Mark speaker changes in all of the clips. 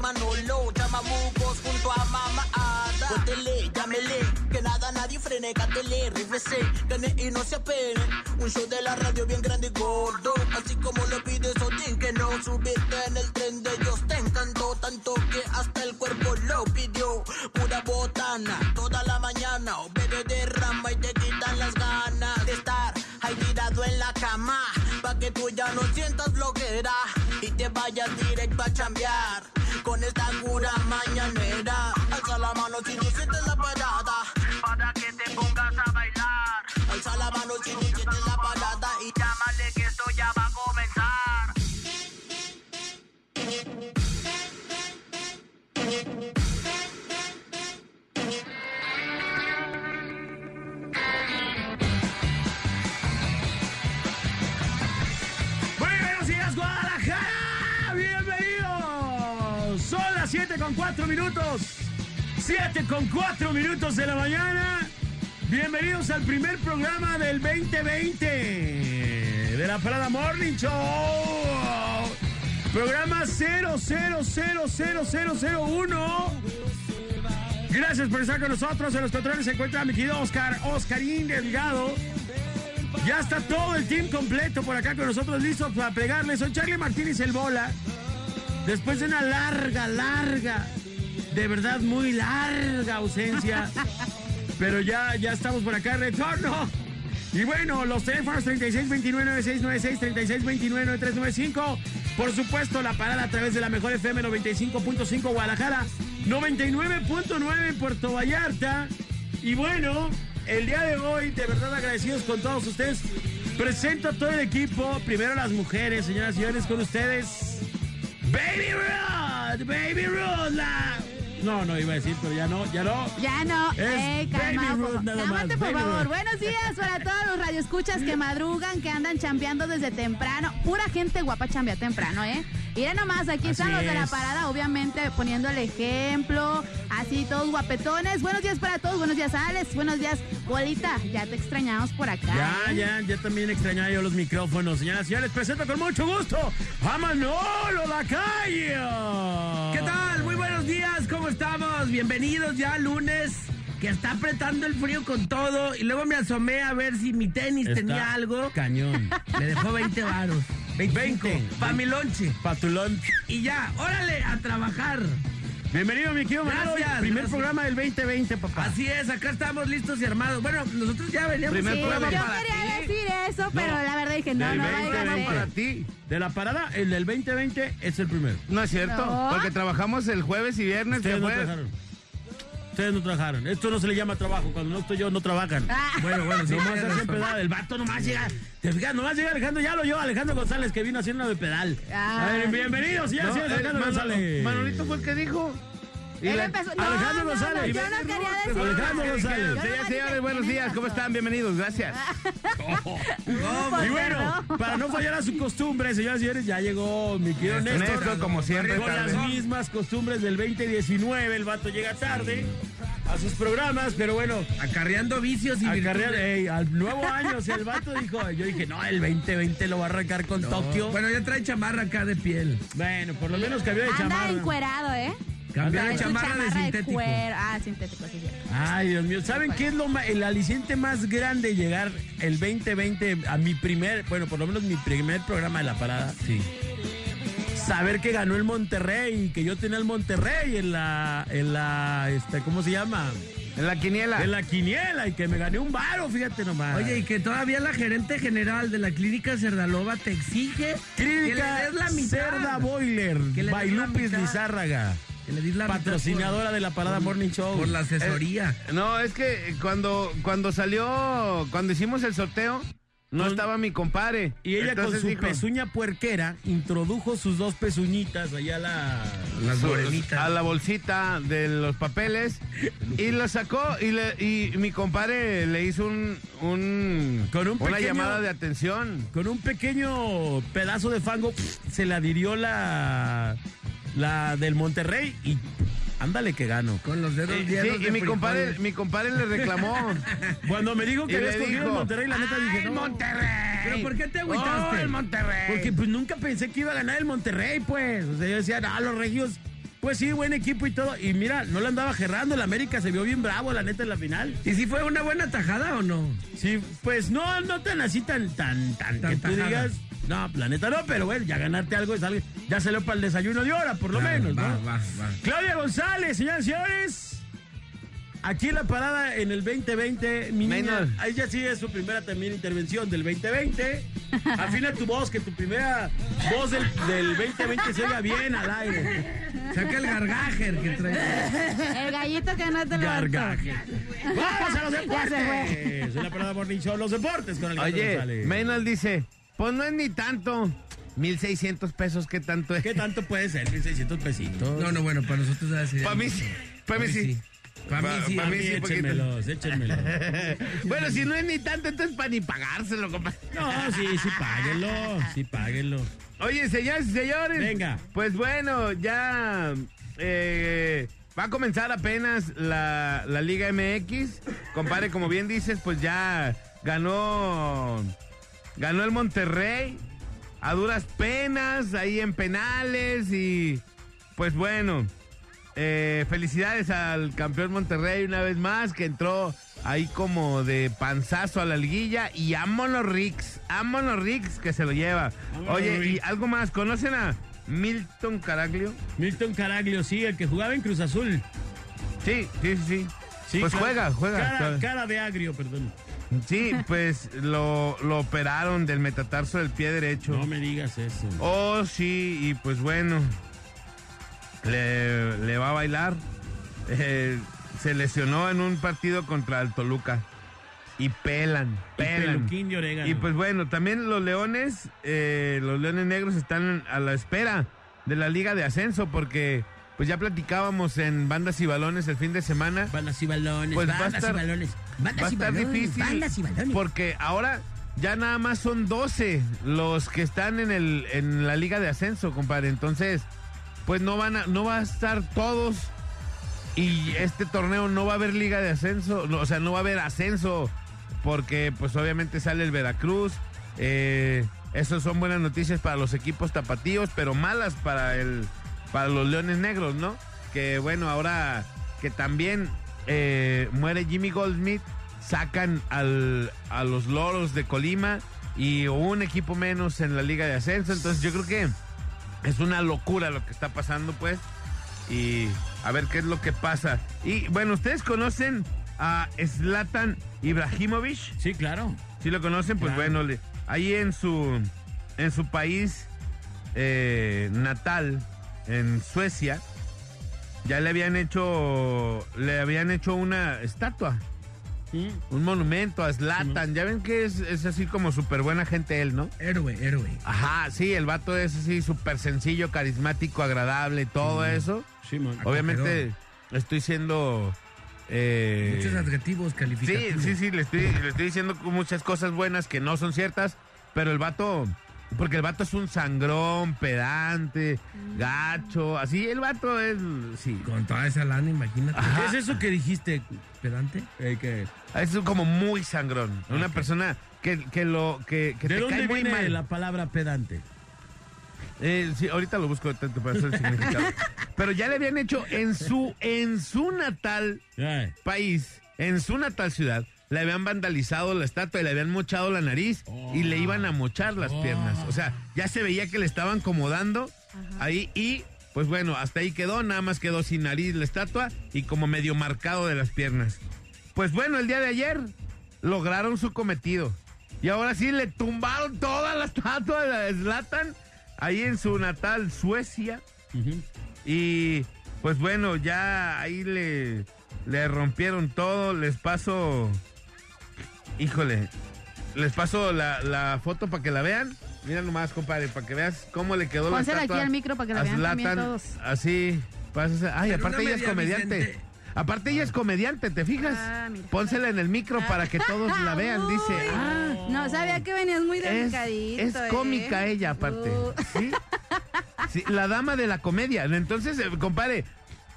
Speaker 1: Manolo, chamamugos junto a mamá Ada. Cuéntele, llámele, que nada nadie frene, cátele, rífese, gane y no se apene. Un show de la radio bien grande y gordo, así como lo pide Sotín, que no subiste en el tren de ellos. Te encantó tanto que hasta el cuerpo lo pidió. Pura botana, toda la mañana, o bebé derrama y te quitan las ganas de estar ahí tirado en la cama, pa' que tú ya no sientas bloquera y te vayas directo a chambear. Con esta angura mañanera, alza la mano si no sientes la parada,
Speaker 2: para que te pongas a bailar.
Speaker 1: alza la mano si no sientes la parada y
Speaker 2: Llámale que esto ya va a comenzar.
Speaker 3: Muy buenos días, Guadalajara. Bienvenidos. Son las 7 con 4 minutos. 7 con 4 minutos de la mañana. Bienvenidos al primer programa del 2020 de la Parada Morning Show. Programa 0000001. Gracias por estar con nosotros. En los controles se encuentra mi querido Oscar, Oscarín Delgado. Ya está todo el team completo por acá con nosotros, listos para pegarle. Soy Charlie Martínez el bola. Después de una larga, larga, de verdad muy larga ausencia. Pero ya, ya estamos por acá, retorno. Y bueno, los teléfonos 3629-9696, 3629-9395. Por supuesto, la parada a través de la mejor FM 95.5 Guadalajara, 99.9 en Puerto Vallarta. Y bueno, el día de hoy, de verdad agradecidos con todos ustedes. Presento a todo el equipo, primero las mujeres, señoras y señores, con ustedes. Baby Ruth, Baby Ruth, la... No, no iba a decir, pero ya no, ya no.
Speaker 4: Ya no,
Speaker 3: Es
Speaker 4: eh, calmado.
Speaker 3: Baby Ruth
Speaker 4: por-
Speaker 3: nada más,
Speaker 4: Cálmate, por
Speaker 3: Baby
Speaker 4: favor.
Speaker 3: Ruth.
Speaker 4: Buenos días para todos los radioescuchas que madrugan, que andan chambeando desde temprano. Pura gente guapa chambea temprano, ¿eh? Mira nomás, aquí están
Speaker 3: Así
Speaker 4: los de la
Speaker 3: es.
Speaker 4: parada, obviamente poniendo el ejemplo, así todos guapetones. Buenos días para todos, buenos días Alex, buenos días Bolita, ya te extrañamos por acá.
Speaker 3: Ya,
Speaker 4: ¿eh?
Speaker 3: ya, ya también extrañaba yo los micrófonos, señoras y señores. Presento con mucho gusto a Manolo Lacayo.
Speaker 5: ¿Qué tal? Muy buenos días, ¿cómo estamos? Bienvenidos ya al lunes, que está apretando el frío con todo. Y luego me asomé a ver si mi tenis
Speaker 3: Está
Speaker 5: tenía algo.
Speaker 3: Cañón.
Speaker 5: Me dejó 20 varos. 25. Pa' mi lonche.
Speaker 3: Patulón.
Speaker 5: Y ya, órale, a trabajar.
Speaker 3: Bienvenido, mi querido Manolo.
Speaker 5: Gracias,
Speaker 3: Primer
Speaker 5: gracias.
Speaker 3: programa del 2020, papá.
Speaker 5: Así es, acá estamos listos y armados. Bueno, nosotros ya veníamos.
Speaker 4: Sí,
Speaker 5: Primer
Speaker 4: yo quería decir eso, pero
Speaker 3: No.
Speaker 4: la verdad dije, no,
Speaker 3: Del
Speaker 4: no vaya a
Speaker 3: 2020.
Speaker 4: ser.
Speaker 6: para ti.
Speaker 3: De la parada, el del 2020 es el primero.
Speaker 6: No es cierto,
Speaker 4: No.
Speaker 6: porque trabajamos el jueves y viernes.
Speaker 3: Ustedes
Speaker 6: que
Speaker 3: no
Speaker 6: fue-
Speaker 3: trabajaron. Ustedes no trabajaron. Esto no se le llama trabajo. Cuando no estoy yo, no trabajan.
Speaker 4: Ah.
Speaker 3: Bueno, bueno, nomás hacen pedal. El vato nomás llega. Te fijas, nomás llega Alejandro. Ya lo yo, Alejandro González, que vino haciendo de pedal.
Speaker 4: Ah.
Speaker 3: A ver, bienvenidos, ya,
Speaker 6: No,
Speaker 3: sí,
Speaker 6: eh,
Speaker 3: Alejandro
Speaker 6: Manolo-
Speaker 3: González.
Speaker 6: Manolito fue el que dijo. Y
Speaker 4: Él
Speaker 6: la-
Speaker 4: empezó- no,
Speaker 3: Alejandro
Speaker 4: no, no,
Speaker 3: González.
Speaker 4: yo no quería decir
Speaker 3: Alejandro
Speaker 4: nada.
Speaker 3: González.
Speaker 4: Yo
Speaker 3: Sí,
Speaker 4: nomás
Speaker 6: Señoras y
Speaker 4: dije, Ah.
Speaker 6: señores, buenos
Speaker 4: "Tienes
Speaker 6: días, ¿cómo
Speaker 4: razón".
Speaker 6: están? Bienvenidos, gracias.
Speaker 3: Y bueno,
Speaker 4: Perdón.
Speaker 3: para no fallar a su costumbre, señoras y señores, ya llegó mi querido
Speaker 6: Néstor,
Speaker 3: Néstor.
Speaker 6: como siempre,
Speaker 3: Con las
Speaker 6: tarde.
Speaker 3: mismas costumbres del 2019, el vato llega tarde a sus programas, pero bueno,
Speaker 5: Acarreando vicios y
Speaker 3: acarrear,
Speaker 5: virtudes.
Speaker 3: ey, al nuevo año, o sea, el vato dijo, yo dije, no, el 2020 lo va a arrancar con Tokio.
Speaker 5: Bueno, ya trae chamarra acá de piel.
Speaker 3: Bueno, por lo menos cambió de
Speaker 4: Anda
Speaker 3: chamarra.
Speaker 4: encuerado, ¿eh?
Speaker 5: Cambió
Speaker 3: Anda,
Speaker 5: de
Speaker 4: Es su
Speaker 5: chamarra, de sintético.
Speaker 4: cuero. Ah, sintético, sí, cierto.
Speaker 3: Ay, Dios mío, ¿saben qué es lo ma- el aliciente más grande llegar el 2020 a mi primer, bueno, por lo menos mi primer programa de la parada? Sí. Saber que ganó el Monterrey, que yo tenía el Monterrey en la, en la, este, ¿cómo se llama?
Speaker 6: En la quiniela.
Speaker 3: En la quiniela y que me gané un varo, fíjate nomás.
Speaker 5: Oye, y que todavía la gerente general de la clínica Cerdalova te exige que le
Speaker 3: Clínica
Speaker 5: des la mitad.
Speaker 3: Cerda Boiler,
Speaker 5: Que le des
Speaker 3: Bailupis
Speaker 5: la mitad.
Speaker 3: Lizárraga,
Speaker 5: Que le des la mitad
Speaker 3: patrocinadora de la parada Morning Show.
Speaker 5: por, por la asesoría.
Speaker 6: Mm. Eh, No, es que eh, cuando, cuando salió, cuando hicimos el sorteo, no
Speaker 3: Con-
Speaker 6: estaba mi compadre.
Speaker 3: Y ella con
Speaker 6: Entonces
Speaker 3: su
Speaker 6: dijo,
Speaker 3: pezuña puerquera introdujo sus dos pezuñitas allá a la.
Speaker 5: Las
Speaker 6: su-
Speaker 5: morenitas.
Speaker 6: a la bolsita de los papeles y lo sacó y, le- y mi compadre le hizo un, un-
Speaker 3: Con un
Speaker 6: una
Speaker 3: pequeño-
Speaker 6: llamada de atención.
Speaker 3: Con un pequeño pedazo de fango pf, se la adhirió la. La del Monterrey y ándale que gano.
Speaker 5: Con los dedos
Speaker 6: Eh, Sí,
Speaker 5: llenos
Speaker 6: y
Speaker 5: de
Speaker 6: mi
Speaker 5: frijoles.
Speaker 6: compadre, mi compadre le reclamó.
Speaker 3: Cuando me dijo que
Speaker 6: Y
Speaker 3: había
Speaker 6: le
Speaker 3: escogido el
Speaker 6: dijo,
Speaker 3: Monterrey, la neta dije.
Speaker 6: "Ay,
Speaker 3: no".
Speaker 6: Monterrey!
Speaker 5: ¿Pero por qué te agüitaste?
Speaker 6: ¡Oh, el Monterrey!
Speaker 3: Porque pues nunca pensé que iba a ganar el Monterrey, pues. O sea, yo decía, ah, los regios,
Speaker 7: Pues sí, buen equipo y todo. Y mira, no le andaba gerrando. El América se vio bien bravo, la neta, en la final.
Speaker 3: ¿Y si fue una buena tajada o no?
Speaker 7: Sí, pues no, no tan así, tan, tan, tan,
Speaker 3: Tan
Speaker 7: que tú
Speaker 3: tajada.
Speaker 7: digas. No, la neta no, pero bueno, ya ganarte algo es algo. Ya salió para el desayuno de hora, por lo menos,
Speaker 3: va,
Speaker 7: ¿no?
Speaker 3: va, va.
Speaker 7: Claudia González, señoras y señores. Aquí la parada en el 2020, mi niña.
Speaker 6: Menos.
Speaker 7: Ahí ya sí es su primera también intervención del 2020. Afina tu voz, que tu primera voz del, del 2020 se oiga bien al aire.
Speaker 3: Saca el gargajer que trae.
Speaker 4: El gallito que no te lo
Speaker 7: Gargaje. ¡Vamos a los
Speaker 4: Ya se fue.
Speaker 7: deportes! En la parada Morning Show, los deportes con el gato
Speaker 6: Oye,
Speaker 7: González.
Speaker 6: Menos dice, pues no es ni tanto. 1600 pesos, ¿qué tanto es?
Speaker 7: ¿Qué tanto puede ser? 1600 pesitos.
Speaker 3: No, no, bueno, para nosotros ha de ser-
Speaker 6: Para mí sí. Para mí sí.
Speaker 3: Para mí sí.
Speaker 6: Pa'
Speaker 7: A mí
Speaker 6: mí sí,
Speaker 7: échenmelos, échenmelos.
Speaker 6: Bueno, si no es ni tanto, entonces para ni pagárselo, compadre.
Speaker 7: No, sí, sí, páguenlo, sí, páguenlo.
Speaker 6: Oye, señores y señores.
Speaker 7: Venga.
Speaker 6: Pues bueno, ya eh, va a comenzar apenas la, la Liga MX. Compadre, como bien dices, pues ya ganó. Ganó el Monterrey. A duras penas, ahí en penales. Y pues bueno. eh, felicidades al campeón Monterrey una vez más que entró ahí como de panzazo a la liguilla y Amono Rix, Amono Rix que se lo lleva.
Speaker 7: Vámonos,
Speaker 6: Oye, y
Speaker 7: Rix.
Speaker 6: algo más, ¿conocen a Milton Caraglio?
Speaker 7: Milton Caraglio, sí, el que jugaba en Cruz Azul.
Speaker 6: Sí, sí, sí, sí.
Speaker 7: Sí,
Speaker 6: pues
Speaker 7: claro.
Speaker 6: juega, juega.
Speaker 7: Cara,
Speaker 6: claro.
Speaker 7: cara de agrio, perdón.
Speaker 6: Sí, pues lo, lo operaron del metatarso del pie derecho.
Speaker 7: No me digas eso.
Speaker 6: Oh, sí, y pues bueno, le, le va a bailar. Eh, se lesionó en un partido contra el Toluca. Y pelan,
Speaker 7: Y
Speaker 6: pelan.
Speaker 7: peluquín de orégano.
Speaker 6: Y pues bueno, también los leones, eh, los leones negros están a la espera de la liga de ascenso porque pues ya platicábamos en bandas y balones el fin de semana.
Speaker 3: Bandas y balones,
Speaker 6: Pues va a
Speaker 3: bandas
Speaker 6: estar-
Speaker 3: y balones. Bandas
Speaker 6: Va a
Speaker 3: y
Speaker 6: estar
Speaker 3: balones,
Speaker 6: difícil
Speaker 3: bandas y balones.
Speaker 6: porque ahora ya nada más son 12 los que están en el en la liga de ascenso, compadre. Entonces, pues no van a, no va a estar todos y este torneo no va a haber liga de ascenso, no, o sea, no va a haber ascenso porque pues obviamente sale el Veracruz. Eh, esos son buenas noticias para los equipos tapatíos, pero malas para el para los Leones Negros, ¿no? Que bueno, ahora que también eh, muere Jimmy Goldsmith, sacan al, a los Loros de Colima y un equipo menos en la Liga de Ascenso. Entonces yo creo que es una locura lo que está pasando, pues. Y a ver qué es lo que pasa. Y bueno, ¿ustedes conocen a Zlatan Ibrahimovic?
Speaker 7: Sí, claro.
Speaker 6: Si lo conocen, pues
Speaker 7: Claro.
Speaker 6: bueno, le- ahí en su en su país eh, natal, en Suecia, ya le habían hecho le habían hecho una estatua,
Speaker 7: Sí.
Speaker 6: un monumento a Zlatan. Ya ven que es, es así como súper buena gente él, ¿no?
Speaker 3: Héroe, héroe.
Speaker 6: Ajá, sí, el vato es así súper sencillo, carismático, agradable, y todo eso.
Speaker 7: Sí, man.
Speaker 3: Acogedor.
Speaker 6: Obviamente estoy siendo eh,
Speaker 3: Muchos adjetivos
Speaker 6: Sí,
Speaker 3: calificativos.
Speaker 6: sí, sí, le estoy, le estoy diciendo muchas cosas buenas que no son ciertas, pero el vato, porque el vato es un sangrón, pedante, gacho, así, el vato es, sí,
Speaker 3: Con toda esa lana, imagínate.
Speaker 7: ¿Qué es eso que dijiste?
Speaker 3: Pedante.
Speaker 7: Eh, que-
Speaker 6: es como muy sangrón, una persona que, que lo, que, que
Speaker 7: ¿De
Speaker 6: te
Speaker 7: dónde
Speaker 6: cae muy
Speaker 7: viene
Speaker 6: mal.
Speaker 7: la palabra pedante?
Speaker 6: Eh, sí, ahorita lo busco, tanto para hacer el significado. pero ya le habían hecho en su, en su natal
Speaker 7: Ay,
Speaker 6: país, en su natal ciudad, le habían vandalizado la estatua y le habían mochado la nariz y le iban a mochar las piernas. O sea, ya se veía que le estaban acomodando ahí y, pues bueno, hasta ahí quedó, nada más quedó sin nariz la estatua y como medio marcado de las piernas. Pues bueno, el día de ayer lograron su cometido. Y ahora sí le tumbaron toda la estatua de Zlatan ahí en su natal Suecia.
Speaker 7: ujú.
Speaker 6: Y pues bueno, ya ahí le, le rompieron todo. Les paso. Híjole. Les paso la, la foto para que la vean. Mira nomás, compadre, para que veas cómo le quedó
Speaker 4: Pónsela
Speaker 6: la
Speaker 4: aquí
Speaker 6: estatua.
Speaker 4: al micro para que la
Speaker 6: a
Speaker 4: vean también
Speaker 6: Zlatan.
Speaker 4: todos.
Speaker 6: Así. pásasela. Ay,
Speaker 3: Pero
Speaker 6: aparte
Speaker 3: una
Speaker 6: ella es
Speaker 3: media
Speaker 6: comediante.
Speaker 3: Vicente.
Speaker 6: Aparte ella es comediante, ¿te fijas?
Speaker 4: Ah, mira. Ah.
Speaker 6: Pónsela en el micro para que todos la vean, dice.
Speaker 4: Uy.
Speaker 6: Ah,
Speaker 4: No, sabía que venías muy
Speaker 6: es,
Speaker 4: delicadito.
Speaker 6: es
Speaker 4: ¿eh?
Speaker 6: cómica ella, aparte.
Speaker 4: Uh.
Speaker 6: ¿Sí? Sí, la dama de la comedia. Entonces, eh, compadre,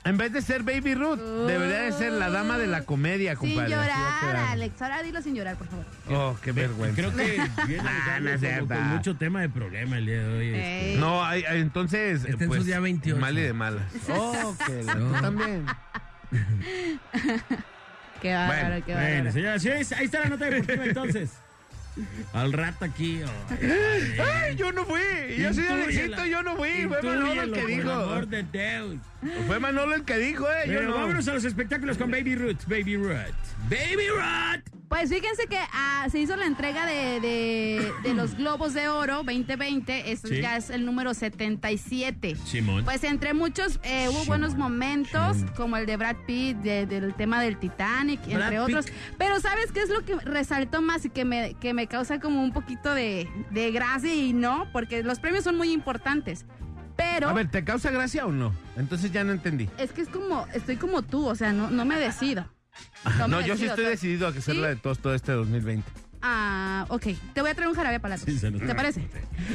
Speaker 6: En vez de ser Baby Ruth, debería de ser la dama de la comedia,
Speaker 4: Uh. Sin
Speaker 6: compadre. Así va a
Speaker 4: llorar,
Speaker 6: quedar.
Speaker 4: Alex. Ahora dilo sin llorar, por favor.
Speaker 6: Oh, qué vergüenza.
Speaker 5: Creo que viene
Speaker 6: Ah, no es
Speaker 5: como
Speaker 6: cierto.
Speaker 5: con mucho tema de problema el día de hoy. este.
Speaker 4: Ey.
Speaker 6: No, ay, ay, entonces. pues,
Speaker 5: Está en su día 28.
Speaker 6: Mal y de malas. Oh, que la- tú también.
Speaker 4: Qué bárbaro,
Speaker 6: Bueno,
Speaker 4: qué bárbaro.
Speaker 3: Bueno, señoras y señores, ahí está la nota deportiva entonces.
Speaker 5: Al rato aquí.
Speaker 6: Ay, yo no fui. Yo soy Alexito, yo no fui. Fue Manolo el que dijo. Fue Manolo el que dijo, eh. Yo
Speaker 3: Pero
Speaker 6: no.
Speaker 3: vámonos a los espectáculos con Baby Ruth, Baby Ruth.
Speaker 5: Baby Rod.
Speaker 4: Pues fíjense que ah, se hizo la entrega de, de- de los Globos de Oro 2020. Esto
Speaker 3: Sí.
Speaker 4: ya es el número 77.
Speaker 3: Simón.
Speaker 4: Pues entre muchos eh, hubo buenos momentos, como el de Brad Pitt, de- del tema del Titanic,
Speaker 5: Brad
Speaker 4: entre
Speaker 5: Pitt.
Speaker 4: otros. Pero ¿sabes qué es lo que resaltó más y que me, que me causa como un poquito de, de gracia y no? Porque los premios son muy importantes. Pero
Speaker 6: A ver, ¿te causa gracia o no? Entonces ya no entendí.
Speaker 4: es que es como, estoy como tú, o sea, no, no me decido. me
Speaker 6: No, yo sí
Speaker 4: decido,
Speaker 6: estoy
Speaker 4: o sea,
Speaker 6: decidido a que sea
Speaker 4: ¿Sí?
Speaker 6: la de todos todo este 2020.
Speaker 4: Ah, ok. Te voy a traer un jarabe para la tos.
Speaker 3: Sí, se lo
Speaker 4: ¿Te
Speaker 3: traigo.
Speaker 4: parece?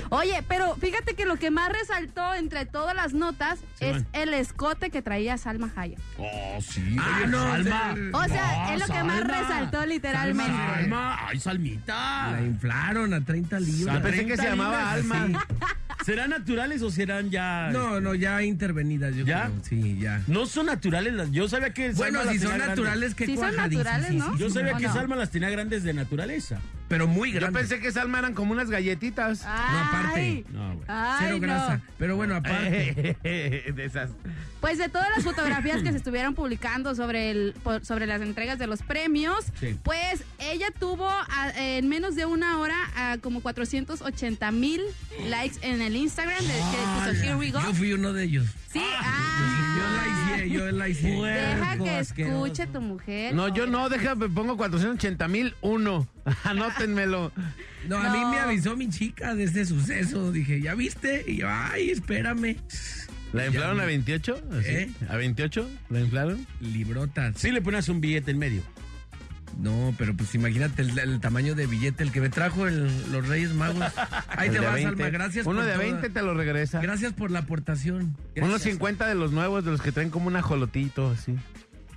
Speaker 4: Oye, pero fíjate que lo que más resaltó entre todas las notas es
Speaker 3: man.
Speaker 4: el escote que traía Salma Hayek.
Speaker 3: Oh, sí.
Speaker 5: Ah,
Speaker 3: Oye,
Speaker 5: no,
Speaker 3: Salma.
Speaker 5: sí.
Speaker 4: O sea,
Speaker 3: No,
Speaker 4: es lo que más
Speaker 3: Salma.
Speaker 4: resaltó literalmente.
Speaker 3: Salma. Ay, Salmita.
Speaker 5: La inflaron a 30 libras.
Speaker 6: Yo pensé que se
Speaker 3: 30
Speaker 6: llamaba
Speaker 3: libras,
Speaker 6: Alma.
Speaker 3: ¿Serán naturales o serán ya.? este,
Speaker 5: No, no, ya intervenidas, yo
Speaker 3: ¿Ya?
Speaker 5: creo. Sí, ya.
Speaker 3: No son naturales. las- Yo sabía que.
Speaker 5: Bueno,
Speaker 3: Salma
Speaker 5: si
Speaker 3: las
Speaker 5: son
Speaker 3: tenía grandes.
Speaker 5: naturales, que
Speaker 4: Sí son naturales, ¿no?
Speaker 3: Yo sabía
Speaker 4: ¿O
Speaker 3: que
Speaker 4: no?
Speaker 3: Salma las tenía grandes de naturaleza.
Speaker 5: Pero muy
Speaker 6: Yo
Speaker 5: grandes.
Speaker 6: pensé que Salma eran como unas galletitas.
Speaker 4: Ay,
Speaker 5: aparte.
Speaker 3: No, güey.
Speaker 4: ay,
Speaker 5: Cero
Speaker 4: no.
Speaker 5: grasa. Pero bueno, aparte.
Speaker 6: Eh, De esas.
Speaker 4: Pues de todas las fotografías que se estuvieron publicando sobre, el, por- sobre las entregas de los premios,
Speaker 3: Sí.
Speaker 4: pues ella tuvo a- en menos de una hora a como 480 mil likes en el Instagram de, que puso Here We Go.
Speaker 5: Yo fui uno de ellos.
Speaker 4: Sí, ah.
Speaker 5: Yo la hice, yo la hice.
Speaker 4: Deja
Speaker 5: Puerco
Speaker 4: que
Speaker 5: asqueroso.
Speaker 4: escuche tu mujer.
Speaker 6: No, yo no, deja, me pongo 480 mil uno. Anótenmelo.
Speaker 5: No, a mí
Speaker 4: No.
Speaker 5: me avisó mi chica de este suceso. Dije, ¿ya viste? Y yo, ay, espérame.
Speaker 6: ¿La inflaron a 28? Así.
Speaker 5: ¿Eh?
Speaker 6: ¿A 28? ¿La inflaron?
Speaker 5: Librotas.
Speaker 3: Sí le pones un billete en medio.
Speaker 5: No, pero pues imagínate el, el tamaño de billete, el que me trajo el- los Reyes Magos. Ahí
Speaker 6: El
Speaker 5: te
Speaker 6: de
Speaker 5: vas,
Speaker 6: 20.
Speaker 5: Alma. Gracias
Speaker 6: Uno
Speaker 5: por
Speaker 6: de a
Speaker 5: toda-
Speaker 6: 20 te lo regresa.
Speaker 5: Gracias por la aportación.
Speaker 6: Unos
Speaker 5: Gracias.
Speaker 6: 50 de los nuevos, de los que traen como un ajolotito, así.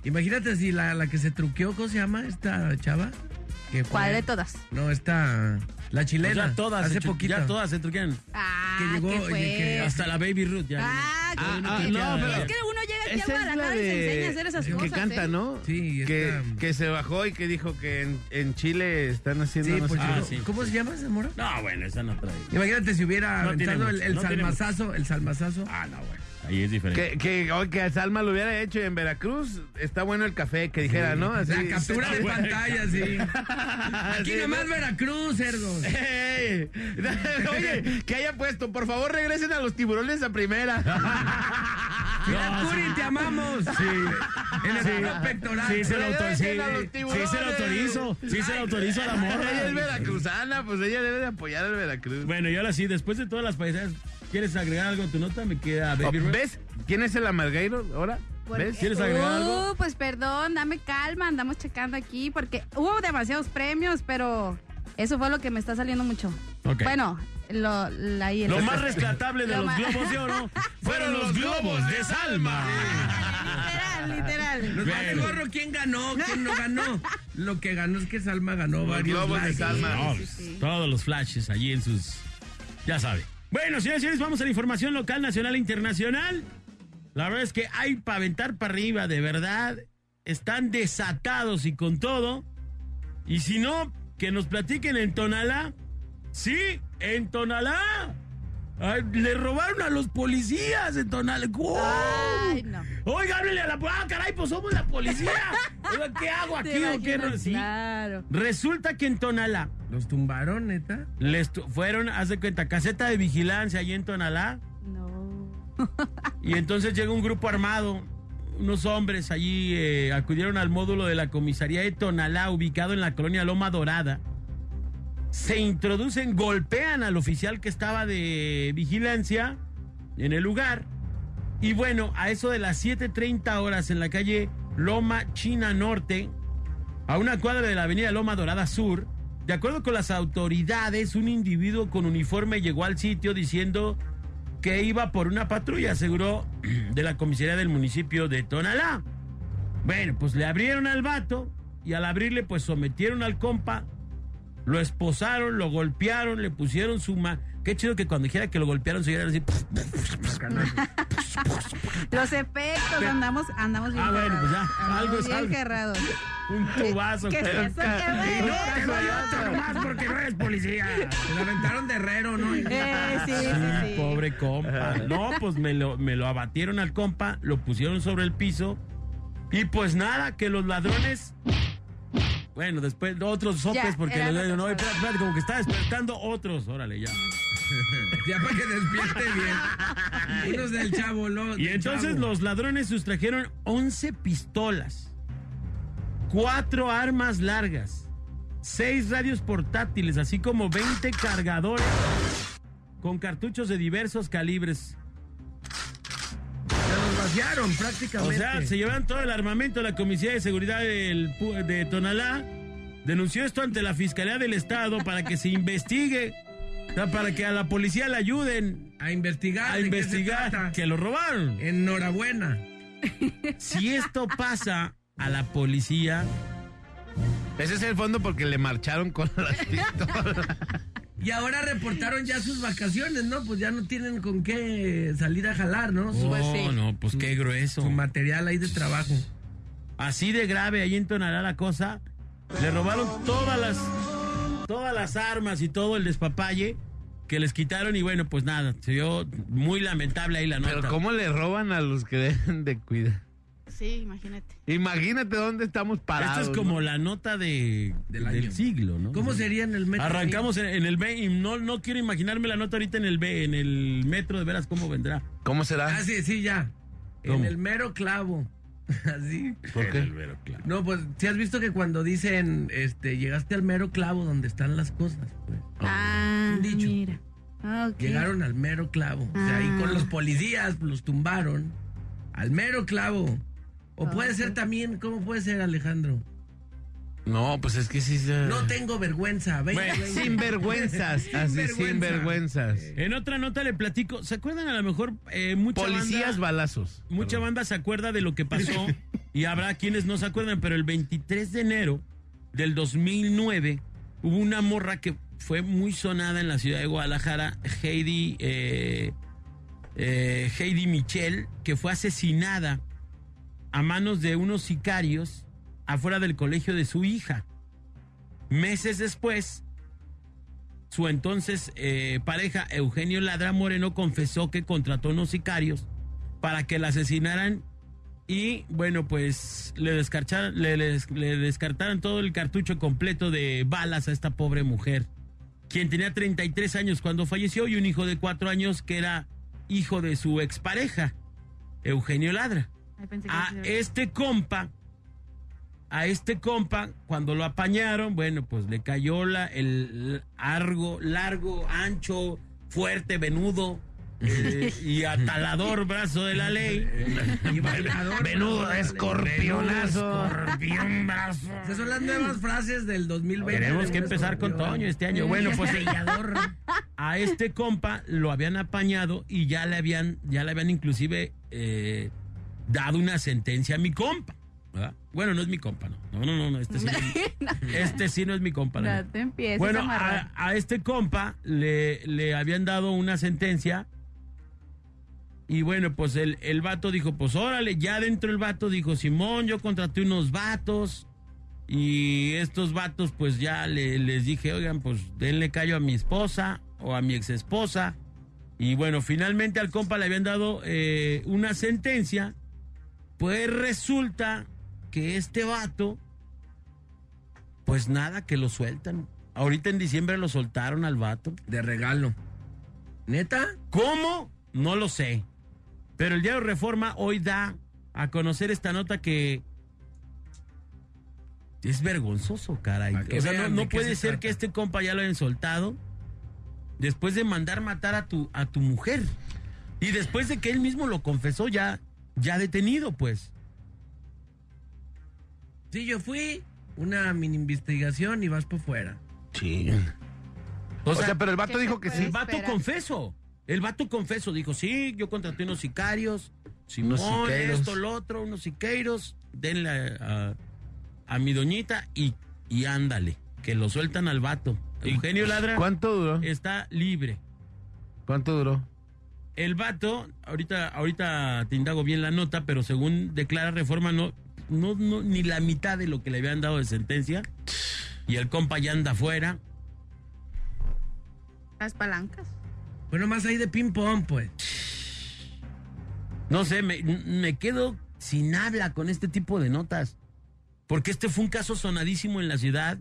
Speaker 5: Imagínate si la, la que se truqueó, ¿cómo se llama esta chava? Que fue-
Speaker 4: ¿Cuál de todas?
Speaker 5: No, esta. La
Speaker 3: O
Speaker 5: chilena.
Speaker 3: sea, todas. se
Speaker 5: Hace
Speaker 3: chu-
Speaker 5: poquito.
Speaker 3: Ya todas se truquean.
Speaker 4: Ah,
Speaker 5: Que llegó
Speaker 4: ¿qué
Speaker 5: y
Speaker 4: fue?
Speaker 5: que
Speaker 3: Hasta la Baby Ruth ya.
Speaker 4: Ah,
Speaker 6: Ah,
Speaker 4: que-
Speaker 6: ah,
Speaker 4: que-
Speaker 6: no,
Speaker 4: es
Speaker 6: pero-
Speaker 4: que uno llega aquí a
Speaker 6: Esa es la
Speaker 4: Guadalajara y se
Speaker 6: de-
Speaker 4: enseña a hacer esas
Speaker 6: que
Speaker 4: cosas.
Speaker 6: canta,
Speaker 4: ¿eh?
Speaker 6: ¿no?
Speaker 5: Sí,
Speaker 6: que,
Speaker 5: esta-
Speaker 6: que se bajó y que dijo que en, en Chile están haciendo.
Speaker 5: Sí,
Speaker 6: no sé
Speaker 5: pues
Speaker 6: qué.
Speaker 5: llegó.
Speaker 3: Ah, sí.
Speaker 5: ¿Cómo se llama esa mora?
Speaker 3: No, bueno, esa no trae.
Speaker 5: Imagínate si hubiera
Speaker 3: No
Speaker 5: aventado
Speaker 3: tiene
Speaker 5: el,
Speaker 3: mucho,
Speaker 5: el
Speaker 3: no tiene
Speaker 5: salmazazo, el salmazazo.
Speaker 3: Ah, no, bueno. Ahí es diferente.
Speaker 6: Que, que, oh, que a Salma lo hubiera hecho y en Veracruz está bueno el café, que dijera, ¿no? Así,
Speaker 5: la captura de pantalla, sí. Aquí
Speaker 6: Sí,
Speaker 5: nomás
Speaker 6: ¿no?
Speaker 5: Veracruz, cerdos.
Speaker 6: ¡Ey! Oye, que haya puesto, por favor regresen a los tiburones a primera.
Speaker 5: Mira, Curi, te amamos. Sí. En el plano pectoral.
Speaker 3: Sí, se lo
Speaker 6: Regresen
Speaker 3: autorizo.
Speaker 6: a los
Speaker 3: Sí, sí se lo
Speaker 6: tiburones.
Speaker 3: autorizo. Sí, se lo autorizo a la morra.
Speaker 6: Ella es veracruzana, pues ella debe de apoyar al Veracruz.
Speaker 3: Bueno, y ahora sí, después de todas las paisadas, ¿quieres agregar algo a tu nota? Me queda
Speaker 6: Oh,
Speaker 3: Baby Ruth.
Speaker 6: ¿Ves? ¿Quién es el amargueiro ahora?
Speaker 4: Porque-
Speaker 6: ¿Ves?
Speaker 3: ¿Quieres agregar algo?
Speaker 4: Uh, pues perdón, dame calma, andamos checando aquí porque hubo demasiados premios, pero eso fue lo que me está saliendo mucho.
Speaker 3: Ok.
Speaker 4: Bueno, lo, la, y el-
Speaker 3: Lo más rescatable de
Speaker 4: Lo
Speaker 3: los
Speaker 4: más-
Speaker 3: globos de oro fueron los globos de Salma.
Speaker 4: literal, literal.
Speaker 5: Nos vale
Speaker 3: Bueno.
Speaker 5: gorro quién ganó, quién no ganó. Lo que ganó es que Salma ganó
Speaker 6: Los
Speaker 5: varios.
Speaker 6: globos de
Speaker 5: likes.
Speaker 6: Salma.
Speaker 3: No,
Speaker 4: sí, sí.
Speaker 3: Todos los flashes allí en sus. Ya sabe. Bueno, señores y señores, vamos a la información local, nacional e internacional. La verdad es que hay para aventar para arriba, de verdad. Están desatados y con todo. Y si no, que nos platiquen en Tonalá. Sí, en Tonalá. Ay, le robaron a los policías en Tonalá. ¡Wow!
Speaker 4: Ay, no.
Speaker 3: Oiga, háblele a la policía. Ah, caray, pues somos la policía. Oiga, ¿qué hago aquí?
Speaker 4: Te
Speaker 3: o qué no?
Speaker 4: imaginas,
Speaker 3: Sí.
Speaker 4: Claro.
Speaker 3: Resulta que en Tonalá
Speaker 5: Los tumbaron, neta.
Speaker 3: les tu- fueron, haz de cuenta, caseta de vigilancia allí en Tonalá.
Speaker 4: No.
Speaker 3: Y entonces llega un grupo armado. Unos hombres allí eh, acudieron al módulo de la comisaría de Tonalá, ubicado en la colonia Loma Dorada. Se introducen, golpean al oficial que estaba de vigilancia en el lugar. Y bueno, a eso de las 7:30 horas en la calle Loma China Norte, a una cuadra de la avenida Loma Dorada Sur. De acuerdo con las autoridades, un individuo con uniforme llegó al sitio diciendo que iba por una patrulla, aseguró, de la comisaría del municipio de Tonalá. Bueno, pues le abrieron al vato y al abrirle, pues sometieron al compa, lo esposaron, lo golpearon, le pusieron suma. Qué chido que cuando dijera que lo golpearon se oyeran así.
Speaker 4: Los efectos, andamos, andamos bien.
Speaker 3: Ah, bueno, pues ya,
Speaker 4: Andamos
Speaker 3: algo es
Speaker 4: bien
Speaker 3: algo.
Speaker 4: agarrados.
Speaker 3: Un tubazo.
Speaker 4: ¿Qué es
Speaker 3: pero-
Speaker 4: eso? ¿Qué
Speaker 3: Y no
Speaker 4: fue
Speaker 3: te
Speaker 4: eso?
Speaker 3: doy otro más porque no eres policía.
Speaker 5: Lo aventaron de herrero, ¿no?
Speaker 4: Eh, sí, sí,
Speaker 3: Sí,
Speaker 4: sí.
Speaker 3: Ah, pobre compa. No, pues me lo, me lo abatieron al compa, lo pusieron sobre el piso. Y pues nada, que los ladrones. Bueno, después otros sopes,
Speaker 4: Ya,
Speaker 3: porque
Speaker 4: eran
Speaker 3: los ladrones. No,
Speaker 4: otros
Speaker 3: espérate, espérate, como que está despertando otros. Órale, ya.
Speaker 5: Ya para que despierte bien. Unos del chavo, los.
Speaker 3: Y entonces los ladrones sustrajeron 11 pistolas, 4 armas largas, 6 radios portátiles, así como 20 cargadores con cartuchos de diversos calibres.
Speaker 5: Se los vaciaron
Speaker 3: O
Speaker 5: prácticamente.
Speaker 3: sea, se llevaron todo el armamento. La Comisión de Seguridad del pu- de Tonalá denunció esto ante la Fiscalía del Estado para que se investigue, o sea, para que a la policía le ayuden
Speaker 5: A investigar.
Speaker 3: a
Speaker 5: de qué se
Speaker 3: investigar
Speaker 5: trata.
Speaker 3: que lo robaron.
Speaker 5: Enhorabuena.
Speaker 3: Si esto pasa a la policía,
Speaker 6: Ese es el fondo porque le marcharon con las pistolas.
Speaker 5: Y ahora reportaron ya sus vacaciones, ¿no? Pues ya no tienen con qué salir a jalar, ¿no? Su,
Speaker 3: no, no, pues qué grueso.
Speaker 5: su material ahí de trabajo.
Speaker 3: Así de grave ahí en Tonalá la cosa. Le robaron todas las todas las armas y todo el despapalle que les quitaron y bueno, pues nada, se vio muy lamentable ahí la nota.
Speaker 6: Pero ¿cómo le roban a los que dejan de cuidar?
Speaker 4: Sí, imagínate.
Speaker 6: Imagínate dónde estamos parados.
Speaker 3: Esto es como la nota de,
Speaker 5: Del
Speaker 3: del,
Speaker 5: año.
Speaker 3: siglo, ¿no?
Speaker 5: ¿Cómo sería en el metro?
Speaker 3: Arrancamos en, en el B y no, no quiero imaginarme la nota ahorita en el B, en el metro, de veras cómo vendrá.
Speaker 6: ¿no? ¿Cómo será?
Speaker 5: Ah, sí, sí, ya. En
Speaker 3: ¿Cómo?
Speaker 5: el mero clavo. Así.
Speaker 6: ¿Por qué?
Speaker 5: No, pues, si has visto que cuando dicen, este, llegaste al mero clavo donde están las cosas, pues.
Speaker 4: Ah,
Speaker 5: Un dicho.
Speaker 4: mira. Ah, ok.
Speaker 5: Llegaron al mero clavo. O sea, ahí
Speaker 4: Ah.
Speaker 5: con los policías los tumbaron. Al mero clavo. O puede ser también, ¿cómo puede ser, Alejandro?
Speaker 6: No, pues es que sí. se-
Speaker 5: No tengo vergüenza. Venga,
Speaker 3: Bueno,
Speaker 5: venga.
Speaker 6: Sinvergüenzas, así
Speaker 5: Sinvergüenza.
Speaker 6: sinvergüenzas.
Speaker 3: Eh, En otra nota le platico, ¿se acuerdan a lo mejor eh, mucha
Speaker 6: Policías
Speaker 3: banda-
Speaker 6: balazos.
Speaker 3: Mucha banda se acuerda de lo que pasó y habrá quienes no se acuerdan, pero el 23 de enero del 2009 hubo una morra que fue muy sonada en la ciudad de Guadalajara, Heidi, eh, eh, Heidi Michel, que fue asesinada a manos de unos sicarios afuera del colegio de su hija. Meses después, su entonces eh, pareja Eugenio Ladra Moreno confesó que contrató unos sicarios para que la asesinaran y bueno pues le descarcharan, le, des- le descartaran todo el cartucho completo de balas a esta pobre mujer quien tenía 33 años cuando falleció y un hijo de 4 años que era hijo de su expareja Eugenio Ladra
Speaker 4: Ay, pensé que
Speaker 3: a
Speaker 4: sí,
Speaker 3: este compa, a este compa, cuando lo apañaron, bueno, pues le cayó la, el largo, largo, ancho, fuerte, venudo eh, y atalador brazo de la ley. Y bailador.
Speaker 6: Menudo escorpionazo.
Speaker 3: Escorpión brazo.
Speaker 5: Esas son las nuevas frases del 2020.
Speaker 3: Tenemos que empezar con Toño este año. Bueno, pues a este compa lo habían apañado y ya le habían, ya le habían inclusive eh, dado una sentencia a mi compa. ¿verdad? Bueno, no es mi compa, no. No, no, no, no, este sí. no es mi- este sí no es mi compa. la
Speaker 4: No
Speaker 3: neta.
Speaker 4: te empieces
Speaker 3: Bueno,
Speaker 4: a amarrar.
Speaker 3: a, a este compa le, le habían dado una sentencia. Y bueno, pues el, el vato dijo, pues órale, ya dentro el vato dijo, Simón, yo contraté unos vatos. Y estos vatos, pues ya le- les dije, oigan, pues denle callo a mi esposa o a mi exesposa. Y bueno, finalmente al compa le habían dado eh, una sentencia. Pues resulta que este vato, pues nada, que lo sueltan. Ahorita en diciembre lo soltaron al vato.
Speaker 5: De regalo. ¿Neta?
Speaker 3: ¿Cómo? No lo sé. Pero el diario Reforma hoy da a conocer esta nota que es vergonzoso, caray.
Speaker 5: Pa' que
Speaker 3: O sea, no,
Speaker 5: vean de
Speaker 3: no
Speaker 5: qué se
Speaker 3: puede ser
Speaker 5: trata.
Speaker 3: que este compa ya lo hayan soltado después de mandar matar a tu, a tu mujer. Y después de que él mismo lo confesó ya, ya detenido, pues.
Speaker 5: Sí, yo fui. Una mini investigación y vas por fuera.
Speaker 6: Sí. O sea, pero el vato
Speaker 4: ¿qué
Speaker 6: dijo
Speaker 4: se
Speaker 6: que
Speaker 4: puede
Speaker 6: sí.
Speaker 3: El vato
Speaker 4: Espera.
Speaker 3: confeso. El vato confeso, dijo, sí, yo contraté unos sicarios, Simón,
Speaker 5: Unos siqueiros.
Speaker 3: esto, lo otro, unos siqueiros, denle a, a- a mi doñita y, y ándale, que lo sueltan al vato. Eugenio Ladra
Speaker 6: ¿Cuánto duró?
Speaker 3: está libre.
Speaker 6: ¿Cuánto duró?
Speaker 3: El vato, ahorita, ahorita te indago bien la nota, pero según declara Reforma, no, no, no, ni la mitad de lo que le habían dado de sentencia. Y el compa ya anda afuera.
Speaker 4: Las palancas.
Speaker 5: Bueno, más ahí de ping-pong, pues.
Speaker 3: No sé, me, me quedo sin habla con este tipo de notas. Porque este fue un caso sonadísimo en la ciudad.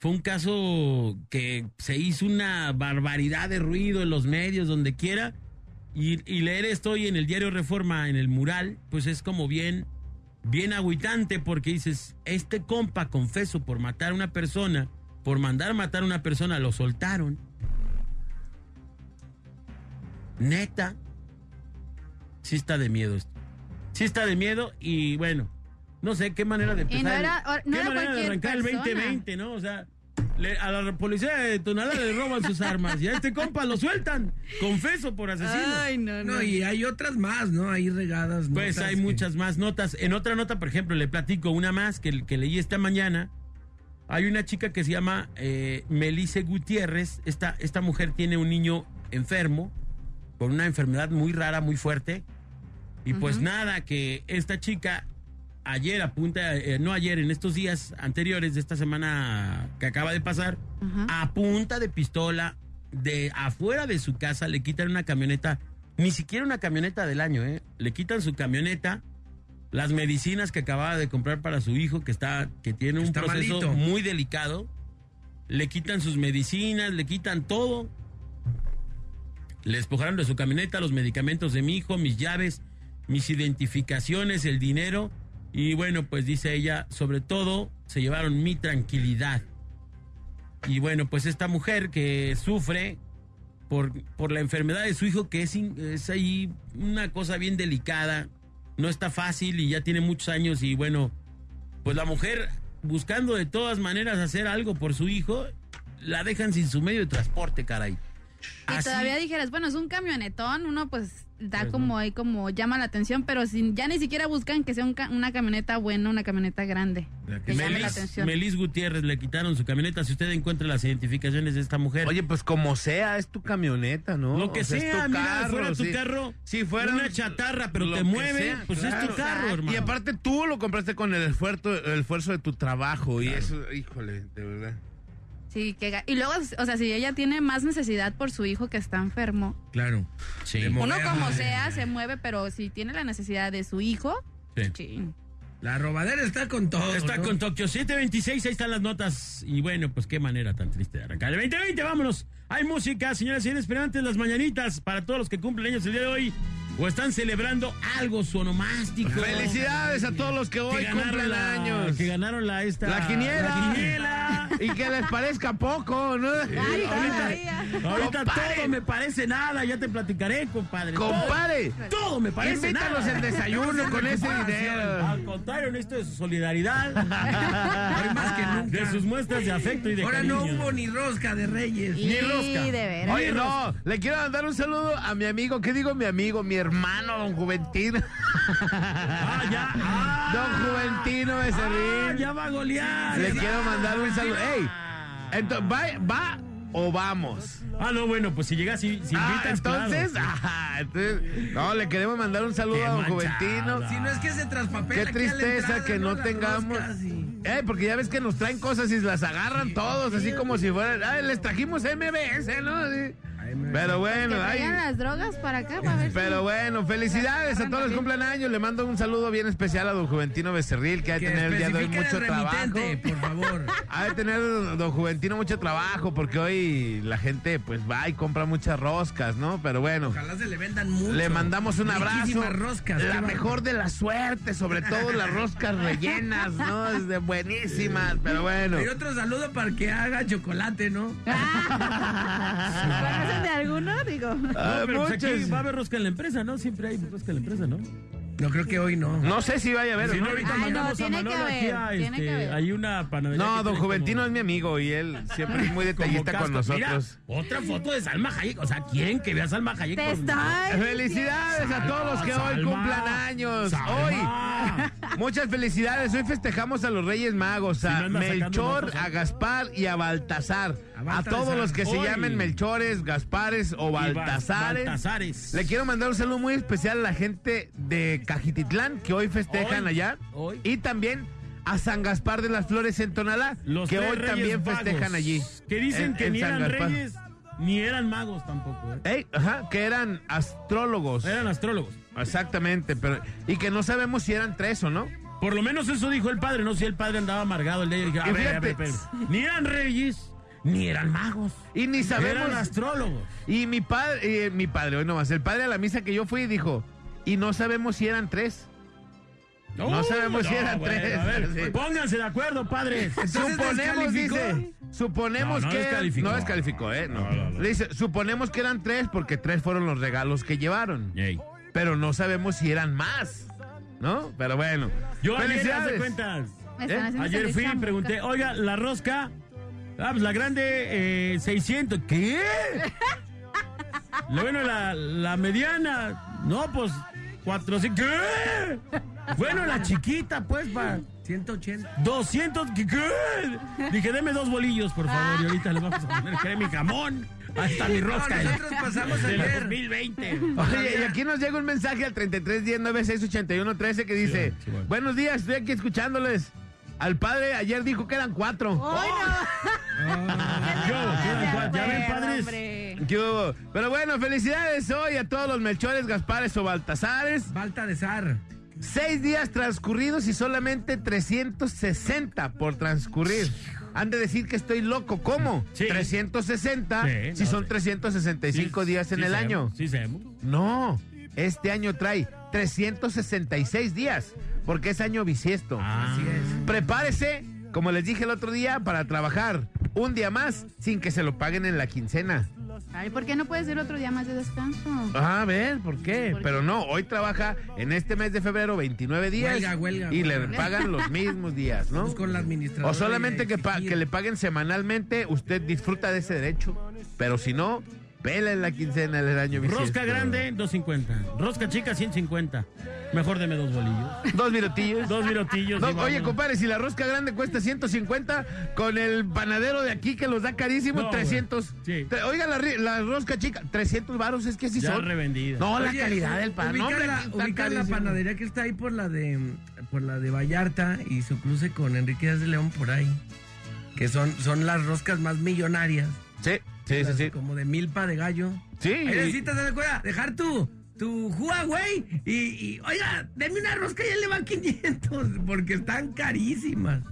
Speaker 3: Fue un caso que se hizo una barbaridad de ruido en los medios, donde quiera. Y, y leer esto hoy en el diario Reforma, en el mural, pues es como bien, bien agüitante porque dices, este compa, confeso, por matar a una persona, por mandar matar a una persona, lo soltaron. Neta, sí está de miedo esto. Sí está de miedo y bueno, no sé qué manera de empezar.
Speaker 4: no
Speaker 3: el-
Speaker 4: era- or- no
Speaker 3: qué
Speaker 4: era
Speaker 3: manera de
Speaker 4: cualquier
Speaker 3: arrancar
Speaker 4: persona.
Speaker 3: el 2020, ¿no? O sea, le- a la policía de Tonalá le roban sus armas y a este compa lo sueltan. Confeso por asesino.
Speaker 5: No, y hay otras más, ¿no? Ahí regadas.
Speaker 3: Pues
Speaker 5: notas
Speaker 3: hay
Speaker 5: que-
Speaker 3: muchas más notas. En otra nota, por ejemplo, le platico una más que, que leí esta mañana. Hay una chica que se llama eh, Melise Gutiérrez. Esta, esta mujer tiene un niño enfermo con una enfermedad muy rara, muy fuerte. Y pues nada, que esta chica ayer apunta, eh, no ayer, en estos días anteriores de esta semana que acaba de pasar, a punta de pistola, de afuera de su casa, le quitan una camioneta, ni siquiera una camioneta del año, ¿eh? Le quitan su camioneta, las medicinas que acababa de comprar para su hijo, que está, que tiene un
Speaker 5: Está
Speaker 3: proceso
Speaker 5: malito.
Speaker 3: muy delicado. Le quitan sus medicinas, le quitan todo. Le despojaron de su camioneta los medicamentos de mi hijo, mis llaves, mis identificaciones, el dinero. Y bueno, pues dice ella, sobre todo se llevaron mi tranquilidad. Y bueno, pues esta mujer que sufre por, por la enfermedad de su hijo, que es, in- es ahí una cosa bien delicada, no está fácil y ya tiene muchos años y bueno, pues la mujer buscando de todas maneras hacer algo por su hijo, la dejan sin su medio de transporte, caray.
Speaker 6: ¿Ah,
Speaker 4: Y
Speaker 3: Así-
Speaker 4: todavía dijeras, bueno, es un camionetón, uno pues da
Speaker 3: Pues,
Speaker 4: como
Speaker 3: no.
Speaker 4: ahí como llama la atención, pero sin, ya ni siquiera buscan que sea un ca- una camioneta buena, una camioneta grande. Que llame la
Speaker 3: Melis,
Speaker 4: atención.
Speaker 3: Melis Gutiérrez le quitaron su camioneta. Si usted encuentra las identificaciones de esta mujer,
Speaker 6: Oye, pues como sea, es tu camioneta, ¿no?
Speaker 3: lo que
Speaker 6: O sea, es
Speaker 3: sea,
Speaker 6: tu
Speaker 3: mira,
Speaker 6: carro,
Speaker 3: fuera tu
Speaker 6: sí.
Speaker 3: carro,
Speaker 6: Si fuera
Speaker 3: una
Speaker 6: un-
Speaker 3: chatarra, pero
Speaker 6: lo
Speaker 3: te
Speaker 6: que
Speaker 3: mueve,
Speaker 6: sea,
Speaker 3: pues es tu
Speaker 6: claro. Ah,
Speaker 3: carro, hermano.
Speaker 6: Y aparte tú lo compraste con el esfuerzo, el esfuerzo de tu trabajo y eso, híjole, de verdad.
Speaker 4: Sí, que ga- y luego, o sea, si ella tiene más necesidad por su hijo que está enfermo,
Speaker 5: Claro.
Speaker 3: Sí.
Speaker 5: de mo-
Speaker 4: uno
Speaker 5: Moverla.
Speaker 4: como sea se mueve, pero si tiene la necesidad de su hijo,
Speaker 3: Sí.
Speaker 4: chin.
Speaker 5: La robadera está con todo.
Speaker 3: Está
Speaker 5: ¿no?
Speaker 3: con Tokio 726, ahí están las notas. Y bueno, pues qué manera tan triste de arrancar. El 2020, vámonos. Hay música, señoras y señores, pero antes las mañanitas para todos los que cumplen años el día de hoy o están celebrando algo sonomástico.
Speaker 6: Felicidades a todos los que
Speaker 3: Que
Speaker 6: hoy
Speaker 3: ganaron
Speaker 6: cumplen
Speaker 3: la-
Speaker 6: años.
Speaker 3: Que ganaron la esta.
Speaker 6: La quiniela.
Speaker 3: La quiniela.
Speaker 6: Y que les parezca poco, ¿no?
Speaker 4: Ay, todavía.
Speaker 3: Ahorita
Speaker 6: Compare.
Speaker 3: todo me parece nada, ya te platicaré, compadre.
Speaker 6: Compare.
Speaker 3: Todo, todo me parece
Speaker 6: Invítanos
Speaker 3: nada.
Speaker 6: el desayuno con ese dinero.
Speaker 3: Al contrario, necesito de su solidaridad. Hoy
Speaker 5: más que nunca.
Speaker 3: De sus muestras de afecto y de
Speaker 5: Ahora no
Speaker 3: cariño.
Speaker 5: hubo ni rosca de reyes.
Speaker 4: Y de veras.
Speaker 6: Oye, no, le quiero mandar un saludo a mi amigo, ¿qué digo mi amigo? Mi hermano, don Juventino.
Speaker 3: Ah, ya. Ah,
Speaker 6: Don Juventino
Speaker 3: ah,
Speaker 6: Becerril.
Speaker 3: ya va a golear.
Speaker 6: Le quiero mandar un saludo. ¡Ey!
Speaker 3: Ah.
Speaker 6: Entonces, ¿va, va o vamos?
Speaker 3: Ah, no, bueno, pues si llegas, si, si
Speaker 6: Ah,
Speaker 3: invitas,
Speaker 6: entonces,
Speaker 3: claro.
Speaker 6: ajá, entonces, no, le queremos mandar un saludo
Speaker 3: Qué
Speaker 6: a don
Speaker 3: manchada.
Speaker 6: Juventino.
Speaker 5: Si no es que se traspapela.
Speaker 6: Qué
Speaker 5: aquí a la
Speaker 6: tristeza
Speaker 5: entrada,
Speaker 6: que no
Speaker 5: Las
Speaker 6: tengamos.
Speaker 5: roscas y-
Speaker 6: Eh, porque ya ves que nos traen cosas y las agarran todos, así como si fueran. Ay, les trajimos MBS, ¿no? Sí. Pero
Speaker 4: Que
Speaker 6: bueno, ay.
Speaker 4: traigan las drogas para acá para ver si-
Speaker 6: Pero bueno, felicidades a todos los cumpleaños. Le mando un saludo bien especial a don Juventino Becerril, que ha de
Speaker 5: Que
Speaker 6: tener el día de hoy
Speaker 5: especifiquen
Speaker 6: mucho
Speaker 5: el
Speaker 6: trabajo.
Speaker 5: remitente, por favor.
Speaker 6: Ha de tener don Juventino mucho trabajo, porque hoy la gente pues va y compra muchas roscas, ¿no? Pero bueno.
Speaker 5: Ojalá se le vendan mucho.
Speaker 6: Le mandamos un abrazo.
Speaker 5: Riquísimas roscas. qué
Speaker 6: la
Speaker 5: bárbaro.
Speaker 6: mejor de la suerte, sobre todo las roscas rellenas, ¿no? Es de buenísimas, pero bueno.
Speaker 5: Y otro saludo para que haga chocolate, ¿no?
Speaker 4: ¿Conocen de alguno? Digo.
Speaker 3: No,
Speaker 6: Ah,
Speaker 3: pero pues, aquí
Speaker 6: muchas-
Speaker 5: ah,
Speaker 3: pues, va a haber rosca en la empresa, ¿no? Siempre hay rosca en la empresa, ¿no?
Speaker 5: No creo que hoy no.
Speaker 6: No sé si vaya a haber.
Speaker 3: Si no,
Speaker 6: ¿no?
Speaker 3: ahorita
Speaker 4: Ay, no,
Speaker 3: mandamos a
Speaker 4: tiene que
Speaker 3: Manolo aquí
Speaker 4: haber,
Speaker 3: a
Speaker 4: tiene que
Speaker 3: este.
Speaker 4: haber.
Speaker 3: Hay una panadería.
Speaker 6: No,
Speaker 3: que
Speaker 6: don
Speaker 3: tiene
Speaker 6: Juventino
Speaker 3: como-
Speaker 6: es mi amigo y él siempre es
Speaker 3: como
Speaker 6: muy detallista con
Speaker 3: cascos. Mira,
Speaker 6: nosotros.
Speaker 3: otra foto de Salma Hayek. O sea, ¿quién que vea a Salma Hayek?
Speaker 4: Te
Speaker 3: por-
Speaker 4: estoy.
Speaker 6: Felicidades a todos los que hoy
Speaker 3: Salva,
Speaker 6: cumplan años.
Speaker 3: Salva.
Speaker 6: Hoy, muchas felicidades. Hoy festejamos a los Reyes Magos,
Speaker 3: no
Speaker 6: a
Speaker 3: andas sacando
Speaker 6: Melchor,
Speaker 3: notas, ¿eh?
Speaker 6: a Gaspar y a Baltasar.
Speaker 5: A
Speaker 6: A
Speaker 5: Baltasar.
Speaker 6: todos los que se
Speaker 3: Hoy.
Speaker 6: llamen Melchores, Gaspares o
Speaker 3: Y Bal-
Speaker 6: Baltasares.
Speaker 3: Baltasares.
Speaker 6: Le quiero mandar un saludo muy especial a la gente de Cajititlán que hoy festejan
Speaker 3: Hoy,
Speaker 6: allá.
Speaker 3: hoy.
Speaker 6: Y también a San Gaspar de las Flores en Tonalá,
Speaker 3: Los
Speaker 6: que
Speaker 3: tres
Speaker 6: hoy
Speaker 3: reyes
Speaker 6: también
Speaker 3: vagos,
Speaker 6: festejan allí.
Speaker 3: Que dicen
Speaker 6: en-
Speaker 3: que
Speaker 6: en
Speaker 3: ni
Speaker 6: San
Speaker 3: eran
Speaker 6: Gaspar.
Speaker 3: reyes ni eran magos tampoco. ¿eh?
Speaker 6: Ey, ajá, que eran astrólogos.
Speaker 3: Eran astrólogos.
Speaker 6: Exactamente, pero y que no sabemos si eran tres o no.
Speaker 3: Por lo menos eso dijo el padre. No sé si el padre andaba amargado el día. Yo dije, a
Speaker 6: Y
Speaker 3: ver, a ver,
Speaker 6: fíjate.
Speaker 3: espérame. Ni eran reyes ni eran magos.
Speaker 6: Y ni sabemos.
Speaker 3: Eran astrólogos.
Speaker 6: Y mi padre, eh, mi padre, hoy nomás, el padre a la misa que yo fui dijo, y no sabemos si eran tres. No sabemos si eran
Speaker 3: bueno,
Speaker 6: tres.
Speaker 3: a ver,
Speaker 6: Sí.
Speaker 3: pónganse de acuerdo, padres.
Speaker 6: suponemos,
Speaker 5: ¿descalificó?
Speaker 6: dice, suponemos
Speaker 3: No, no
Speaker 6: que
Speaker 3: descalificó.
Speaker 6: no descalificó, eh, no.
Speaker 3: No, no, no.
Speaker 6: Le dice, suponemos que eran tres porque tres fueron los regalos que llevaron,
Speaker 3: Ey.
Speaker 6: pero no sabemos si eran más, ¿no? Pero bueno,
Speaker 3: Yo ayer, haz de
Speaker 6: felicidades.
Speaker 3: cuentas,
Speaker 4: Me están
Speaker 6: ¿Eh?
Speaker 4: haciendo
Speaker 3: ayer
Speaker 4: salir
Speaker 3: fui y
Speaker 4: chamuca.
Speaker 3: pregunté, oiga, la rosca, ah, pues la grande, eh, 600. ¿Qué? Lo bueno, la, la mediana, no, pues, 400. ¿Qué? Bueno, la chiquita, pues, para
Speaker 5: 180.
Speaker 3: 200. ¿Qué? qué? Dije, deme dos bolillos, por favor, y ahorita le vamos a poner crema y jamón. Hasta mi rosca.
Speaker 5: No, nosotros pasamos
Speaker 3: del
Speaker 5: ayer.
Speaker 3: 2020.
Speaker 6: Oye, y aquí nos llega un mensaje al 3310968113 que dice,
Speaker 3: Sí, sí, bueno.
Speaker 6: buenos días, estoy aquí escuchándoles. Al padre ayer dijo que eran cuatro.
Speaker 4: Ay,
Speaker 7: Ah.
Speaker 3: Yo,
Speaker 4: no.
Speaker 3: ya ven,
Speaker 4: Hombre,
Speaker 3: padres.
Speaker 4: hombre.
Speaker 6: ¿Qué hubo? Pero bueno, felicidades hoy a todos los Melchores, Gaspares o Baltasares.
Speaker 5: Balta de zar.
Speaker 6: Seis días transcurridos y solamente 360 por transcurrir. Han de decir que estoy loco. ¿Cómo?
Speaker 3: Sí.
Speaker 6: 360
Speaker 3: Sí,
Speaker 6: si
Speaker 3: no,
Speaker 6: son
Speaker 3: sí.
Speaker 6: 365
Speaker 3: Sí,
Speaker 6: días en
Speaker 3: sí
Speaker 6: el
Speaker 3: sabemos,
Speaker 6: año.
Speaker 3: Sí, sabemos.
Speaker 6: No, este año trae 366 días, porque es año bisiesto.
Speaker 3: Ah.
Speaker 5: Así es.
Speaker 6: Prepárese, como les dije el otro día, para trabajar un día más sin que se lo paguen en la quincena.
Speaker 4: Ay, ¿por qué no puedes ir otro día más de descanso?
Speaker 6: Ah, a ver, ¿por qué?
Speaker 4: ¿Por qué?
Speaker 6: Pero no, hoy trabaja en este mes de febrero 29 días
Speaker 5: Huelga, huelga,
Speaker 6: y le
Speaker 5: huelga.
Speaker 6: pagan los mismos días, ¿no?
Speaker 5: Vamos con la administradora.
Speaker 6: O solamente
Speaker 5: y
Speaker 6: que, pa-
Speaker 5: exigir.
Speaker 6: que le paguen semanalmente, usted disfruta de ese derecho, pero si no, pela en la quincena del año bisiesto.
Speaker 3: Rosca grande, 250. Rosca chica, 150. Mejor deme dos bolillos.
Speaker 6: Dos minutillos.
Speaker 3: Dos virotillos.
Speaker 6: No,
Speaker 3: y
Speaker 6: oye,
Speaker 3: vámonos.
Speaker 6: compadre, si la rosca grande cuesta 150, con el panadero de aquí que los da carísimo,
Speaker 3: No, güey.
Speaker 6: 300.
Speaker 3: Sí.
Speaker 6: Tre- oiga, la, ri- la rosca chica, 300 varos, es que sí
Speaker 3: Ya
Speaker 6: son.
Speaker 3: revendida.
Speaker 6: No, la
Speaker 5: Oye,
Speaker 6: calidad del pan. No,
Speaker 5: ubica
Speaker 6: hombre,
Speaker 5: la-
Speaker 6: aquí está
Speaker 5: ubica la
Speaker 6: carísimo.
Speaker 5: panadería que está ahí por la de por la de Vallarta y su cruce con Enrique Díaz de León por ahí. Que son, son las roscas más millonarias.
Speaker 6: Sí, sí, sí,
Speaker 5: Las
Speaker 6: sí.
Speaker 5: Como de milpa de gallo.
Speaker 6: Sí,
Speaker 5: Ahí
Speaker 6: y-
Speaker 5: necesitas, dale cuenta, dejar tu, tu Huawei y, y, oiga, denme una rosca y ya le van 500 porque están carísimas.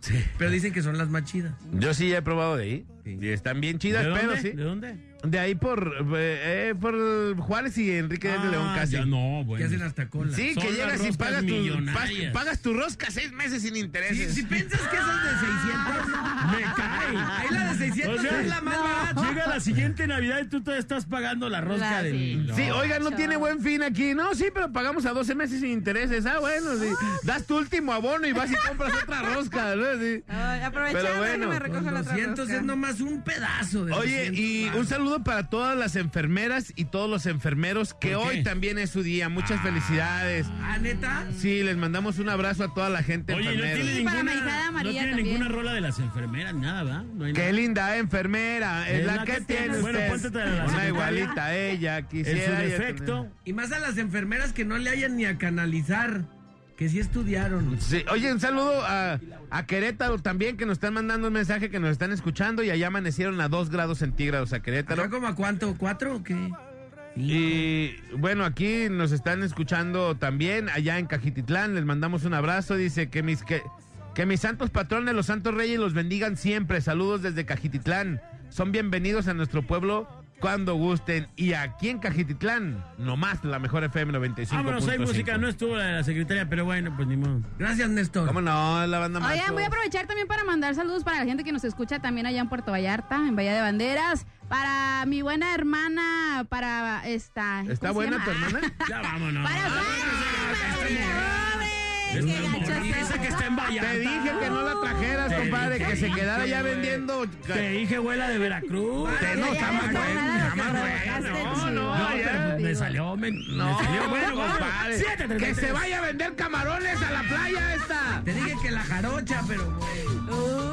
Speaker 6: sí.
Speaker 5: Pero dicen que son las más chidas.
Speaker 6: Yo sí ya he probado de ahí.
Speaker 5: Sí.
Speaker 6: Y están bien chidas,
Speaker 3: ¿De
Speaker 6: pero
Speaker 3: dónde?
Speaker 6: sí.
Speaker 3: ¿De dónde?
Speaker 6: De ahí por, eh, eh, por Juárez y Enrique de León
Speaker 3: Ah,
Speaker 6: casi.
Speaker 3: ya no,
Speaker 5: Que
Speaker 3: bueno.
Speaker 5: hacen hasta cola.
Speaker 6: Sí,
Speaker 3: Son
Speaker 6: que
Speaker 3: las
Speaker 6: llegas y
Speaker 3: roscas
Speaker 6: pagas tu, pas-
Speaker 3: millonarias.
Speaker 6: pagas tu rosca seis meses sin
Speaker 5: Si,
Speaker 6: intereses.
Speaker 5: si piensas que esas de 600,
Speaker 3: Me cae.
Speaker 5: Ah, ahí la de 600
Speaker 3: O sea,
Speaker 5: es la más barata.
Speaker 3: Llega la siguiente Navidad y tú todavía estás pagando la rosca
Speaker 4: La-
Speaker 3: del.
Speaker 6: Sí,
Speaker 3: No.
Speaker 6: oiga, no
Speaker 4: Chao.
Speaker 6: tiene buen fin aquí. No, sí, pero pagamos a 12 meses sin intereses. Ah, bueno, sí. Das tu último abono y vas y compras otra rosca, ¿no? Sí.
Speaker 8: Ay, aprovechando
Speaker 6: Pero bueno,
Speaker 8: que me recojo
Speaker 5: Con
Speaker 8: la otra
Speaker 5: 200
Speaker 8: rosca.
Speaker 5: es nomás un pedazo. De
Speaker 6: Oye,
Speaker 5: 200
Speaker 6: y un
Speaker 5: varos.
Speaker 6: saludo para todas las enfermeras y todos los enfermeros que
Speaker 3: ¿Por qué?
Speaker 6: hoy también es su día. Muchas felicidades.
Speaker 5: Ah, neta.
Speaker 6: Sí, les mandamos un abrazo a toda la gente
Speaker 3: Oye, no
Speaker 6: enfermera.
Speaker 3: tiene
Speaker 4: Y para
Speaker 3: ninguna.
Speaker 4: Marijada
Speaker 3: no
Speaker 4: María
Speaker 3: tiene
Speaker 4: también.
Speaker 3: ninguna rola de las enfermeras, nada, ¿verdad? No hay
Speaker 6: Qué
Speaker 3: nada.
Speaker 6: linda enfermera es,
Speaker 3: Es
Speaker 6: la,
Speaker 3: la
Speaker 6: que,
Speaker 3: que
Speaker 6: tiene
Speaker 3: tiene. Bueno,
Speaker 6: usted.
Speaker 3: póntete de la
Speaker 6: Una
Speaker 3: secretaria.
Speaker 6: igualita a ella,
Speaker 3: En su
Speaker 6: quisiera. yo
Speaker 3: defecto.
Speaker 6: tener.
Speaker 5: Y más a las enfermeras que no le hayan ni a canalizar, que sí estudiaron.
Speaker 6: Sí, Oye, un saludo a, a Querétaro también, que nos están mandando un mensaje que nos están escuchando y allá amanecieron a 2 grados centígrados a Querétaro.
Speaker 5: ¿Acá como a cuánto? ¿Cuatro o qué?
Speaker 6: Y bueno, aquí nos están escuchando también, allá en Cajititlán, les mandamos un abrazo, dice que mis que, que mis santos patrones, los santos reyes, los bendigan siempre. Saludos desde Cajititlán. Son bienvenidos a nuestro pueblo cuando gusten. Y aquí en Cajititlán, nomás la mejor FM 95.
Speaker 3: Vámonos, hay música. No estuvo la de la secretaria, pero bueno, pues ni modo.
Speaker 5: Gracias, Néstor.
Speaker 6: ¿Cómo no? La banda más.
Speaker 4: Oigan, voy a aprovechar también para mandar saludos para la gente que nos escucha también allá en Puerto Vallarta, en Bahía de Banderas, para mi buena hermana, para esta... ¿cómo
Speaker 6: ¿Está
Speaker 4: se
Speaker 6: buena
Speaker 4: llama?
Speaker 6: tu hermana?
Speaker 7: Ah,
Speaker 3: Ya vámonos.
Speaker 4: Para Fátima. ¡Joven! ¡Qué gacho es
Speaker 9: Dice que
Speaker 4: eso!
Speaker 9: está en Vallarta.
Speaker 6: Te dije que no la trajeras,
Speaker 9: Te
Speaker 6: compadre,
Speaker 9: dije,
Speaker 6: que se quedara ya
Speaker 9: güey.
Speaker 6: vendiendo.
Speaker 9: Te dije, abuela de Veracruz.
Speaker 6: Te- no,
Speaker 4: Ya
Speaker 6: está más
Speaker 4: ves,
Speaker 6: bueno,
Speaker 4: nada lo
Speaker 6: está
Speaker 4: que
Speaker 6: más
Speaker 4: provocaste,
Speaker 6: bueno.
Speaker 4: chico.
Speaker 6: No,
Speaker 9: No,
Speaker 6: no, ya.
Speaker 9: pero me salió, me,
Speaker 6: No,
Speaker 9: me salió bueno,
Speaker 6: compadre.
Speaker 9: Siete, tres,
Speaker 6: Que
Speaker 9: tres.
Speaker 6: se vaya a vender camarones a la playa esta.
Speaker 10: Te dije que la jarocha, pero güey.
Speaker 8: Uh.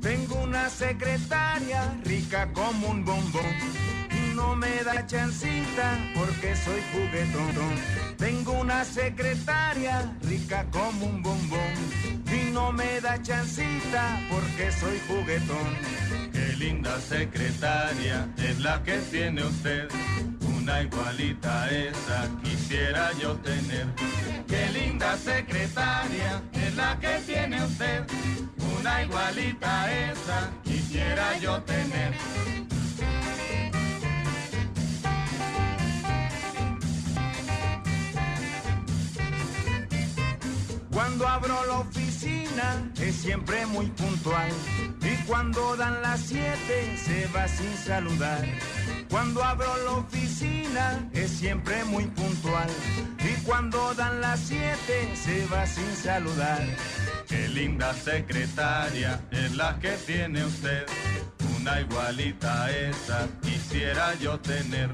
Speaker 5: Tengo una secretaria rica como un bombón. No me da chancita porque soy juguetón. Tengo una secretaria rica como un bombón. Y no me da chancita porque soy juguetón. Qué linda secretaria es la que tiene usted. Una igualita a esa quisiera yo tener. Qué linda secretaria es la que tiene usted. Una igualita a esa quisiera yo tener. Cuando abro la oficina es siempre muy puntual. Y cuando dan las 7 se va sin saludar. Cuando abro la oficina es siempre muy puntual. Y cuando dan las 7 se va sin saludar. Qué linda secretaria es la que tiene usted. Una igualita a esa quisiera yo tener.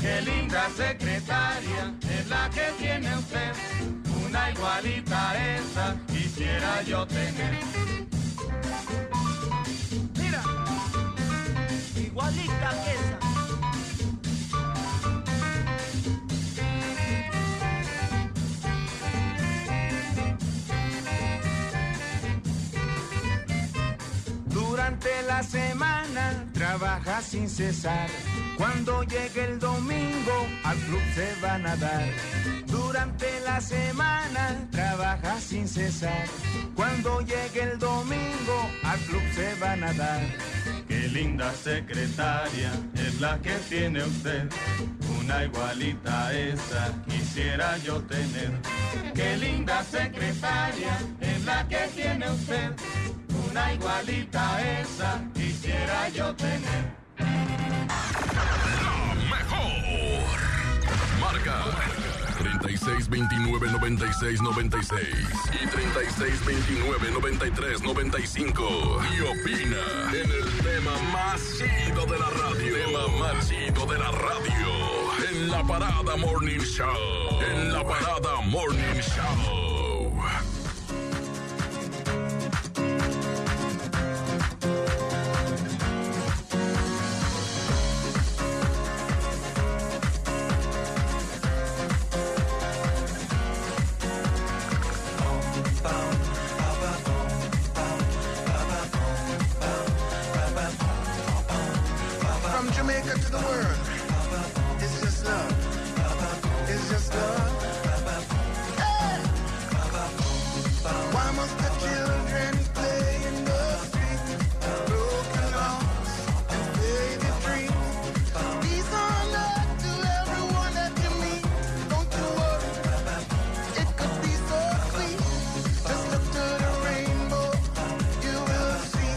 Speaker 5: Qué linda secretaria es la que tiene usted. Una igualita a esa quisiera yo tener.
Speaker 11: Mira, igualita que esa.
Speaker 5: Durante la semana trabaja sin cesar. Cuando llegue el domingo al club se va a nadar. Durante la semana trabaja sin cesar. Cuando llegue el domingo al club se va a nadar. Qué linda secretaria es la que tiene usted. Una igualita a esa quisiera yo tener. Qué linda secretaria es la que tiene usted. Una igualita a esa quisiera yo tener.
Speaker 12: Mejor. Marca 36 29 96 96 y 36 29 93 95. Y opina en el tema más chido de la radio. Tema más chido de la radio. En la parada Morning Show. En la parada Morning Show.
Speaker 7: From Jamaica to the world. It's just love. It's just love. Hey! Why must the children play in the streets? Broken laws and faded dreams. Peace on earth to everyone that you meet. Don't you worry. It could be so sweet. Just look to the rainbow. You will see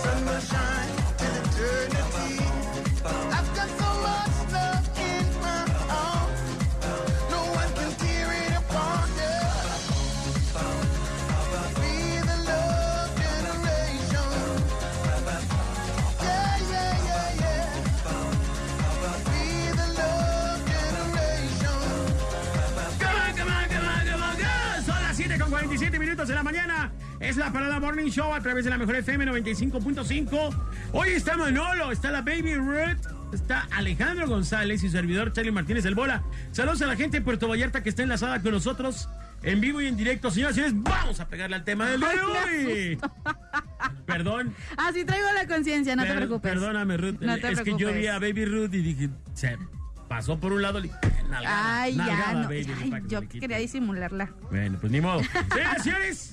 Speaker 7: sun will shine till eternity. I've got so much love in my arms, no one can tear it apart. Yeah. We the love generation. Yeah, yeah, yeah, yeah. We the love generation.
Speaker 3: Come on, come on, come on, come on, go. Son las 7 con 47 minutos de la mañana. Es la Parada Morning Show a través de la mejor FM 95.5. Hoy está Manolo, está la Baby Ruth, está Alejandro González y su servidor Charlie Martínez El Bola. Saludos a la gente de Puerto Vallarta que está enlazada con nosotros en vivo y en directo. Señoras y señores, vamos a pegarle al tema del día de hoy. Perdón.
Speaker 4: Así Ah, traigo la conciencia, no te
Speaker 9: Per-
Speaker 4: preocupes.
Speaker 9: Perdóname, Ruth.
Speaker 4: No
Speaker 9: es
Speaker 4: te
Speaker 9: que yo
Speaker 4: preocupes.
Speaker 9: vi a Baby Ruth y dije, se pasó por un lado. le- Nalgada,
Speaker 4: Ay, ya,
Speaker 9: nalgada,
Speaker 4: no.
Speaker 9: Baby Ruth,
Speaker 4: Ay,
Speaker 9: para que se
Speaker 4: yo
Speaker 9: le quite.
Speaker 4: quería disimularla.
Speaker 9: Bueno, pues ni modo. Señoras y señores,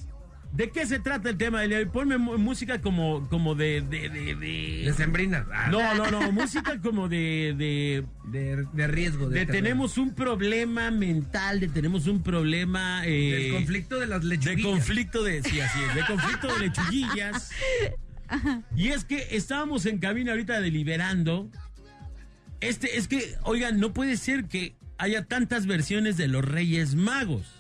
Speaker 3: ¿De qué se trata el tema del día de hoy? Ponme mu- música como, como de, de, de, de-
Speaker 5: Decembrina. Ah,
Speaker 3: No, no, no. música como de- de
Speaker 5: De, de riesgo.
Speaker 3: de
Speaker 5: De terror.
Speaker 3: tenemos un problema mental, de tenemos un problema eh,
Speaker 5: Del conflicto de las
Speaker 3: de
Speaker 5: lechuguillas.
Speaker 3: conflicto de sí, así es, de conflicto de lechuguillas. Y es que estábamos en cabina ahorita deliberando. Este es que, oigan, no puede ser que haya tantas versiones de los Reyes Magos.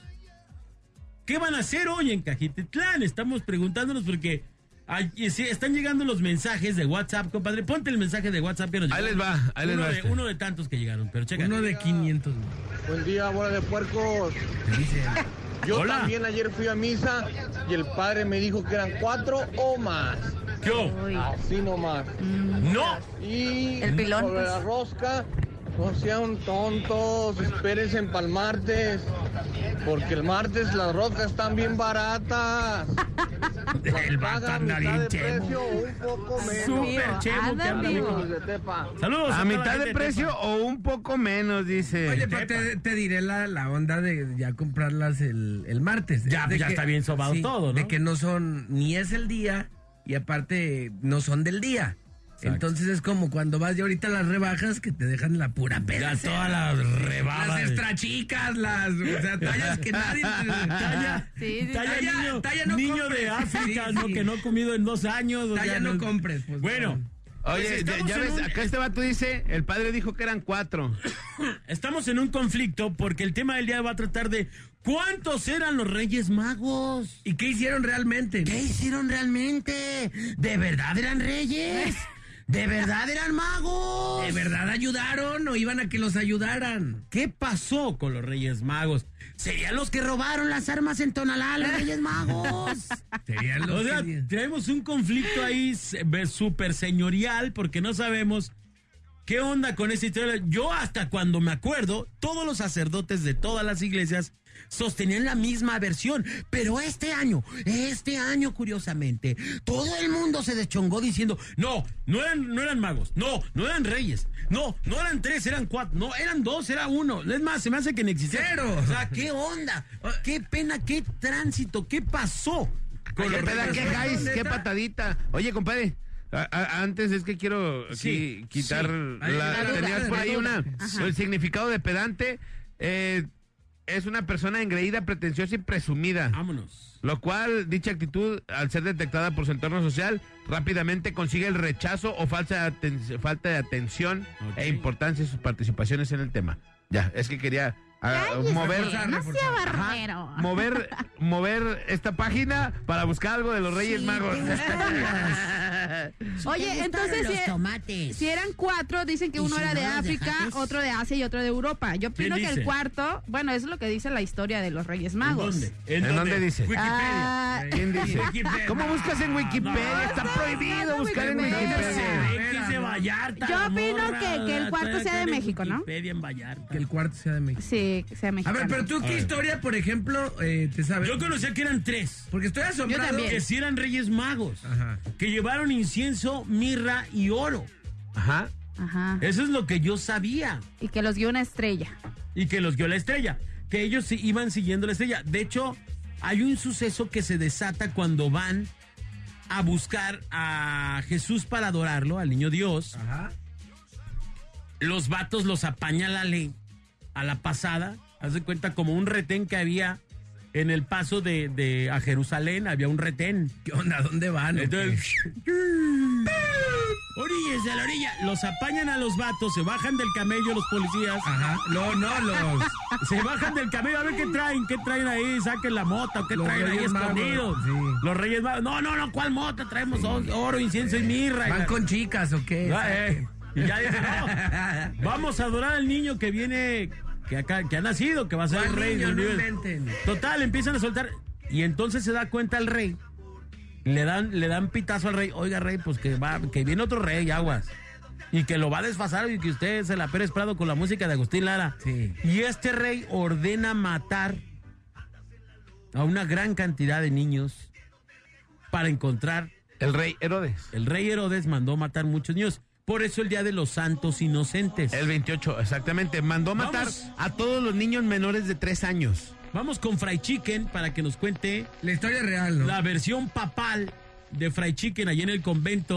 Speaker 3: ¿Qué van a hacer hoy en Cajititlán? Estamos preguntándonos porque ay, sí, están llegando los mensajes de WhatsApp, compadre. Ponte el mensaje de WhatsApp que nos
Speaker 6: Ahí
Speaker 3: llegó.
Speaker 6: les va, ahí les
Speaker 3: uno,
Speaker 6: va
Speaker 3: de,
Speaker 6: este.
Speaker 3: uno de tantos que llegaron, pero checa.
Speaker 5: Uno de 500.
Speaker 13: Buen día, bola de puercos.
Speaker 5: te dice.
Speaker 13: Yo
Speaker 3: Hola.
Speaker 13: también ayer fui a misa y el padre me dijo que eran cuatro o más.
Speaker 3: Yo,
Speaker 4: Uy.
Speaker 13: Así nomás.
Speaker 3: Mm. no.
Speaker 13: Y
Speaker 14: El pilón,
Speaker 13: sobre
Speaker 14: pues.
Speaker 13: la rosca, no sean tontos, espérense para el martes. Porque el martes las roscas están bien baratas.
Speaker 3: El vato
Speaker 13: Pagan
Speaker 3: anda
Speaker 13: mitad
Speaker 3: bien
Speaker 13: de
Speaker 3: chemo.
Speaker 13: precio o un poco menos.
Speaker 3: Súper chemo que
Speaker 4: anda
Speaker 3: anda,
Speaker 4: vivo.
Speaker 3: mijo.
Speaker 13: Amigos de Tepa.
Speaker 3: Saludos.
Speaker 6: A
Speaker 3: toda la
Speaker 6: mitad
Speaker 3: gente
Speaker 6: de precio
Speaker 3: Tepa.
Speaker 6: o un poco menos, dice.
Speaker 5: Oye, pero te, te diré la, la onda de ya comprarlas el, el martes.
Speaker 3: Ya,
Speaker 5: De
Speaker 3: ya está bien sobado todo, ¿no?
Speaker 5: De que no son, ni es el día, y aparte no son del día. Entonces es como cuando vas ya ahorita a las rebajas que te dejan la pura peda.
Speaker 3: Ya todas las
Speaker 5: Las
Speaker 3: rebadas.
Speaker 5: extrachicas, las, o sea, tallas que nadie...
Speaker 3: Talla,
Speaker 4: Sí, sí, sí.
Speaker 3: talla
Speaker 5: Talla-
Speaker 3: niño,
Speaker 5: talla no
Speaker 3: niño
Speaker 5: compres.
Speaker 3: de África,
Speaker 5: Sí,
Speaker 3: ¿no?
Speaker 5: sí.
Speaker 3: que no ha comido en dos años. o
Speaker 5: Talla
Speaker 3: sea,
Speaker 5: no compres, pues,
Speaker 3: bueno,
Speaker 5: no.
Speaker 6: Oye,
Speaker 3: pues estamos
Speaker 6: ya
Speaker 3: en
Speaker 6: ves,
Speaker 3: un-
Speaker 6: acá este vato dice, el padre dijo que eran cuatro.
Speaker 3: estamos en un conflicto porque el tema del día va a tratar de cuántos eran los Reyes Magos.
Speaker 5: ¿Y qué hicieron realmente?
Speaker 3: ¿Qué hicieron realmente? ¿De verdad eran reyes? ¿De verdad eran magos?
Speaker 5: ¿De verdad ayudaron o iban a que los ayudaran?
Speaker 3: ¿Qué pasó con los Reyes Magos? ¿Serían los que robaron las armas en Tonalá, los Reyes Magos?
Speaker 5: Serían los
Speaker 3: o sea,
Speaker 5: que-
Speaker 3: tenemos un conflicto ahí se- ve- súper señorial porque no sabemos qué onda con esa historia. Yo hasta cuando me acuerdo, todos los sacerdotes de todas las iglesias sostenían la misma versión. Pero este año, este año curiosamente, todo el mundo se deschongó diciendo, no, no eran, no eran magos, no, no eran reyes, no, no eran tres, eran cuatro, no, eran dos, era uno. Es más, se me hace que no existía.
Speaker 5: Cero.
Speaker 3: O sea, qué onda, qué pena, qué tránsito, qué pasó. con
Speaker 6: ¿Qué
Speaker 3: los
Speaker 6: peda,
Speaker 3: Reyes
Speaker 6: qué
Speaker 3: Magos?
Speaker 6: jais, qué
Speaker 5: neta.
Speaker 6: patadita? Oye, compadre, a- a- antes es que quiero aquí
Speaker 3: Sí,
Speaker 6: quitar
Speaker 3: sí.
Speaker 5: Ahí
Speaker 6: la-
Speaker 5: la duda,
Speaker 6: tenías por
Speaker 5: la
Speaker 6: ahí
Speaker 5: duda.
Speaker 6: una el significado de pedante eh, es una persona engreída, pretenciosa y presumida.
Speaker 3: Vámonos.
Speaker 6: Lo cual, dicha actitud, al ser detectada por su entorno social, rápidamente consigue el rechazo o falsa aten- falta de atención
Speaker 3: Ok.
Speaker 6: e importancia en sus participaciones en el tema. Ya, es que quería ah,
Speaker 4: Cállese,
Speaker 6: mover,
Speaker 4: no sea
Speaker 6: Ajá,
Speaker 4: barbero.
Speaker 6: mover, mover esta página para buscar algo de los Reyes
Speaker 14: Sí,
Speaker 6: Magos.
Speaker 14: te gustan
Speaker 4: Oye, entonces eh, si, e-,
Speaker 14: tomates.
Speaker 4: si eran cuatro, dicen que
Speaker 14: Y
Speaker 4: uno
Speaker 14: si
Speaker 4: era
Speaker 14: no
Speaker 4: de
Speaker 14: los
Speaker 4: África,
Speaker 14: dejaste.
Speaker 4: otro de Asia y otro de Europa. Yo opino que
Speaker 3: dice?
Speaker 4: el cuarto, bueno, eso es lo que dice la historia de los Reyes
Speaker 3: ¿En
Speaker 4: Magos.
Speaker 3: dónde?
Speaker 6: ¿En dónde dice?
Speaker 4: Ah,
Speaker 6: ¿Quién dice?
Speaker 3: Wikipedia.
Speaker 6: ¿Cómo buscas en Wikipedia?
Speaker 3: No,
Speaker 6: Está
Speaker 4: estás
Speaker 6: prohibido
Speaker 4: buscando
Speaker 6: buscar en
Speaker 4: Wikipedia.
Speaker 6: Wikipedia.
Speaker 3: X de Vallarta,
Speaker 4: Yo
Speaker 3: la
Speaker 4: opino
Speaker 3: morra,
Speaker 4: que- que el cuarto
Speaker 3: todavía
Speaker 4: sea de
Speaker 3: tiene
Speaker 4: México, ¿no?
Speaker 3: Wikipedia en Vallarta.
Speaker 5: Que el cuarto sea de México.
Speaker 4: sí, que sea
Speaker 5: A
Speaker 4: mexicano.
Speaker 5: ver, pero tú qué historia, por ejemplo, eh, te sabes.
Speaker 3: Yo conocía que eran tres.
Speaker 5: Porque estoy asombrado.
Speaker 4: Yo también.
Speaker 3: Que si eran reyes magos.
Speaker 5: Ajá.
Speaker 3: Que llevaron incienso, mirra y oro.
Speaker 6: Ajá.
Speaker 4: Ajá.
Speaker 3: Eso es lo que yo sabía.
Speaker 4: Y que los guió una estrella.
Speaker 3: Y que los guió la estrella. Que ellos sí iban siguiendo la estrella. De hecho, hay un suceso que se desata cuando van a buscar a Jesús para adorarlo, al niño Dios.
Speaker 5: Ajá.
Speaker 3: los vatos los apaña la ley a la pasada. Haz de cuenta como un retén que había en el paso de, de- a Jerusalén, había un retén.
Speaker 5: ¿Qué onda? ¿Dónde van?
Speaker 3: Entonces, orillas a la orilla, los apañan a los vatos, se bajan del camello los policías,
Speaker 5: Ajá. No, no, los.
Speaker 3: se bajan del camello, a ver qué traen, qué traen ahí, saquen la mota, qué
Speaker 5: Los
Speaker 3: traen ahí
Speaker 5: Reyes Magos,
Speaker 3: escondidos.
Speaker 5: sí.
Speaker 3: Los reyes magos, no, no, no, ¿cuál mota? Traemos oro, incienso y mirra. Y
Speaker 5: Eh, ¿Van
Speaker 3: la-
Speaker 5: con chicas o qué?
Speaker 3: Ah, eh. Y ya dice, no, vamos a adorar al niño que viene, que, acá, que ha nacido, que va a ser el
Speaker 5: ¿Cuál
Speaker 3: rey
Speaker 5: niño?
Speaker 3: del
Speaker 5: No
Speaker 3: universo.
Speaker 5: inventen.
Speaker 3: Total, empiezan a soltar. Y entonces se da cuenta el rey. Le dan, le dan pitazo al rey. Oiga, rey, pues que va, que viene otro rey, aguas. Y que lo va a desfasar y que usted se la Pérez Prado con la música de Agustín Lara.
Speaker 5: Sí.
Speaker 3: Y este rey ordena matar a una gran cantidad de niños para encontrar
Speaker 6: El rey Herodes.
Speaker 3: el rey Herodes mandó matar muchos niños. Por eso el día de los santos inocentes.
Speaker 6: El 28, exactamente. Mandó matar
Speaker 3: Vamos.
Speaker 6: a todos los niños menores de 3 años.
Speaker 7: Vamos con Fry Chicken para que nos cuente.
Speaker 5: La historia real, ¿no?
Speaker 7: La versión papal de Fry Chicken allí en el convento.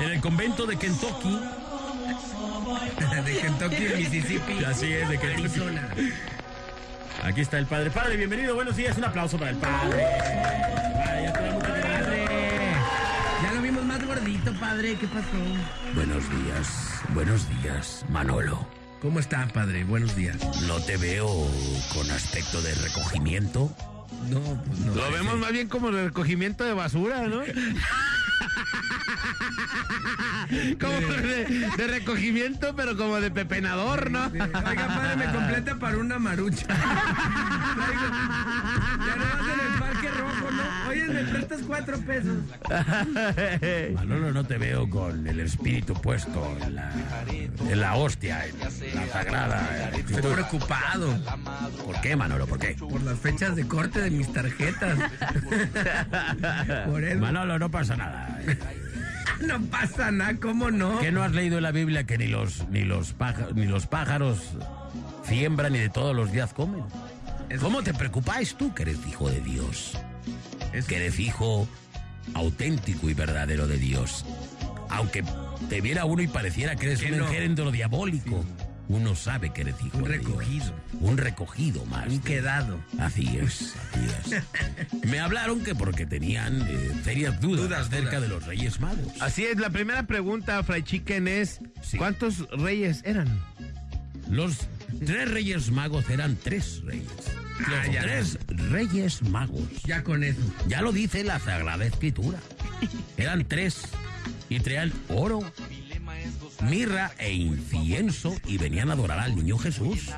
Speaker 7: En el convento de Kentucky.
Speaker 5: de Kentucky, Mississippi.
Speaker 7: Así es, de Kentucky.
Speaker 5: Arizona.
Speaker 7: Aquí está el padre. Padre, bienvenido. Buenos días. Un aplauso para el padre. Padre, ya tenemos que llegar.
Speaker 5: Ya lo vimos más gordito, padre. ¿Qué pasó?
Speaker 3: Buenos días, buenos días, Manolo.
Speaker 5: ¿Cómo está, padre? Buenos días.
Speaker 3: No te veo con aspecto de recogimiento.
Speaker 5: No, pues no.
Speaker 6: Lo vemos más bien como el recogimiento de basura, ¿no? como de, de recogimiento, pero como de pepenador, ¿no?
Speaker 5: Sí. Oiga, padre, me completa para una marucha. Traigo- Ya no vas en el parque rojo, ¿no? Oye, me prestas cuatro pesos.
Speaker 3: Manolo, no te veo con el espíritu puesto en la, en la hostia, en la sagrada.
Speaker 5: Estoy preocupado
Speaker 3: ¿Por qué, Manolo? ¿Por qué?
Speaker 5: por las fechas de corte de mis tarjetas. Por eso.
Speaker 3: Manolo, no pasa nada.
Speaker 5: No pasa nada, ¿cómo no?
Speaker 3: ¿Qué no has leído en la Biblia que ni los, ni los, pájaros, ni los pájaros siembran y de todos los días comen?
Speaker 5: Eso
Speaker 3: ¿Cómo te preocupáis tú que eres hijo de Dios?
Speaker 5: Eso-
Speaker 3: que eres hijo auténtico y verdadero de Dios. Aunque te viera uno y pareciera que eres
Speaker 5: Que
Speaker 3: un
Speaker 5: no.
Speaker 3: engendro diabólico, uno sabe que eres hijo
Speaker 5: Un
Speaker 3: de Dios.
Speaker 5: recogido.
Speaker 3: Un recogido más.
Speaker 5: Un quedado.
Speaker 3: Así es, así es. Me hablaron que porque tenían eh, serias dudas,
Speaker 5: Dudas,
Speaker 3: acerca
Speaker 5: dudas.
Speaker 3: de los Reyes Magos.
Speaker 6: Así es, la primera pregunta, Fray Chicken, es:
Speaker 3: Sí.
Speaker 6: ¿cuántos reyes eran?
Speaker 3: Los tres Reyes Magos eran tres reyes. Los
Speaker 5: Ah, ya.
Speaker 3: tres Reyes Magos.
Speaker 5: Ya con eso.
Speaker 3: Ya lo dice la Sagrada Escritura. Eran tres y traían oro, mirra e incienso y venían a adorar al niño Jesús.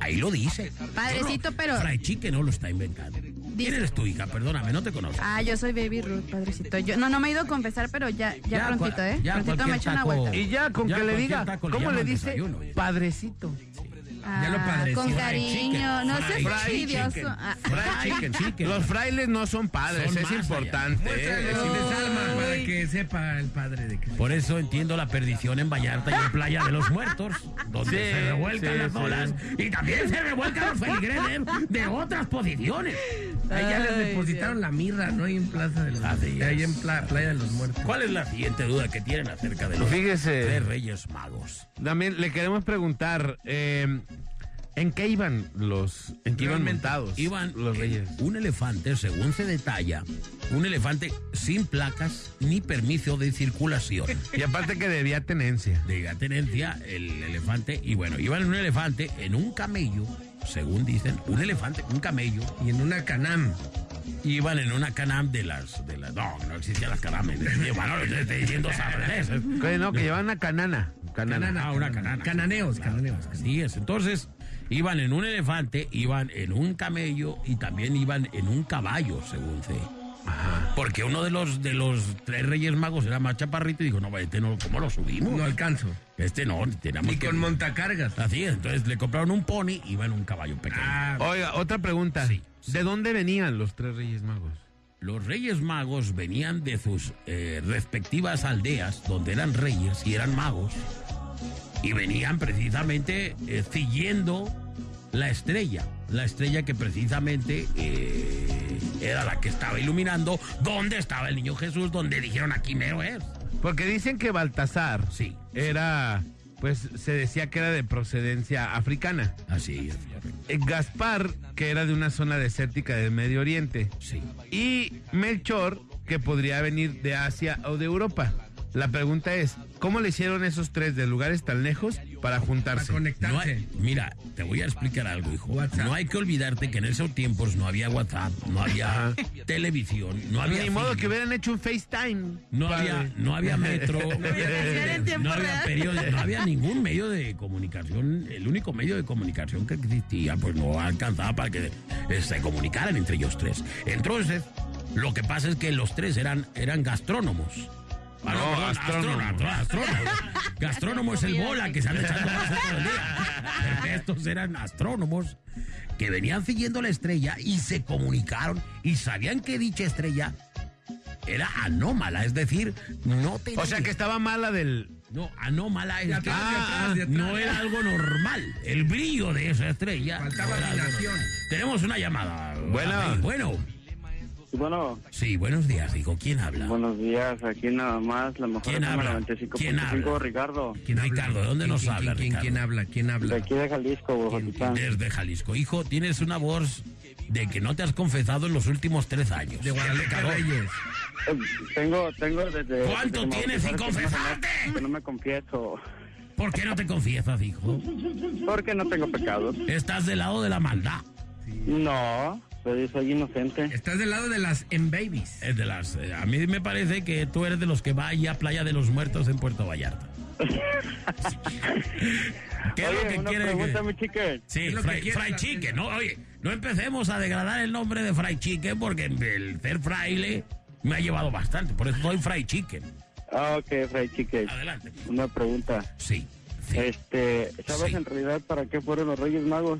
Speaker 3: Ahí lo dice.
Speaker 4: Padrecito, pero-
Speaker 3: Fray Chique no lo está inventando. ¿Quién eres tú, hija? Perdóname, no te conozco.
Speaker 4: Ah, yo soy Baby Ruth, padrecito. Yo, no, no me he ido a confesar, pero ya, ya,
Speaker 3: Ya,
Speaker 4: prontito,
Speaker 3: cua-
Speaker 4: ¿eh? prontito
Speaker 3: ya
Speaker 4: me
Speaker 3: cualquier
Speaker 4: echo una
Speaker 3: taco-
Speaker 4: vuelta.
Speaker 6: Y ya, con
Speaker 3: Ya,
Speaker 6: que le
Speaker 3: cualquier
Speaker 6: diga,
Speaker 3: taco le
Speaker 6: ¿cómo le
Speaker 3: llaman
Speaker 6: dice?
Speaker 3: desayuno, ya.
Speaker 6: Padrecito.
Speaker 4: Ah,
Speaker 5: lo padreció.
Speaker 4: Con
Speaker 5: Fried
Speaker 4: cariño,
Speaker 3: chicken,
Speaker 4: no seas
Speaker 3: fried
Speaker 6: chicken.
Speaker 4: fastidioso. Ah,
Speaker 3: Fray Chique, chique.
Speaker 6: Los frailes no son padres,
Speaker 3: Son
Speaker 6: es
Speaker 3: más allá.
Speaker 6: importante.
Speaker 5: Muéstrale
Speaker 6: ¿eh?
Speaker 5: sin desarma para que sepa el padre de que.
Speaker 3: Por eso entiendo la perdición en Vallarta y en Playa de los Muertos, donde
Speaker 6: Sí,
Speaker 3: se revuelcan
Speaker 6: sí,
Speaker 3: las
Speaker 6: sí.
Speaker 3: olas y también se revuelcan los feligreses
Speaker 5: ¿eh?
Speaker 3: de otras posiciones.
Speaker 5: Ahí ya les
Speaker 4: Ay,
Speaker 5: depositaron la mirra, ¿no? Ahí en Plaza de los
Speaker 3: Así
Speaker 5: Ahí
Speaker 3: es.
Speaker 5: en Pla- Playa de los Muertos.
Speaker 3: ¿Cuál es la siguiente duda que tienen acerca de los
Speaker 6: Fíjese.
Speaker 3: tres reyes magos?
Speaker 6: También le queremos preguntar: eh, ¿en qué iban los. ¿En qué iban
Speaker 3: Realmente,
Speaker 6: montados?
Speaker 3: Iban
Speaker 6: los
Speaker 3: eh,
Speaker 6: reyes.
Speaker 3: un elefante, según se detalla, un elefante sin placas ni permiso de circulación.
Speaker 6: Y aparte que debía tenencia.
Speaker 3: de tenencia el elefante y bueno, iban en un elefante, en un camello, según dicen, un elefante, un camello,
Speaker 5: Y en una canam.
Speaker 3: iban en una canam de las, de las, no, no existían las canames, bueno, te estoy diciendo sabreses.
Speaker 6: Que no, que llevan a Canana. Canana.
Speaker 5: Canana,
Speaker 3: Ah, una
Speaker 5: canana.
Speaker 3: canana.
Speaker 5: Cananeos,
Speaker 3: Claro,
Speaker 5: cananeos, cananeos.
Speaker 3: Así es. Entonces, iban en un elefante, iban en un camello y también iban en un caballo, según se. Porque uno de los de los tres reyes magos era más chaparrito y dijo, no, este no, ¿cómo lo subimos?
Speaker 5: No alcanzo.
Speaker 3: Este no, tenemos
Speaker 5: Y
Speaker 3: que-
Speaker 5: con montacargas.
Speaker 3: Así es, entonces le compraron un pony y van un caballo pequeño.
Speaker 5: Ah,
Speaker 6: Oiga, otra pregunta.
Speaker 3: Sí,
Speaker 6: ¿De dónde venían los tres reyes magos?
Speaker 3: Los reyes magos venían de sus eh, respectivas aldeas, donde eran reyes y eran magos, y venían precisamente eh, siguiendo la estrella, la estrella que precisamente eh, era la que estaba iluminando dónde estaba el niño Jesús, donde dijeron aquí mero es.
Speaker 6: Porque dicen que Baltasar
Speaker 3: Sí.
Speaker 6: era, pues se decía que era de procedencia africana.
Speaker 3: Así es.
Speaker 6: Eh, Gaspar, que era de una zona desértica del Medio Oriente.
Speaker 3: Sí.
Speaker 6: Y Melchor, que podría venir de Asia o de Europa. La pregunta es, ¿cómo le hicieron esos tres de lugares tan lejos para
Speaker 5: para
Speaker 6: juntarse?
Speaker 3: No
Speaker 5: conectarse.
Speaker 3: hay- mira, te voy a explicar algo, hijo.
Speaker 5: WhatsApp.
Speaker 3: No hay que olvidarte que en esos tiempos no había WhatsApp, no había
Speaker 6: Ajá.
Speaker 3: televisión, no había.
Speaker 6: Ni modo
Speaker 3: cine,
Speaker 6: que hubieran hecho un FaceTime.
Speaker 3: No
Speaker 6: padre.
Speaker 3: había, no había metro, no
Speaker 4: canción en
Speaker 3: había,
Speaker 4: tiempo real.
Speaker 3: periódico, no había ningún medio de comunicación. El único medio de comunicación que existía, pues no alcanzaba para que eh, se comunicaran entre ellos tres. Entonces, lo que pasa es que los tres eran, eran gastrónomos. Ah,
Speaker 6: No,
Speaker 3: perdón,
Speaker 6: astrónomos.
Speaker 3: astrónomo, astrónomo. Gastrónomo es el bola que sale echando gases todo el día. Pero Estos eran astrónomos que venían siguiendo la estrella y se comunicaron y sabían que dicha estrella era anómala, es decir, no tenía.
Speaker 6: O sea que estaba mala del,
Speaker 3: No, anómala es ah,
Speaker 14: atrás, de atrás, de atrás.
Speaker 3: no era algo normal. El brillo de esa estrella.
Speaker 5: Faltaba
Speaker 3: no era algo
Speaker 5: afinación.
Speaker 3: normal. Tenemos una llamada.
Speaker 6: Buena.
Speaker 3: Ah, Bueno.
Speaker 15: Bueno,
Speaker 3: Sí, buenos días, digo, ¿quién habla?
Speaker 15: buenos días. Aquí nada más, la mejor
Speaker 3: ¿Quién
Speaker 15: FM
Speaker 3: habla?
Speaker 15: 95.5, Ricardo.
Speaker 3: Ricardo, ¿de dónde nos habla, Ricardo? ¿Quién habla?
Speaker 5: ¿Quién habla?
Speaker 15: De aquí de Jalisco, Bojotitán.
Speaker 3: Desde Jalisco. Hijo, tienes una voz de que no te has confesado en los últimos tres años. De Guadalupe
Speaker 15: Eh, Tengo, tengo desde... desde
Speaker 3: ¿Cuánto
Speaker 15: que me
Speaker 3: tienes
Speaker 15: bautizaron que
Speaker 3: sin
Speaker 15: no-
Speaker 3: confesarte?
Speaker 15: Que no me confieso,
Speaker 3: ¿Por qué no te confiesas, hijo?
Speaker 15: porque no tengo pecados.
Speaker 3: Estás del lado de la maldad.
Speaker 15: No, soy, soy inocente.
Speaker 3: Este,
Speaker 5: Estás del lado de las en-babies.
Speaker 3: Es de las, eh, a mí me parece que tú eres de los que va ahí a Playa de los Muertos en Puerto Vallarta. ¿Qué es
Speaker 15: Oye,
Speaker 3: lo que
Speaker 15: una
Speaker 3: quiere
Speaker 15: pregunta,
Speaker 3: que-
Speaker 15: mi chicken.
Speaker 3: Sí, Fry, Fry Chicken, ¿no? Oye, no empecemos a degradar el nombre de Fry Chicken porque el ser fraile me ha llevado bastante. Por eso soy Fry Chicken.
Speaker 15: Ah, ok, Fray Chicken.
Speaker 3: Adelante.
Speaker 15: Una pregunta.
Speaker 3: Sí.
Speaker 15: Este, ¿sabes en realidad para qué fueron los Reyes Magos?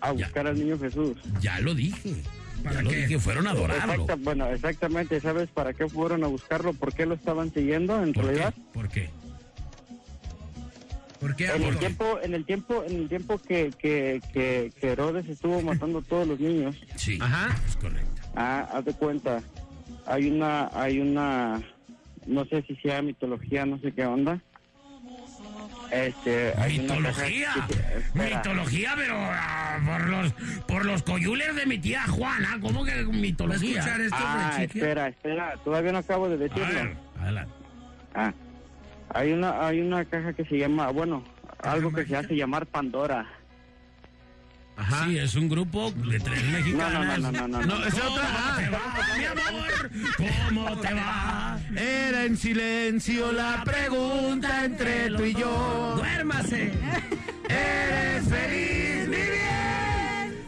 Speaker 15: A buscar al niño Jesús.
Speaker 3: Ya lo dije. Ya lo dije, fueron a adorarlo.
Speaker 15: Exacta- bueno, exactamente. ¿Sabes para qué fueron a buscarlo? ¿Por qué lo estaban siguiendo en realidad?
Speaker 3: ¿Por qué?
Speaker 5: ¿Por qué?
Speaker 15: En el tiempo, en el tiempo, en el tiempo que, que, que, que Herodes estuvo matando a todos los niños.
Speaker 3: Sí.
Speaker 6: Ajá.
Speaker 3: Es correcto.
Speaker 15: Ah, haz de cuenta. Hay una, hay una, no sé si sea mitología, no sé qué onda. Este, hay una caja-
Speaker 3: Mitología.
Speaker 15: Espera.
Speaker 3: Mitología, pero ah, por los por los coyules de mi tía Juana. ¿Cómo que mitología?
Speaker 15: ah, espera, espera, todavía no acabo de decirlo.
Speaker 3: Adelante.
Speaker 15: Ah, hay una, hay una caja que se llama, bueno, algo que se hace llamar Pandora.
Speaker 3: Sí, es un grupo de tres mexicanas.
Speaker 15: No, no, no, no, no, no. No, es
Speaker 3: ¿Cómo
Speaker 15: otra.
Speaker 3: te va, mi amor? ¿Cómo te va?
Speaker 6: Era en silencio la pregunta entre tú y yo.
Speaker 5: ¡Duérmase!
Speaker 6: ¿Eres feliz, mi bien?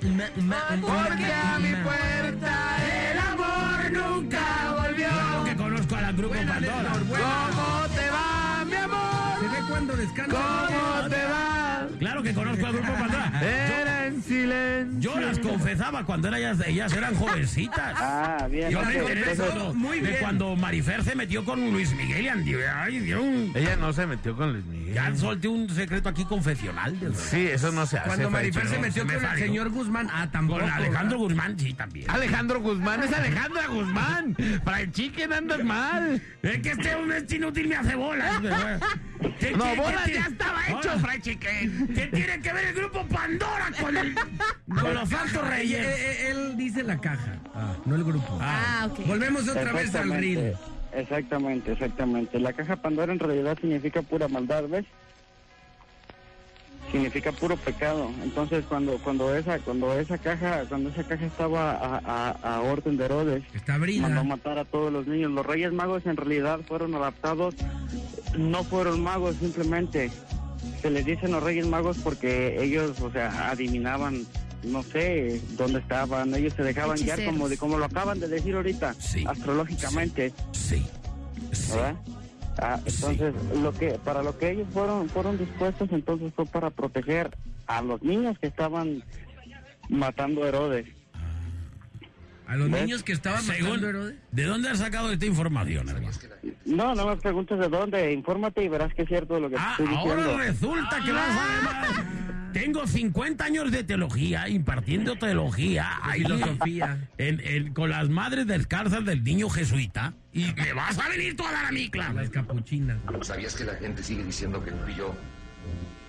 Speaker 6: Sin engañar. Porque a mi puerta el amor nunca volvió.
Speaker 3: Claro que conozco a la grupo Pandora.
Speaker 6: ¿Cómo te va, mi amor?
Speaker 5: Se ve cuando descansa.
Speaker 6: ¿Cómo te va?
Speaker 3: Claro que conozco al grupo Pandora.
Speaker 6: Era en silencio.
Speaker 3: Yo, yo las confesaba cuando era- ellas, ellas eran jovencitas.
Speaker 15: Ah, bien.
Speaker 3: Yo me
Speaker 15: bien,
Speaker 3: enteré de
Speaker 15: entonces-
Speaker 3: cuando, de cuando Marifer se metió con Luis Miguel y Andy. Ay, dio un-
Speaker 6: Ella no se metió con Luis Miguel.
Speaker 3: Ya solté un secreto aquí confesional. de verdad.
Speaker 6: Sí, eso no se hace.
Speaker 5: Cuando
Speaker 6: Fray
Speaker 5: Marifer se
Speaker 6: Chico.
Speaker 5: metió
Speaker 3: se me
Speaker 5: con el
Speaker 3: salió.
Speaker 5: señor Guzmán. Ah, tampoco.
Speaker 3: Con Alejandro Guzmán, sí, también.
Speaker 6: Alejandro Guzmán, es Alejandra Guzmán. Fray Chicken andas mal.
Speaker 3: Es que este hombre es inútil, me hace bolas. me voy a- ¿Qué-
Speaker 6: No,
Speaker 3: qué-
Speaker 6: bolas
Speaker 3: qué
Speaker 6: ya
Speaker 3: tiene-
Speaker 6: estaba hecho,
Speaker 3: Ahora,
Speaker 6: Fray Chicken.
Speaker 3: ¿Qué tiene que ver el grupo Pandora con, el, con los Santos
Speaker 5: Ay, eh,
Speaker 3: Reyes?
Speaker 5: eh, Él dice la caja, no el grupo.
Speaker 4: Ah, ok.
Speaker 5: Volvemos otra vez al reel.
Speaker 15: Exactamente, Exactamente, exactamente. La caja Pandora en realidad significa pura maldad, ¿ves? Significa puro pecado. Entonces, cuando cuando esa cuando esa caja cuando esa caja estaba a, a- a orden de Herodes,
Speaker 5: Está brida.
Speaker 15: mandó a matar a todos los niños. Los Reyes Magos en realidad fueron adaptados, no fueron magos simplemente. Se les dicen los Reyes Magos porque ellos, o sea, adivinaban, no sé, dónde estaban. Ellos se dejaban guiar
Speaker 4: Hechiceros.
Speaker 15: como de como lo acaban de decir ahorita,
Speaker 3: Sí.
Speaker 15: astrológicamente,
Speaker 3: Sí. sí.
Speaker 15: ¿verdad? Ah, entonces, lo que para lo que ellos fueron fueron dispuestos, entonces fue para proteger a los niños que estaban matando a Herodes.
Speaker 5: A los
Speaker 6: ¿Eh?
Speaker 15: ¿Ves?
Speaker 5: niños que estaban matando a
Speaker 3: Según,
Speaker 5: Herodes.
Speaker 3: ¿De dónde has sacado esta información, hermano?
Speaker 15: No, no me preguntes de dónde, infórmate y verás que es cierto lo que
Speaker 3: Ah,
Speaker 15: te estoy diciendo.
Speaker 3: ahora resulta que vas a
Speaker 5: Ah.
Speaker 3: ver. Tengo 50 años de teología, impartiendo teología ahí
Speaker 5: filosofía.
Speaker 3: en- en- con las madres descalzas del niño jesuita. Y me vas a venir tú a dar a mi clase.
Speaker 5: Las capuchinas.
Speaker 16: ¿Sabías que la gente sigue diciendo que tú y yo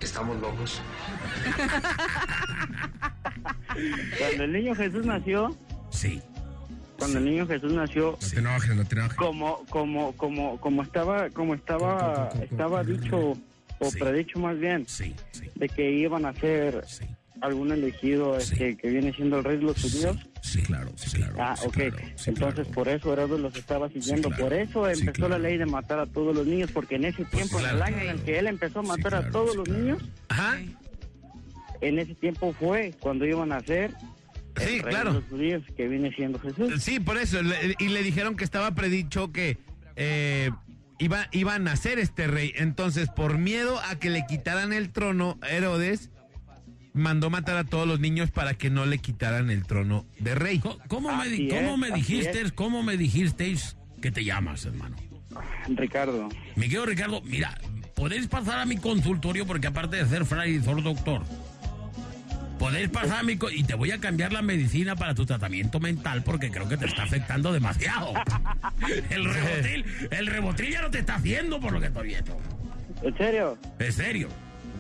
Speaker 16: estamos locos?
Speaker 15: Cuando el niño Jesús nació,
Speaker 3: Sí.
Speaker 15: cuando el niño Jesús nació,
Speaker 5: No te enojes, no te enojes.
Speaker 15: como como como como estaba como estaba estaba dicho o
Speaker 3: Sí.
Speaker 15: predicho más bien
Speaker 3: Sí, sí,
Speaker 15: de que iban a ser
Speaker 3: sí.
Speaker 15: algún elegido este que viene siendo el rey de los judíos.
Speaker 3: Sí, claro, sí, claro.
Speaker 15: Ah,
Speaker 3: sí,
Speaker 15: ok.
Speaker 3: claro, sí,
Speaker 15: Entonces
Speaker 3: claro.
Speaker 15: por eso Herodes los estaba siguiendo,
Speaker 3: claro,
Speaker 15: por eso
Speaker 3: sí,
Speaker 15: empezó la
Speaker 3: claro.
Speaker 15: ley de matar a todos los niños, porque en ese tiempo, en
Speaker 3: claro,
Speaker 15: el año en el que él empezó a matar a todos los niños,
Speaker 6: Ajá.
Speaker 15: en ese tiempo fue cuando iban a ser el
Speaker 6: Sí,
Speaker 15: rey
Speaker 6: claro.
Speaker 15: de los judíos que viene siendo Jesús.
Speaker 6: Sí, por eso. le- y le dijeron que estaba predicho que eh, iba, iba a nacer este rey. Entonces, por miedo a que le quitaran el trono, Herodes mandó matar a todos los niños para que no le quitaran el trono de rey.
Speaker 3: Co- ¿Cómo, me,
Speaker 15: Así
Speaker 3: di- cómo
Speaker 15: es,
Speaker 3: me
Speaker 15: así
Speaker 3: dijisteis,
Speaker 15: es.
Speaker 3: cómo me dijisteis ¿Qué te llamas, hermano?
Speaker 15: Ricardo.
Speaker 3: Me quedo, Ricardo, mira, podéis pasar a mi consultorio porque aparte de ser fray, soy doctor. Podéis pasar a mi... co- Y te voy a cambiar la medicina para tu tratamiento mental porque creo que te está afectando demasiado. El rebotil, el rebotil ya no te está haciendo por lo que estoy viendo.
Speaker 15: ¿En serio?
Speaker 3: En serio.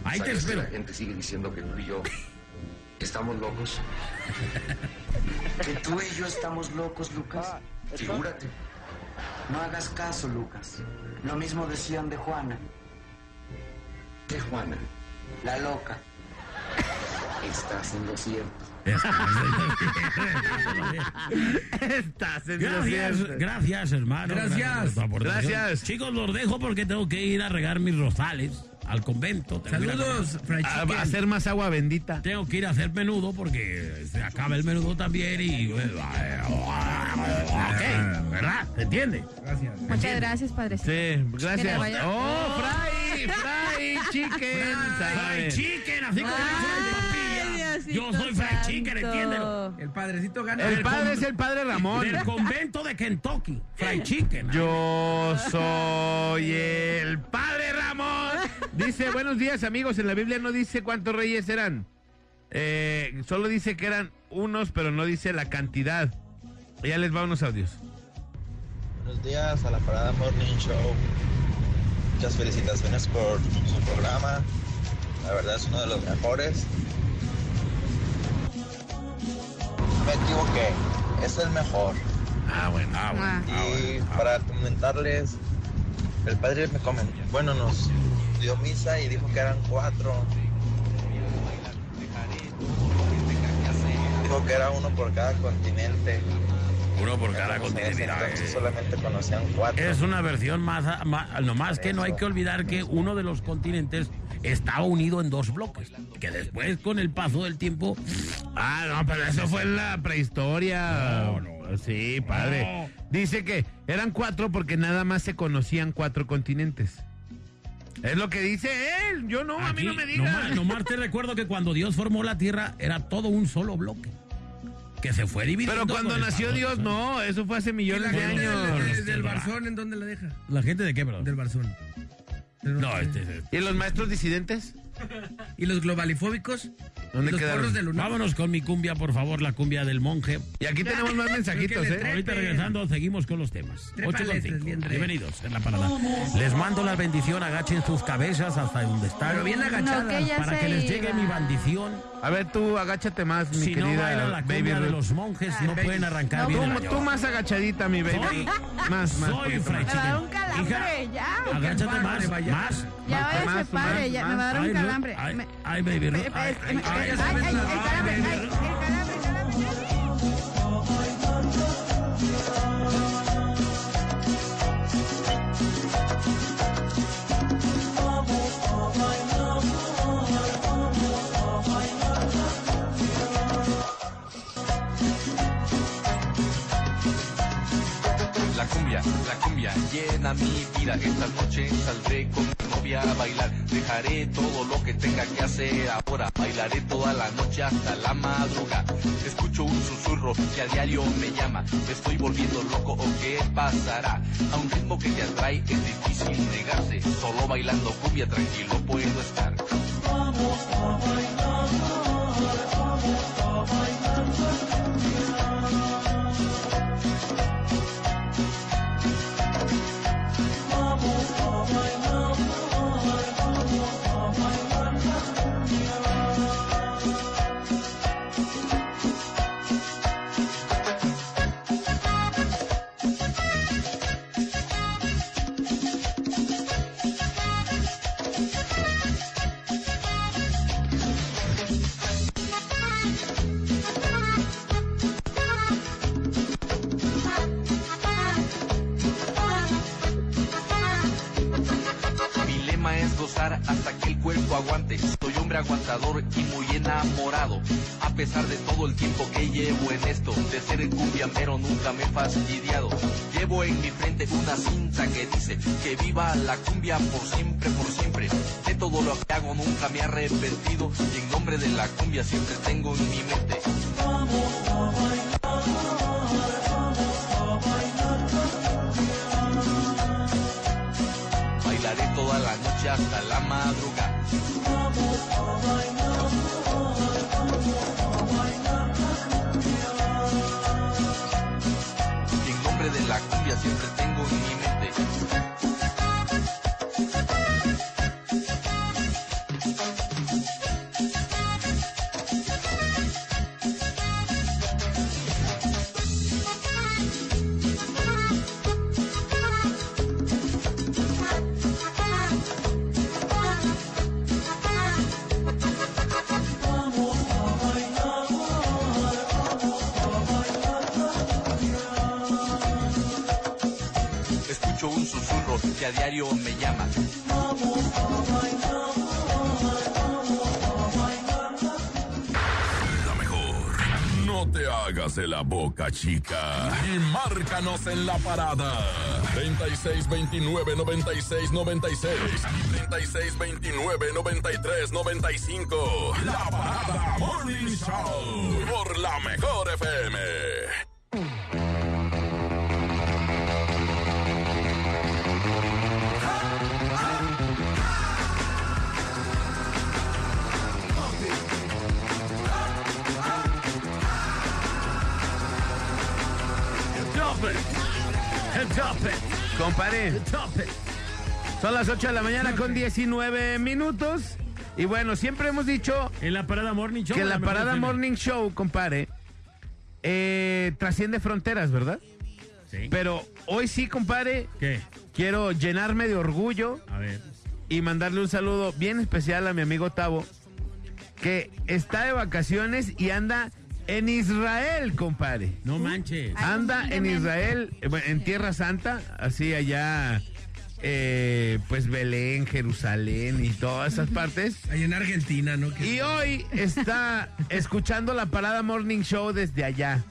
Speaker 3: Ahí te
Speaker 16: ¿Sabes que
Speaker 3: espero.
Speaker 16: La gente sigue diciendo que tú y yo estamos locos. que tú y yo estamos locos,
Speaker 6: Ah,
Speaker 16: Lucas. Figúrate. No hagas caso, Lucas. Lo mismo decían de Juana. ¿Qué Juana? La loca. Estás en lo cierto.
Speaker 6: Estás en lo
Speaker 3: Gracias,
Speaker 6: cierto.
Speaker 3: gracias, hermano.
Speaker 6: Gracias.
Speaker 3: por tu aportación.
Speaker 6: Gracias.
Speaker 3: Chicos, los dejo porque tengo que ir a regar mis rosales al convento.
Speaker 6: Saludos, Fray
Speaker 3: a,
Speaker 6: Chicken.
Speaker 3: hacer más agua bendita. Tengo que ir a hacer menudo porque se acaba el menudo también y. eh, ah, Ok, ¿verdad? ¿Se entiende? Gracias.
Speaker 4: Muchas gracias, padre.
Speaker 3: Sí,
Speaker 4: Que le vaya-
Speaker 6: Oh, Fray, Fray Chicken.
Speaker 3: Fray Chicken, así como Yo soy Fray Chicken, entiéndelo.
Speaker 5: El padrecito gana.
Speaker 6: El padre es el padre Ramón.
Speaker 3: Del convento de Kentucky, Fray Chicken.
Speaker 6: Yo soy el padre Ramón. Dice, buenos días amigos, en la Biblia no dice cuántos reyes eran. Eh, solo dice que eran unos, pero no dice la cantidad. Ya les va unos audios.
Speaker 17: Buenos días a la Parada Morning Show. Muchas felicitaciones por su programa. La verdad es uno de los mejores. Me equivoqué. Es el mejor.
Speaker 3: Ah, bueno. Ah,
Speaker 17: bueno. Y para comentarles, el padre me comentó, bueno, nos dio misa y dijo que eran cuatro. Dijo que era uno por cada continente.
Speaker 3: Uno por cada continente. mira,
Speaker 17: Entonces
Speaker 3: eh.
Speaker 17: solamente conocían cuatro.
Speaker 3: Es una versión más, más- nomás que no hay que olvidar que uno de los continentes estaba unido en dos bloques, que después con el paso del tiempo...
Speaker 6: Ah, no, pero eso fue en la prehistoria. Sí, padre. Dice que eran cuatro porque nada más se conocían cuatro continentes. Es lo que dice él. Yo no, a mí
Speaker 3: Aquí,
Speaker 6: no me
Speaker 3: Nomás,
Speaker 6: digas.
Speaker 3: nomás te recuerdo que cuando Dios formó la tierra era todo un solo bloque, que se fue dividiendo.
Speaker 6: Pero cuando
Speaker 3: con el
Speaker 6: nació
Speaker 3: paso
Speaker 6: Dios,
Speaker 3: del tiempo.
Speaker 6: no, eso fue hace millones de
Speaker 3: gente
Speaker 6: años.
Speaker 3: del-
Speaker 5: Desde este, el Barzón, ¿en dónde la deja?
Speaker 3: ¿La gente de qué, perdón?
Speaker 5: Del Barzón.
Speaker 3: No, este es...
Speaker 6: ¿Y los maestros disidentes?
Speaker 5: ¿Y los globalifóbicos?
Speaker 3: ¿Dónde
Speaker 5: los
Speaker 3: quedaron?
Speaker 5: porros del lunar.
Speaker 3: Vámonos con mi cumbia, por favor, la cumbia del monje.
Speaker 6: Y aquí tenemos más mensajitos, ¿eh?
Speaker 3: Ahorita regresando, seguimos con los temas.
Speaker 6: Trépale,
Speaker 3: 8.5.
Speaker 6: bien, rey.
Speaker 3: Bienvenidos en la parada. Les mando la bendición, agachen sus cabezas hasta donde están.
Speaker 6: Pero bien agachadas. No, que ya
Speaker 3: para
Speaker 6: se
Speaker 3: que les llegue
Speaker 6: iba.
Speaker 3: mi bendición.
Speaker 6: A ver, tú agáchate más, mi
Speaker 3: Si no
Speaker 6: querida
Speaker 3: bailan la
Speaker 6: Baby
Speaker 3: cumbia de
Speaker 6: Ruth.
Speaker 3: los monjes,
Speaker 5: Ah,
Speaker 3: no
Speaker 6: Baby.
Speaker 3: pueden arrancar
Speaker 6: No,
Speaker 3: bien
Speaker 6: tú-
Speaker 3: el año.
Speaker 6: Tú más agachadita, mi baby.
Speaker 3: Soy-
Speaker 6: más,
Speaker 3: soy
Speaker 6: más. poquito
Speaker 3: Fray
Speaker 6: más.
Speaker 4: Me va a dar un calambre, ya.
Speaker 3: Agáchate más, más.
Speaker 4: Ya
Speaker 3: más,
Speaker 4: váyase,
Speaker 3: más,
Speaker 4: padre,
Speaker 3: más,
Speaker 4: ya
Speaker 3: más.
Speaker 4: me va a dar un
Speaker 3: Ay, Ruth,
Speaker 4: calambre.
Speaker 3: Ay,
Speaker 4: Me-
Speaker 3: ay, baby Ruth, ay, ay, Eh, pues, ay,
Speaker 4: Ay,
Speaker 3: ay,
Speaker 4: ay, el calambre, ay, el calambre, el calambre.
Speaker 18: La cumbia, la cumbia llena mi vida. Esta noche saldré con mi novia a bailar. Dejaré todo lo que tenga que hacer ahora. Bailaré toda la noche hasta la madrugada. Escucho un susurro que a diario me llama. Me estoy volviendo loco o qué pasará. A un ritmo que te atrae es difícil negarse. Solo bailando cumbia tranquilo puedo estar. Mi lema es gozar hasta que el cuerpo aguante. Soy hombre aguantador y muy enamorado. A pesar de todo el tiempo que llevo en esto, de ser el cumbiambero nunca me he fastidiado. Llevo en mi frente una cinta que dice que viva la cumbia por siempre, por siempre. De todo lo que hago nunca me he arrepentido y en nombre de la cumbia siempre tengo en mi mente. toda la noche hasta la madrugada. Y en nombre de la cumbia siempre tengo en mi mente. Escucho un susurro que a diario me llama.
Speaker 12: La mejor. No te hagas de la boca chica. Y márcanos en la parada. 36 29 96 96. 36 29 93 95. La parada Morning Show. Por la mejor FM.
Speaker 6: Compare. Son las 8 de la mañana con 19 minutos. Y bueno, siempre hemos dicho.
Speaker 7: En la parada Morning Show.
Speaker 6: Que
Speaker 7: la
Speaker 6: la
Speaker 7: mejor
Speaker 6: parada
Speaker 7: FM.
Speaker 6: Morning Show, compare. eh, trasciende fronteras, ¿verdad?
Speaker 3: Sí.
Speaker 6: Pero hoy sí, compare.
Speaker 3: ¿Qué?
Speaker 6: Quiero llenarme de orgullo.
Speaker 3: A ver.
Speaker 6: Y mandarle un saludo bien especial a mi amigo Tavo. Que está de vacaciones y anda en Israel, compadre. Uh,
Speaker 3: No manches.
Speaker 6: Anda en Israel, eh, bueno, en Tierra Santa, así allá, eh, pues Belén, Jerusalén y todas esas partes.
Speaker 5: Ahí en Argentina, ¿no?
Speaker 6: Y hoy está escuchando la parada Morning Show desde allá.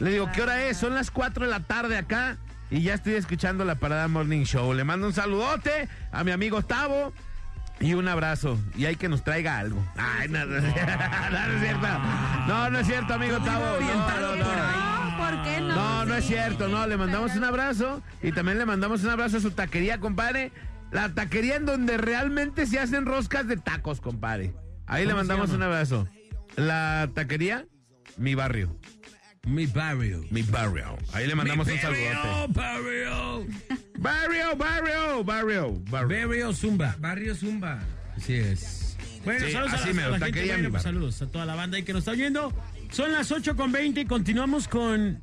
Speaker 6: Le digo, ¿qué hora es? Son las 4 de la tarde acá y ya estoy escuchando la parada Morning Show. Le mando un saludote a mi amigo Tavo. Y un abrazo. Y hay que nos traiga algo. Ay, no, no, no, no es cierto. No, no es cierto, amigo Tavo. No, no, no.
Speaker 4: ¿Por qué no?
Speaker 6: No, no es cierto, no. Le mandamos un abrazo y también le mandamos un abrazo a su taquería, compadre. La taquería en donde realmente se hacen roscas de tacos, compadre. Ahí le
Speaker 3: ¿Cómo se
Speaker 6: mandamos
Speaker 3: llama?
Speaker 6: un abrazo. La taquería, mi barrio.
Speaker 3: Mi barrio.
Speaker 6: Mi barrio. Ahí le mandamos un saludote.
Speaker 3: Barrio,
Speaker 6: barrio, barrio, barrio, barrio.
Speaker 3: Barrio Zumba.
Speaker 5: Barrio Zumba.
Speaker 3: Así es. Bueno,
Speaker 6: Sí,
Speaker 3: saludos a,
Speaker 6: así
Speaker 3: la-
Speaker 6: me
Speaker 3: a la
Speaker 6: lo
Speaker 3: gente,
Speaker 6: taquería
Speaker 3: bueno,
Speaker 6: mi
Speaker 3: pues,
Speaker 6: barrio.
Speaker 3: saludos a toda la banda ahí que nos está oyendo. Son las 8 con 20 y continuamos con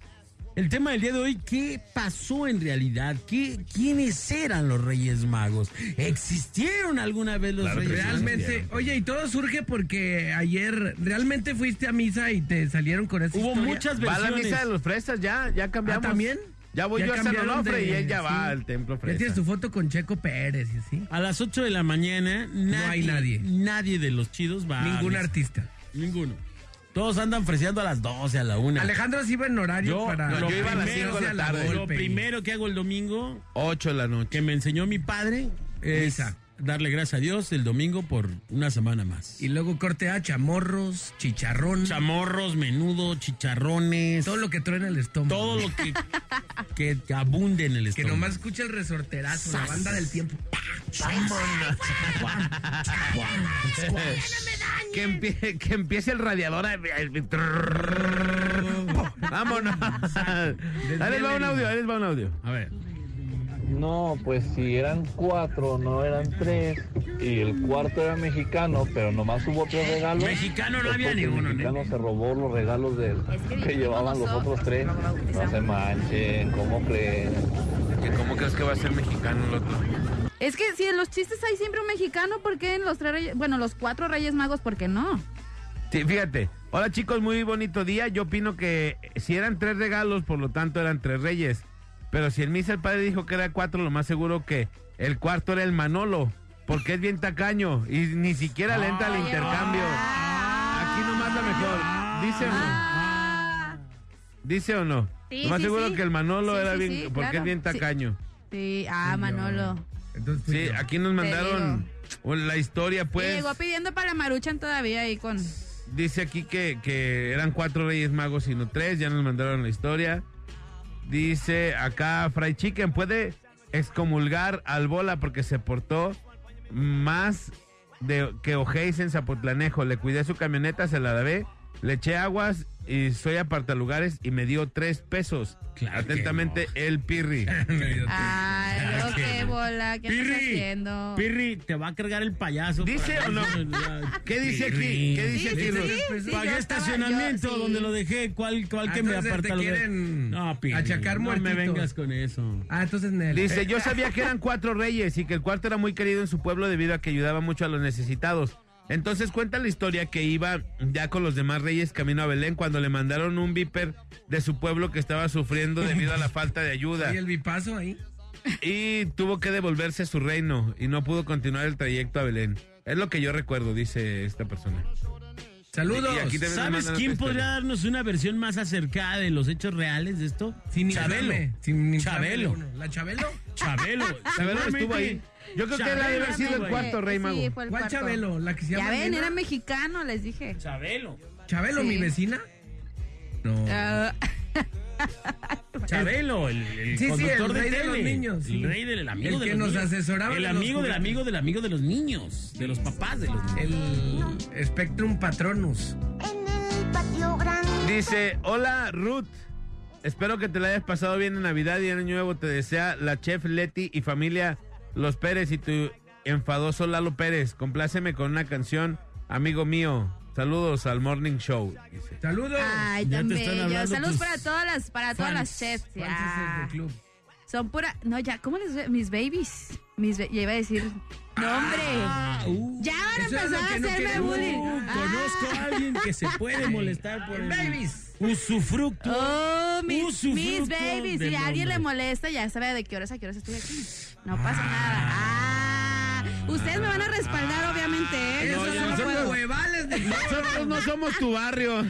Speaker 3: el tema del día de hoy. ¿Qué pasó en realidad? ¿Qué, ¿Quiénes eran los Reyes Magos? ¿Existieron alguna vez los Reyes Magos?
Speaker 5: Realmente, oye, y todo surge porque ayer realmente fuiste a misa y te salieron con esa
Speaker 3: Hubo
Speaker 5: historia.
Speaker 3: muchas
Speaker 6: Va a la misa de los fresas, ya, ya cambiamos.
Speaker 5: ¿Ah, también?
Speaker 6: Ah, Ya voy
Speaker 5: Ya
Speaker 6: yo a San
Speaker 5: cambiaron
Speaker 6: Onofre
Speaker 5: de-
Speaker 6: y él ya va
Speaker 5: sí.
Speaker 6: al templo
Speaker 5: Ya tienes
Speaker 6: fresa.
Speaker 5: tu foto con Checo Pérez y así.
Speaker 3: A las 8 de la mañana nadie,
Speaker 5: hay nadie.
Speaker 3: nadie de los chidos va a
Speaker 5: Ningún
Speaker 3: misa.
Speaker 5: artista.
Speaker 3: Ninguno. Todos andan freseando a las 12, a la 1.
Speaker 5: Alejandro sí iba en horario
Speaker 3: Yo,
Speaker 5: para...
Speaker 3: lo,
Speaker 6: yo iba a las
Speaker 3: primero,
Speaker 6: cinco de la tarde.
Speaker 3: lo primero que hago el domingo
Speaker 6: 8 de la noche.
Speaker 3: que me enseñó mi padre es
Speaker 5: Misa.
Speaker 3: darle gracias a Dios el domingo por una semana más.
Speaker 5: Y luego corte a chamorros, chicharrón,
Speaker 3: Chamorros, menudo, chicharrones,
Speaker 5: todo lo que truena el estómago.
Speaker 3: todo lo que, que, que abunde en el
Speaker 5: Que
Speaker 3: estómago.
Speaker 5: nomás escucha el resorterazo, la
Speaker 3: Sas.
Speaker 5: banda del tiempo.
Speaker 6: Que, empie- que empiece el radiador. a- a- Vámonos. Ahí les va un audio, ahí les va un audio.
Speaker 3: A ver,
Speaker 13: No, pues si eran cuatro, no eran tres. Y el cuarto era mexicano, pero nomás hubo tres regalos.
Speaker 3: Mexicano no
Speaker 13: Es
Speaker 3: había
Speaker 13: porque el
Speaker 3: ninguno,
Speaker 13: mexicano se robó los regalos de que llevaban los otros tres. No se manchen, ¿cómo creen?
Speaker 6: ¿Cómo crees que va a ser mexicano el otro?
Speaker 4: Es que si en los chistes hay siempre un mexicano, ¿por qué en los tres reyes, bueno, los cuatro reyes magos, ¿por qué no?
Speaker 6: Sí, fíjate. Hola chicos, muy bonito día. Yo opino que si eran tres regalos, por lo tanto eran tres reyes. Pero si el misa el padre dijo que era cuatro, lo más seguro que el cuarto era el Manolo. Porque es bien tacaño y ni siquiera le entra al intercambio. Aquí nomás la mejor. Dice o no.
Speaker 4: Ah,
Speaker 6: Dice o no.
Speaker 4: Sí,
Speaker 6: lo más
Speaker 4: sí,
Speaker 6: seguro
Speaker 4: sí.
Speaker 6: que el Manolo
Speaker 4: Sí,
Speaker 6: era
Speaker 4: sí,
Speaker 6: bien.
Speaker 4: sí,
Speaker 6: porque
Speaker 4: claro.
Speaker 6: es bien
Speaker 4: Sí.
Speaker 6: tacaño.
Speaker 4: sí, ah, Manolo.
Speaker 5: Entonces fui
Speaker 6: Sí,
Speaker 5: yo.
Speaker 6: aquí nos mandaron o la historia,
Speaker 4: Y
Speaker 6: pues.
Speaker 4: llegó pidiendo para Maruchan todavía ahí con...
Speaker 6: Dice aquí que, que eran cuatro reyes magos, sino tres. Ya nos mandaron la historia. Dice acá, Fry Chicken puede excomulgar al bola porque se portó más de que O'Hays en Zapotlanejo. Le cuidé su camioneta, se la lavé, le eché aguas y soy apartalugares y me dio tres pesos. Atentamente, el Pirri.
Speaker 4: Ay,
Speaker 3: Claro
Speaker 4: lo
Speaker 3: que
Speaker 4: que
Speaker 3: no.
Speaker 4: bola, ¿qué estás haciendo?
Speaker 3: Pirri, te va a cargar el payaso.
Speaker 6: ¿Dice
Speaker 3: para-
Speaker 6: o no? ¿Qué dice aquí? ¿Qué dice aquí?
Speaker 3: Pagué estacionamiento donde lo dejé. ¿Cuál, cuál que me
Speaker 5: Ah, Entonces, te
Speaker 3: aparta lo de-
Speaker 5: quieren
Speaker 3: No, Pirri,
Speaker 5: achacar
Speaker 3: no me
Speaker 5: muertitos.
Speaker 3: vengas con eso.
Speaker 5: Ah, entonces Nel.
Speaker 6: Dice, yo sabía que eran cuatro reyes y que el cuarto era muy querido en su pueblo debido a que ayudaba mucho a los necesitados. Entonces cuenta la historia que iba ya con los demás reyes camino a Belén cuando le mandaron un viper de su pueblo que estaba sufriendo debido a la falta de ayuda.
Speaker 5: ¿Y el bipaso ahí?
Speaker 6: Y tuvo que devolverse a su reino y no pudo continuar el trayecto a Belén. Es lo que yo recuerdo, dice esta persona. Y aquí también nos
Speaker 3: ¿Sabes
Speaker 6: mandan
Speaker 3: quién
Speaker 6: otra
Speaker 3: podría darnos una versión más acercada de los hechos reales de esto?
Speaker 5: Sin
Speaker 3: Chabelo.
Speaker 5: inflarme, sin inflarme
Speaker 3: Chabelo.
Speaker 5: ninguno. ¿La Chabelo?
Speaker 3: Chabelo.
Speaker 5: Chabelo
Speaker 3: Seguramente-
Speaker 5: estuvo ahí. Yo creo que él ha de haber sido el
Speaker 3: güey.
Speaker 5: cuarto rey, mago.
Speaker 4: Sí, fue el
Speaker 5: ¿Cuál
Speaker 4: cuarto.
Speaker 5: Chabelo? ¿La que se llama
Speaker 4: Ya ven,
Speaker 5: Elena?
Speaker 4: era mexicano, les dije.
Speaker 3: Chabelo.
Speaker 5: ¿Chabelo,
Speaker 4: Sí.
Speaker 5: mi vecina? No.
Speaker 4: Ah,
Speaker 3: Chabelo, el, el
Speaker 5: Sí, sí,
Speaker 3: conductor
Speaker 5: el rey
Speaker 3: de,
Speaker 5: de los
Speaker 3: tele.
Speaker 5: niños, sí.
Speaker 3: El rey del el amigo
Speaker 5: El
Speaker 3: de
Speaker 5: que
Speaker 3: los
Speaker 5: nos
Speaker 3: niños.
Speaker 5: asesoraba de
Speaker 3: El
Speaker 5: los
Speaker 3: amigo del
Speaker 5: juguetes.
Speaker 3: amigo del amigo de los niños. De los papás de los niños.
Speaker 5: El Spectrum Patronus.
Speaker 6: Dice, hola Ruth. Espero que te la hayas pasado bien en Navidad y en Año Nuevo. Te desea la chef Leti y familia Los Pérez y tu enfadoso Lalo Pérez. Compláceme con una canción, amigo mío. Saludos al Morning Show. dice.
Speaker 5: Saludos.
Speaker 4: Ay,
Speaker 6: Ya
Speaker 4: tan
Speaker 6: te están
Speaker 4: bello.
Speaker 6: hablando
Speaker 4: Saludos
Speaker 6: tus
Speaker 4: para todas las, para todas las
Speaker 6: fans.
Speaker 4: chefs. ya.
Speaker 5: Fans del club.
Speaker 4: Son pura. No, ya, ¿cómo les ve? Mis babies. Mis ba- ya iba a decir. No, hombre.
Speaker 5: Ah.
Speaker 4: ya van a
Speaker 3: eso es
Speaker 4: empezar
Speaker 3: lo
Speaker 4: a
Speaker 3: que no
Speaker 4: hacerme
Speaker 3: queremos.
Speaker 4: bullying.
Speaker 3: Ah, Uh, Conozco a alguien que se puede molestar por el
Speaker 5: babies.
Speaker 3: usufructo.
Speaker 4: Oh, mis,
Speaker 3: Usufructo
Speaker 4: mis babies.
Speaker 3: del
Speaker 4: Si a alguien le
Speaker 3: hombre.
Speaker 4: molesta, ya sabe de qué horas a qué horas estoy aquí. No pasa nada. Ah, ustedes me van a respaldar, obviamente. ¿eh?
Speaker 6: Ah. No,
Speaker 4: Eso
Speaker 6: ya
Speaker 4: no lo
Speaker 6: no somos
Speaker 4: puedo.
Speaker 5: huevales de
Speaker 6: Nosotros no somos tu barrio.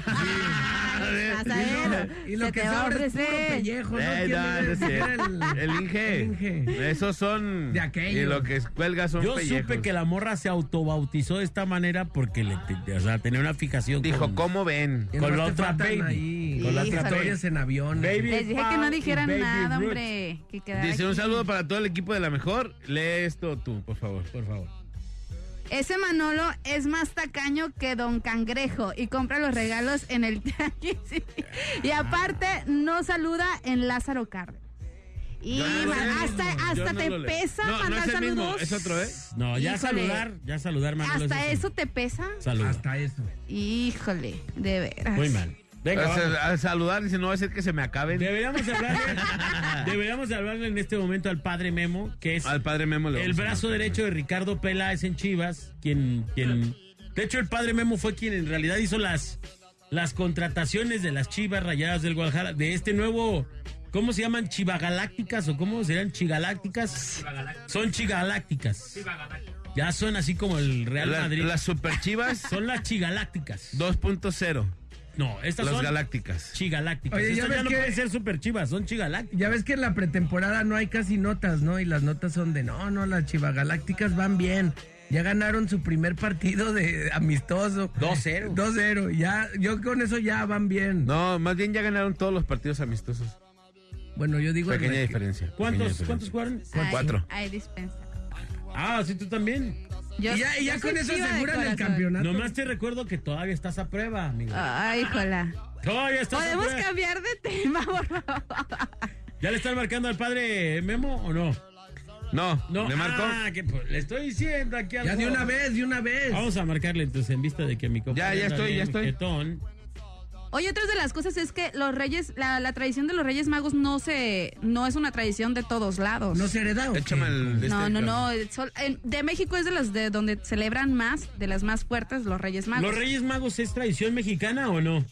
Speaker 4: Vas a ver,
Speaker 5: Y lo
Speaker 4: se
Speaker 5: que
Speaker 4: te va a
Speaker 5: sobra es puro
Speaker 4: ofrecer.
Speaker 5: pellejo, ¿no?
Speaker 6: Eh,
Speaker 5: ¿Quién
Speaker 6: no,
Speaker 5: le-
Speaker 6: es
Speaker 5: quién
Speaker 6: el,
Speaker 5: le-
Speaker 6: el Inge. Esos son.
Speaker 5: De aquellos.
Speaker 6: Y lo que cuelga son
Speaker 3: Yo
Speaker 6: pellejos.
Speaker 3: supe que la morra se autobautizó de esta manera porque le, te- o sea, tenía una fijación.
Speaker 6: Dijo, ¿cómo ven?
Speaker 3: Con la
Speaker 5: Nomás te
Speaker 3: otra
Speaker 5: faltan
Speaker 3: baby.
Speaker 5: ahí
Speaker 3: Con la otra
Speaker 5: historias
Speaker 3: baby.
Speaker 5: en avión.
Speaker 3: Baby
Speaker 4: Les dije que no
Speaker 3: Pau y
Speaker 4: dijeran
Speaker 3: Baby
Speaker 4: nada,
Speaker 3: Ruth.
Speaker 4: hombre. Que quedara
Speaker 6: Dice un
Speaker 4: aquí.
Speaker 6: saludo para todo el equipo de la mejor. Lee esto tú, por favor. Por favor.
Speaker 4: Ese Manolo es más tacaño que Don Cangrejo y compra los regalos en el tianguis. Y aparte, no saluda en Lázaro Cárdenas. Y
Speaker 3: Yo no lo
Speaker 4: ma-
Speaker 3: leo.
Speaker 4: hasta,
Speaker 3: Yo
Speaker 4: hasta
Speaker 3: no
Speaker 4: te
Speaker 3: lo leo.
Speaker 4: pesa mandar saludos.
Speaker 6: ¿eh?
Speaker 3: No, ya
Speaker 4: Híjole.
Speaker 3: saludar, ya saludar, Manolo,
Speaker 4: Hasta
Speaker 3: es
Speaker 4: eso te pesa.
Speaker 3: un saludo.
Speaker 5: Hasta eso.
Speaker 4: Híjole, de veras.
Speaker 3: Muy mal. Venga,
Speaker 6: a,
Speaker 3: vamos.
Speaker 6: a saludar, dice, no va a ser que se me acaben.
Speaker 3: Deberíamos hablar, deberíamos hablarle en este momento al padre Memo, que es
Speaker 6: Al padre Memo le
Speaker 3: el
Speaker 6: vamos a
Speaker 3: brazo
Speaker 6: hablar.
Speaker 3: derecho de Ricardo Peláez en Chivas, quien, quien, de hecho el padre Memo fue quien en realidad hizo las, las contrataciones de las Chivas Rayadas del Guadalajara, de este nuevo, ¿cómo se llaman? Chivagalácticas o cómo serán Chigalácticas? Son Chigalácticas. Ya son así como el Real
Speaker 6: La-
Speaker 3: Madrid.
Speaker 6: Las super chivas
Speaker 3: Son las Chigalácticas.
Speaker 6: 2.0.
Speaker 3: No, estas
Speaker 6: Las
Speaker 3: son
Speaker 6: galácticas.
Speaker 3: Chigalácticas.
Speaker 5: Oye, ya
Speaker 3: Estas
Speaker 5: ves
Speaker 3: ya no
Speaker 5: que-
Speaker 3: pueden ser super chivas, son Chigalácticas.
Speaker 5: Ya ves que en la pretemporada no hay casi notas, ¿no? Y las notas son de no, no, las chivagalácticas van bien. Ya ganaron su primer partido de amistoso.
Speaker 3: 2-0.
Speaker 5: 2-0. Ya, yo con eso ya van bien.
Speaker 6: No, más bien ya ganaron todos los partidos amistosos.
Speaker 5: Bueno, yo digo.
Speaker 6: Pequeña
Speaker 5: que-
Speaker 6: diferencia. pequeña
Speaker 3: ¿Cuántos,
Speaker 6: diferencia.
Speaker 3: ¿Cuántos jugaron?
Speaker 4: Ay,
Speaker 6: Cuatro.
Speaker 4: Ay, dispensa.
Speaker 3: Ah, sí, tú también.
Speaker 4: Yo-
Speaker 5: y ya, y ya
Speaker 4: yo soy
Speaker 5: con eso
Speaker 4: chiva de
Speaker 5: aseguran el
Speaker 4: corazón.
Speaker 5: campeonato.
Speaker 3: Nomás te recuerdo que todavía estás a prueba, amigo.
Speaker 5: Ah.
Speaker 4: Ay, híjola.
Speaker 3: Todavía estás a
Speaker 4: Podemos
Speaker 3: prueba.
Speaker 4: cambiar de tema, por favor.
Speaker 3: ¿Ya le están marcando al padre Memo o no?
Speaker 6: No,
Speaker 3: No.
Speaker 6: ¿Le marco?
Speaker 3: Ah, que, pues, le estoy diciendo aquí al
Speaker 5: Ya de
Speaker 3: gordo.
Speaker 5: una vez, de una vez.
Speaker 3: Vamos a marcarle entonces en vista de que mi compa
Speaker 6: Ya, ya
Speaker 3: anda
Speaker 6: estoy,
Speaker 3: bien
Speaker 6: ya estoy.
Speaker 3: jetón.
Speaker 4: Oye, otra de las cosas es que los reyes, la, la tradición de los reyes magos no se, no es una tradición de todos lados.
Speaker 5: ¿No se hereda o qué?
Speaker 6: Échame el. de
Speaker 4: No,
Speaker 6: este,
Speaker 4: no,
Speaker 6: claro.
Speaker 4: no. el sol- en- de México es de las de donde celebran más, de las más fuertes, los Reyes Magos.
Speaker 3: ¿Los Reyes Magos es tradición mexicana o no?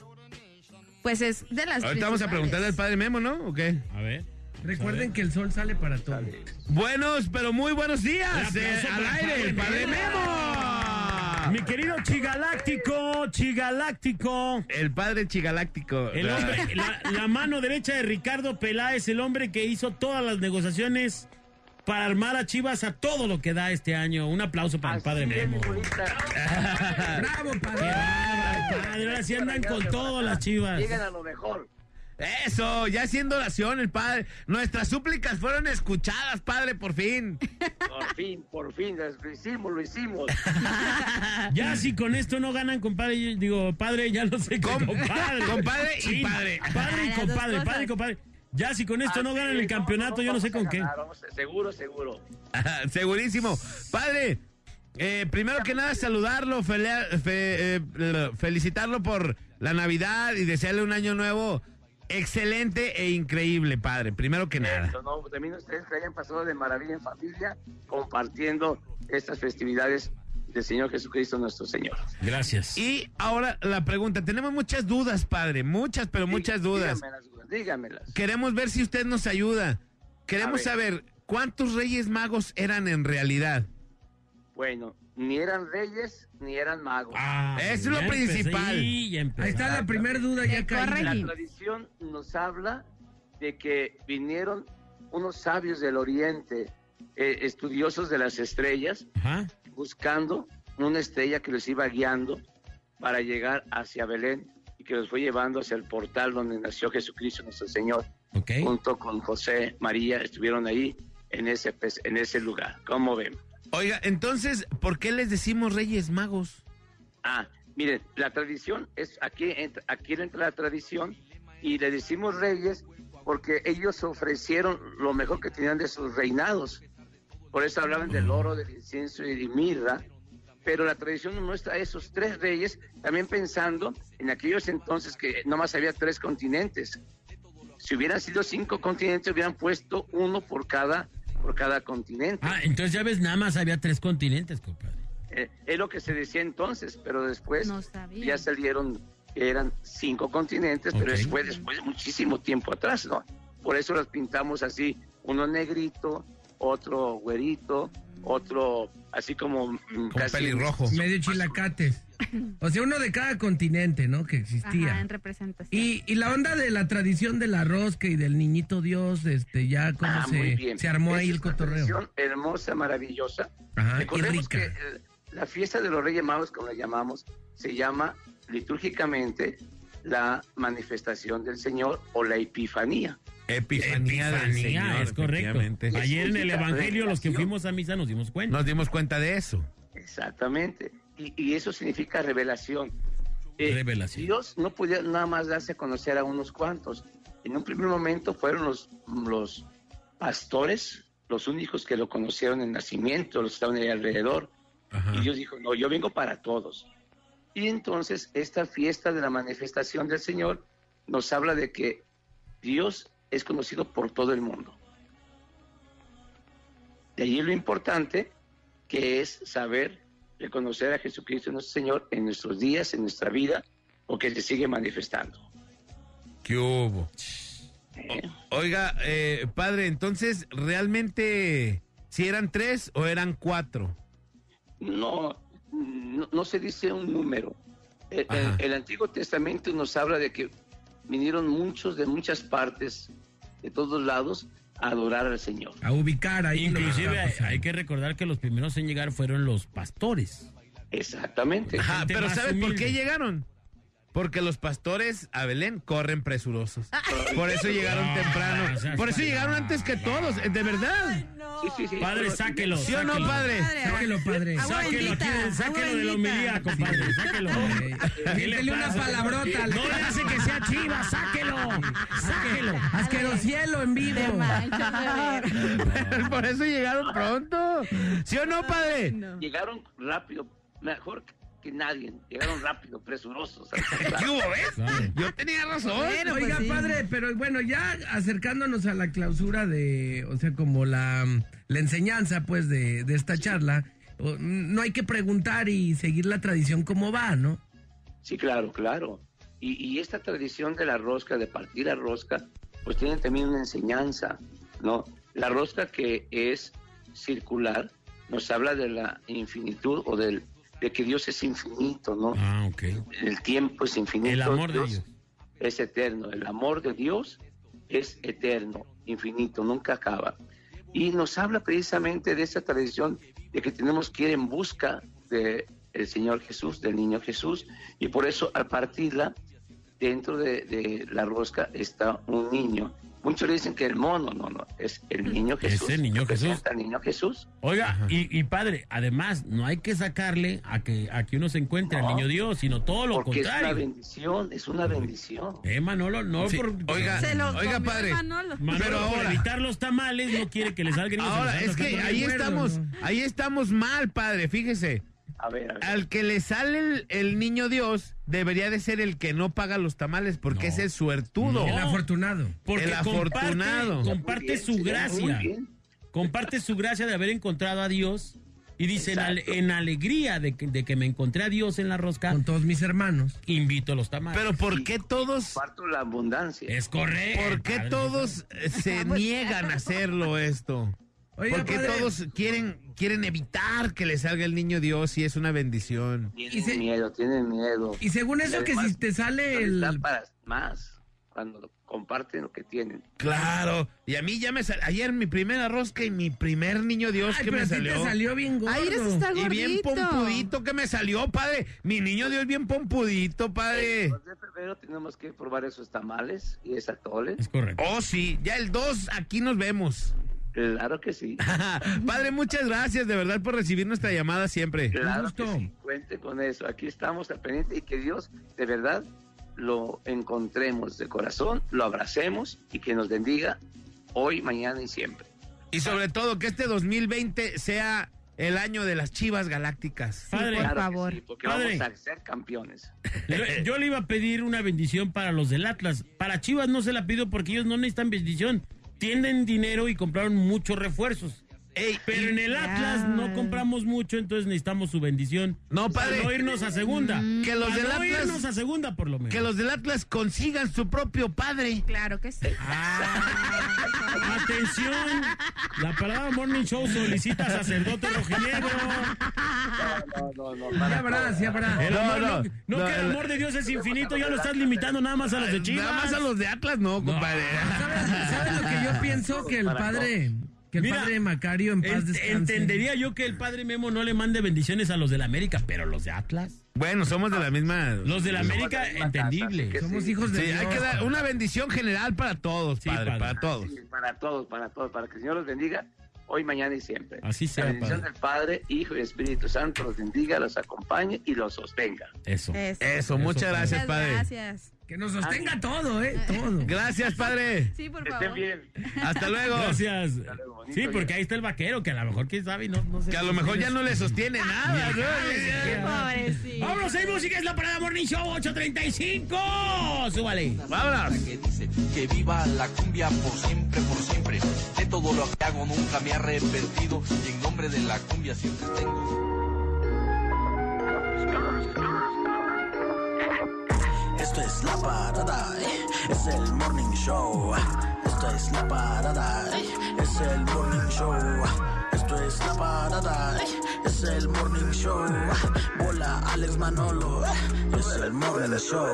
Speaker 4: Pues es de las.
Speaker 6: Ahorita vamos a preguntarle al padre Memo, ¿no? ¿O qué?
Speaker 3: A ver.
Speaker 5: Recuerden que el sol sale para todos.
Speaker 6: Buenos, pero muy buenos días.
Speaker 3: Un
Speaker 6: eh,
Speaker 3: aplauso
Speaker 6: al
Speaker 3: para el
Speaker 6: aire, el
Speaker 3: padre
Speaker 6: padre Memo.
Speaker 3: Mi querido Chigaláctico, Chigaláctico.
Speaker 6: El padre chigaláctico. Ah.
Speaker 3: El hombre, la, la mano derecha de Ricardo Peláez, el hombre que hizo todas las negociaciones para armar a Chivas a todo lo que da este año. Un aplauso para el padre Memo.
Speaker 5: ¡Bravo,
Speaker 3: Qué
Speaker 5: padre!
Speaker 3: bárbaro, padre. Ahora sí andan con todas las Chivas.
Speaker 19: Llegan a lo mejor.
Speaker 6: eh, Eso, ya haciendo oración el Padre. Nuestras súplicas fueron escuchadas, Padre, por fin.
Speaker 19: Por fin, por fin, lo hicimos, lo hicimos.
Speaker 3: Ya si con esto no ganan, compadre, yo digo, padre, ya no sé qué. Compadre,
Speaker 6: compadre y
Speaker 3: Sí,
Speaker 6: padre.
Speaker 3: Padre y
Speaker 19: Ah, las dos
Speaker 3: compadre,
Speaker 19: cosas.
Speaker 3: padre y compadre. Ya si con esto no
Speaker 19: Así
Speaker 3: ganan
Speaker 19: es,
Speaker 3: el campeonato, yo no
Speaker 19: vamos
Speaker 3: sé
Speaker 19: a
Speaker 3: con qué.
Speaker 19: ganar, vamos a- seguro, seguro.
Speaker 6: Ajá, Segurísimo. Padre, eh, primero que nada saludarlo, felea- fe- eh, eh, felicitarlo por la Navidad y desearle un año nuevo excelente e increíble, Padre. Primero que nada.
Speaker 19: Eso, no, también ustedes que hayan pasado de maravilla en familia compartiendo estas festividades del Señor Jesucristo nuestro Señor.
Speaker 3: Gracias.
Speaker 6: Y ahora la pregunta, tenemos muchas dudas, Padre, muchas, pero muchas dudas.
Speaker 19: Díganme las dudas, díganmelas.
Speaker 6: Queremos ver si usted nos ayuda. Queremos
Speaker 19: A ver.
Speaker 6: saber cuántos Reyes Magos eran en realidad.
Speaker 19: Bueno, ni eran reyes ni eran magos.
Speaker 6: Eso es lo principal.
Speaker 5: Ahí está la primera duda ya caí.
Speaker 19: La tradición nos habla de que vinieron unos sabios del oriente, eh, estudiosos de las estrellas,
Speaker 3: Ajá.
Speaker 19: buscando una estrella que los iba guiando para llegar hacia Belén y que los fue llevando hacia el portal donde nació Jesucristo nuestro Señor. Junto con José, María, estuvieron ahí en ese, pues, en ese lugar. ¿Cómo ven?
Speaker 6: Oiga, entonces, ¿por qué les decimos Reyes Magos?
Speaker 19: Ah, miren, la tradición es aquí entra, aquí entra la tradición y le decimos reyes porque ellos ofrecieron lo mejor que tenían de sus reinados. Por eso hablaban del oro, del incienso y de mirra. Pero la tradición nos muestra a esos tres reyes también pensando en aquellos entonces que nomás había tres continentes. Si hubieran sido cinco continentes, hubieran puesto uno por cada, por cada continente.
Speaker 3: Ah, entonces ya ves, nada más había tres continentes, compadre.
Speaker 19: Eh, es lo que se decía entonces, pero después ya salieron, que eran cinco continentes, pero después, después de muchísimo tiempo atrás, ¿no? Por eso los pintamos así, uno negrito, otro güerito, otro así como... mm, casi-
Speaker 5: Medio chilacates. O sea, uno de cada continente, ¿no? Que existía.
Speaker 20: Ajá, en representación.
Speaker 5: Y, y la onda de la tradición de la rosca y del niñito Dios, este, ya cómo
Speaker 19: Ah, muy
Speaker 5: se,
Speaker 19: bien.
Speaker 5: se armó
Speaker 19: Esa
Speaker 5: ahí el
Speaker 19: es una
Speaker 5: cotorreo.
Speaker 19: tradición hermosa, maravillosa.
Speaker 5: Ajá, y
Speaker 19: Recordemos
Speaker 5: rica.
Speaker 19: que eh, la fiesta de los Reyes Magos, como la llamamos, se llama litúrgicamente la manifestación del Señor o la Epifanía.
Speaker 6: Epifanía, del
Speaker 3: Epifanía,
Speaker 6: Señor,
Speaker 3: es correcto.
Speaker 6: efectivamente.
Speaker 3: Ayer en el Evangelio, los que fuimos a misa nos dimos cuenta.
Speaker 6: Nos dimos cuenta de eso.
Speaker 19: Exactamente. Y, y eso significa revelación. Eh,
Speaker 3: Revelación.
Speaker 19: Dios no podía nada más darse a conocer a unos cuantos. En un primer momento fueron los, los pastores los únicos que lo conocieron en nacimiento, los que estaban ahí alrededor. Y Dios dijo, no, yo vengo para todos. Y entonces esta fiesta de la manifestación del Señor nos habla de que Dios es conocido por todo el mundo. De allí lo importante que es saber reconocer a Jesucristo nuestro Señor en nuestros días, en nuestra vida, porque se sigue manifestando.
Speaker 6: ¿Qué hubo? Oiga, eh, padre, entonces, ¿realmente si eran tres o eran cuatro?
Speaker 19: No, no, no se dice un número. El, el- el Antiguo Testamento nos habla de que vinieron muchos de muchas partes, de todos lados, a adorar al Señor.
Speaker 5: A ubicar ahí. lo que
Speaker 3: Inclusive
Speaker 5: está
Speaker 3: hay,
Speaker 5: pasando.
Speaker 3: hay que recordar que los primeros en llegar fueron los pastores.
Speaker 19: Exactamente.
Speaker 6: Ajá,
Speaker 3: Gente
Speaker 6: Ah, pero
Speaker 3: más
Speaker 6: ¿sabes por
Speaker 3: humilde.
Speaker 6: qué llegaron? Porque los pastores a Belén corren presurosos. Por eso llegaron
Speaker 3: No,
Speaker 6: temprano.
Speaker 3: o sea,
Speaker 6: Por eso
Speaker 3: está-
Speaker 6: llegaron antes que todos, eh, de verdad.
Speaker 3: Padre, sáquelo.
Speaker 6: ¿Sí o no,
Speaker 3: sáquelo.
Speaker 6: padre?
Speaker 5: Sáquelo, padre.
Speaker 3: Sáquelo, aquí, sáquelo de la humilía, compadre. Sáquelo. ¿Qué le
Speaker 5: Métele una
Speaker 3: pasa?
Speaker 5: palabrota.
Speaker 3: No le hace que sea chiva, sáquelo. Sáquelo.
Speaker 5: Asquerosielo en vivo.
Speaker 6: Por eso llegaron pronto. ¿Sí o no, padre?
Speaker 19: Llegaron rápido, mejor que- que nadie. Llegaron rápido, presurosos.
Speaker 6: ¿Qué hubo, ves? Yo tenía razón.
Speaker 20: pues
Speaker 5: Oiga, padre, pero bueno, ya acercándonos a la clausura de, o sea, como la, la enseñanza, pues, de, de esta charla, o- no hay que preguntar y seguir la tradición como va, ¿no?
Speaker 19: Sí, claro, claro. Y, y esta tradición de la rosca, de partir la rosca, pues tiene también una enseñanza, ¿no? La rosca que es circular nos habla de la infinitud o del, de que Dios es infinito, ¿no?
Speaker 3: Ah, ok.
Speaker 19: El tiempo es infinito.
Speaker 3: El amor de
Speaker 19: Dios es eterno. El amor de Dios es eterno, infinito, nunca acaba. Y nos habla precisamente de esa tradición de que tenemos que ir en busca de el Señor Jesús, del niño Jesús, y por eso al partirla dentro de, de la rosca está un niño. Muchos le dicen que el mono, no, no, es el niño Jesús.
Speaker 3: el niño Jesús.
Speaker 19: Representa al niño Jesús.
Speaker 3: Oiga, y, y padre, además, no hay que sacarle a que, a que uno se encuentre al
Speaker 19: No.
Speaker 3: niño Dios, sino todo lo
Speaker 19: Porque es
Speaker 3: contrario.
Speaker 19: una bendición, es una bendición.
Speaker 3: Eh, Manolo, no
Speaker 19: Sí.
Speaker 3: por...
Speaker 19: Oiga, Se lo oiga, comió padre.
Speaker 20: Manolo.
Speaker 3: pero
Speaker 6: Pero
Speaker 3: por
Speaker 6: ahora-
Speaker 3: evitar los tamales no quiere que le salgan. y se
Speaker 6: Ahora,
Speaker 3: los
Speaker 6: es
Speaker 3: haga
Speaker 6: que
Speaker 3: sacar.
Speaker 6: ahí
Speaker 3: Bueno,
Speaker 6: estamos,
Speaker 3: ¿no?
Speaker 6: ahí estamos mal, padre, fíjese. Al que le sale el, el niño Dios, debería de ser el que no paga los tamales, porque es el suertudo.
Speaker 5: El afortunado.
Speaker 3: Porque
Speaker 6: el afortunado.
Speaker 3: comparte, comparte su gracia. Comparte su gracia de haber encontrado a Dios. Y dice, en, ale- en alegría de que, de que me encontré a Dios en la rosca. Con
Speaker 5: todos mis hermanos.
Speaker 3: Invito a los tamales.
Speaker 6: Pero ¿por qué todos...
Speaker 19: Parto la abundancia.
Speaker 3: Es correcto.
Speaker 6: ¿Por qué
Speaker 3: padre.
Speaker 6: todos eh, se niegan a hacerlo esto?
Speaker 5: Oiga,
Speaker 6: ¿Por qué
Speaker 5: padre.
Speaker 6: todos quieren, quieren evitar que le salga el niño Dios y es una bendición?
Speaker 19: Tienen miedo, tienen miedo.
Speaker 5: Y según eso que si te sale el-
Speaker 19: Da para más cuando lo- comparten lo que tienen.
Speaker 6: Claro, y a mí ya me salió, ayer mi primera rosca y mi primer niño Dios
Speaker 19: Ay,
Speaker 6: que
Speaker 19: pero
Speaker 6: me
Speaker 19: a ti te
Speaker 6: salió.
Speaker 19: salió bien gordo. Ay, eres
Speaker 5: hasta
Speaker 6: Y bien
Speaker 5: gordito.
Speaker 6: pompudito que me salió, padre. Mi niño Dios bien pompudito, padre.
Speaker 19: El 2 de febrero tenemos que probar esos tamales y esa atole.
Speaker 3: Es correcto.
Speaker 6: Oh, sí, ya el 2 aquí nos vemos.
Speaker 19: Claro que sí.
Speaker 6: padre, muchas gracias de verdad por recibir nuestra llamada siempre.
Speaker 19: Claro que sí, cuente con eso. Aquí estamos al pendiente y que Dios de verdad lo encontremos de corazón, lo abracemos y que nos bendiga hoy, mañana y siempre.
Speaker 6: Y sobre todo que este 2020 sea el año de las Chivas Galácticas.
Speaker 3: Padre.
Speaker 19: Claro que
Speaker 3: favor.
Speaker 19: sí, porque
Speaker 3: Padre.
Speaker 19: vamos a ser campeones.
Speaker 6: Eh,
Speaker 3: Le- Yo le iba a pedir una bendición para los del Atlas. Para Chivas no se la pido porque ellos no necesitan bendición. Tienen dinero y compraron muchos refuerzos. Pero en el Atlas no compramos mucho, entonces necesitamos su bendición.
Speaker 6: No, padre.
Speaker 3: Para no irnos a segunda.
Speaker 5: Mm.
Speaker 19: Mm.
Speaker 6: Que los
Speaker 3: Para
Speaker 6: del
Speaker 3: no
Speaker 6: Atlas-
Speaker 3: irnos a segunda, por lo menos.
Speaker 6: Que los del Atlas consigan su propio padre.
Speaker 20: Claro que sí.
Speaker 3: Ah. Atención. La palabra Morning Show solicita sacerdote rojinegro.
Speaker 19: No, no,
Speaker 5: Ya habrá, sí habrá.
Speaker 3: El amor, no, no, que el
Speaker 5: no.
Speaker 3: amor de Dios es infinito, ya lo estás limitando nada más a los de Chivas.
Speaker 6: Nada más a los de Atlas, no, compadre.
Speaker 5: ¿Sabes lo que yo pienso? Que el
Speaker 3: Para
Speaker 5: padre, que el
Speaker 3: Mira,
Speaker 5: padre Macario en paz
Speaker 3: Ent-
Speaker 5: descanse.
Speaker 3: entendería yo que el padre Memo no le mande bendiciones a los del América, pero los de Atlas.
Speaker 6: Bueno, somos de la misma.
Speaker 3: Los del América, entendible.
Speaker 5: Somos hijos
Speaker 6: Sí, hay que dar una bendición general para todos, padre,
Speaker 3: padre.
Speaker 6: para todos.
Speaker 19: Sí, para todos, para todos, para que el Señor los bendiga hoy, mañana y siempre.
Speaker 3: Así sea,
Speaker 19: La bendición
Speaker 3: Padre.
Speaker 19: del Padre, Hijo y Espíritu Santo los bendiga, los acompañe y los sostenga.
Speaker 3: Eso.
Speaker 20: Eso.
Speaker 6: Eso, muchas gracias, padre.
Speaker 20: Gracias. Ah,
Speaker 5: Que nos sostenga todo, ¿eh? Todo.
Speaker 6: Gracias, padre.
Speaker 20: Sí, por
Speaker 19: Que
Speaker 20: favor.
Speaker 19: estén bien.
Speaker 6: Hasta luego.
Speaker 3: Gracias.
Speaker 19: bonito
Speaker 3: Sí,
Speaker 19: día.
Speaker 3: porque ahí está el vaquero, que a lo mejor quién sabe, no, no sé.
Speaker 6: Que a lo mejor ya no le sostiene nada,
Speaker 20: Pobrecito.
Speaker 6: ¿no?
Speaker 3: Vámonos, hay música, es la parada Morning Show 835. Súbale.
Speaker 6: Vámonos.
Speaker 18: Que dice que viva la cumbia por siempre, por siempre. De todo lo que hago nunca me he arrepentido. Y en nombre de la cumbia siempre tengo.
Speaker 1: Esto es la parada, ¿eh? es el morning show. Esto es la parada, ¿eh? es el morning show. Esto es la parada, ¿eh? es el morning show. Bola Alex Manolo, ¿eh? es el morning show.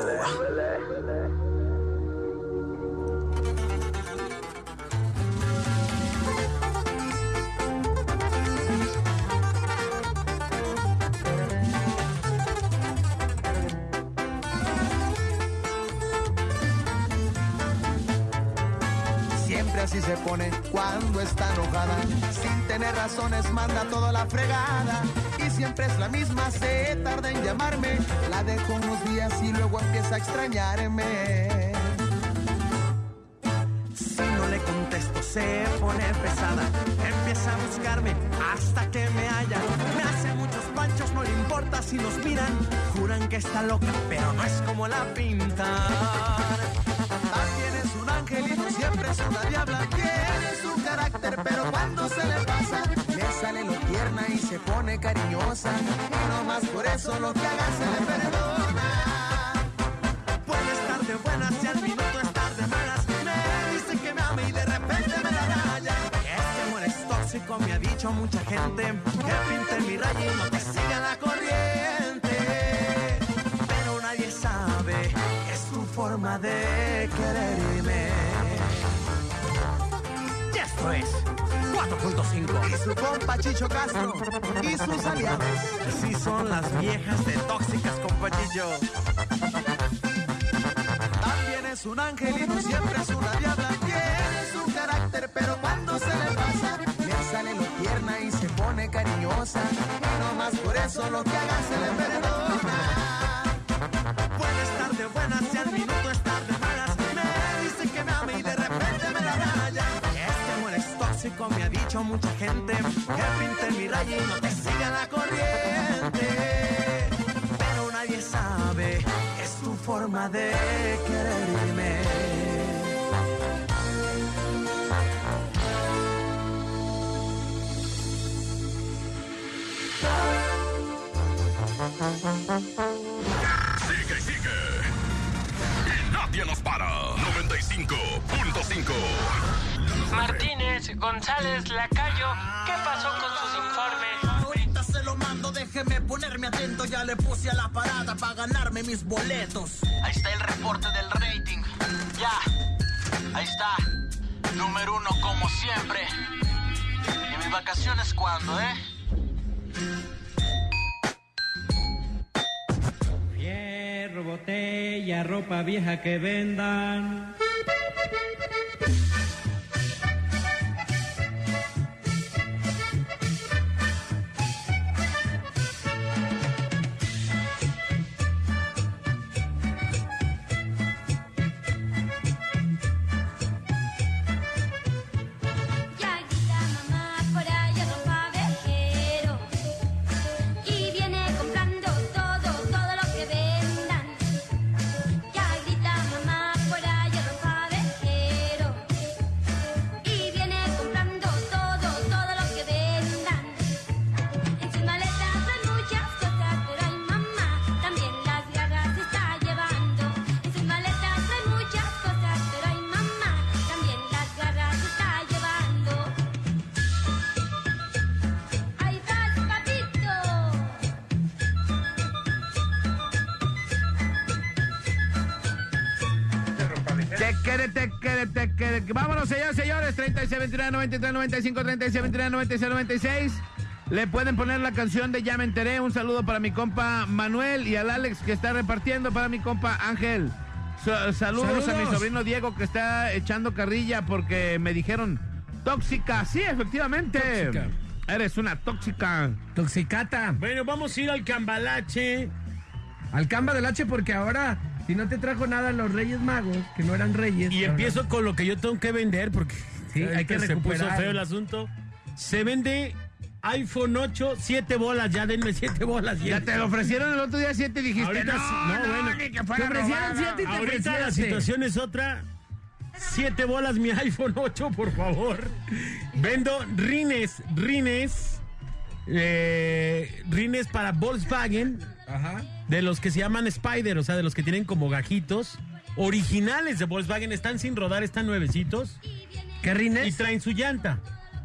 Speaker 21: Siempre así se pone cuando está enojada. Sin tener razones manda toda la fregada. Y siempre es la misma, se tarda en llamarme. La dejo unos días y luego empieza a extrañarme.
Speaker 22: Si no le contesto se pone pesada, empieza a buscarme hasta que me halla. Me hace muchos panchos, no le importa si nos miran, juran que está loca, pero no es como la pintan. Ah,
Speaker 21: También es un angelito, siempre es una diabla. Tiene su carácter, pero cuando se le pasa, le sale lo tierna y se pone cariñosa. Y no más por eso lo que haga se le perdona.
Speaker 22: Puede estar de buenas y al minuto estar de malas. Me dice que me ama y de repente me la raya. Este amor es tóxico, me ha dicho mucha gente. Que pinte mi raya y no te siga la corriente. Pero nadie sabe que es tu forma de quererme. Y esto es 4.5.
Speaker 21: Y su compa Chicho Castro y sus aliados.
Speaker 22: Así son las viejas de tóxicas, compachillo.
Speaker 5: es un ángel y no siempre es una diabla. Tiene su carácter, pero cuando se le pasa, le sale lo tierna y se pone cariñosa. Y no más por eso lo que haga se le perdona. Puede estar de buenas y al minuto estar de malas. Me dice que me ama y de repente me la raya. Este amor es tóxico, me ha dicho mucha gente. Que pinte mi raya y no te siga la corriente. Pero nadie sabe tu forma de quererme.
Speaker 7: Sigue, sigue. Y nadie nos para. 95.5.
Speaker 1: Martínez, González, Lacayo, ¿qué pasó con sus informes?
Speaker 23: Ahorita se lo mando, déjeme ponerme atento. Ya le puse a la parada para ganarme mis boletos.
Speaker 1: Ahí está el reporte del rating. Ya, ahí está. Número uno, como siempre. ¿Y mis vacaciones cuándo, eh?
Speaker 18: Fierro, botella, ropa vieja que vendan.
Speaker 24: Ya grita mamá por allá ropa vejero y viene comprando todo, todo lo que vendan. Ya grita mamá por allá ropa vejero y viene comprando todo, todo lo que vendan. En sus maletas hay muchas cosas, pero hay mamá también las garras está llevando. En sus maletas hay muchas cosas, pero hay mamá también las garras está llevando. ¡Ahí vas, papito!
Speaker 6: Tequere, tequere, tequere. Vámonos, señores, señores. 36, 29, 93, 95, 36, 29, 96, 96. Le pueden poner la canción de Ya me enteré. Un saludo para mi compa Manuel y al Alex que está repartiendo para mi compa Ángel. Sa- saludos, a mi
Speaker 25: Saludos.
Speaker 6: sobrino Diego que está echando carrilla porque me dijeron tóxica. Sí, efectivamente. Eres una tóxica.
Speaker 26: Toxicata.
Speaker 25: Bueno, vamos a ir al cambalache.
Speaker 26: Al camba del H porque ahora, si no te trajo nada los Reyes Magos, que no eran Reyes.
Speaker 3: Y
Speaker 26: ahora-
Speaker 3: empiezo con lo que yo tengo que vender porque
Speaker 26: Sí, hay que
Speaker 3: se puso
Speaker 26: recuperar.
Speaker 3: feo el asunto. Se vende iPhone 8, 7 bolas, ya denme 7 bolas.
Speaker 6: Ya te lo ofrecieron el otro día 7 dijiste.
Speaker 3: Ahorita
Speaker 6: no,
Speaker 3: sí-
Speaker 6: no, bueno.
Speaker 3: Te ofrecieron siete y te Ahorita la
Speaker 6: ofreciste.
Speaker 3: situación es otra. Siete bolas mi iPhone 8, por favor. Vendo rines, rines, eh, rines para Volkswagen,
Speaker 26: Ajá.
Speaker 3: de los que se llaman Spider, o sea, de los que tienen como gajitos. Originales de Volkswagen, están sin rodar, están nuevecitos.
Speaker 26: ¿Qué rines?
Speaker 3: Y traen su llanta.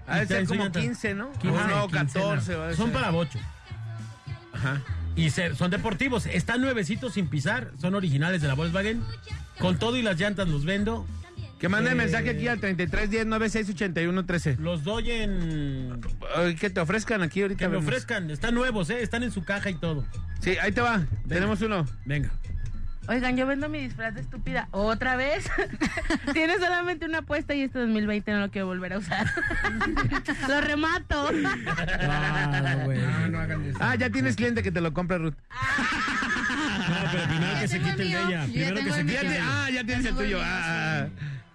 Speaker 6: Ha de
Speaker 3: Y
Speaker 6: ser
Speaker 3: traen su
Speaker 6: como
Speaker 3: llanta.
Speaker 6: 15, ¿no?
Speaker 3: Quince,
Speaker 6: O no,
Speaker 3: quincena.
Speaker 6: 14 va a
Speaker 3: Son
Speaker 6: ser.
Speaker 3: para bocho. Ajá. Y se- son deportivos. Están nuevecitos sin pisar. Son originales de la Volkswagen. Con todo y las llantas los vendo. Eh,
Speaker 6: Que mande mensaje aquí al 33 10 96 81 13.
Speaker 3: Los doy en.
Speaker 6: Que te ofrezcan aquí ahorita.
Speaker 3: Que me
Speaker 6: vemos.
Speaker 3: ofrezcan. Están nuevos, ¿eh? Están en su caja y todo.
Speaker 6: Sí, ahí te va. Tenemos uno.
Speaker 3: Venga.
Speaker 4: Oigan, yo vendo mi disfraz de estúpida otra vez. Tiene solamente una apuesta y este 2020 no lo quiero volver a usar. lo remato.
Speaker 26: No, no hagan eso.
Speaker 6: Ah, ya tienes cliente que te lo compra, Ruth.
Speaker 3: No, pero primero que se quite el de ella. Primero que se quite el de ella.
Speaker 6: Ah, ya tienes el tuyo. Ah, ah.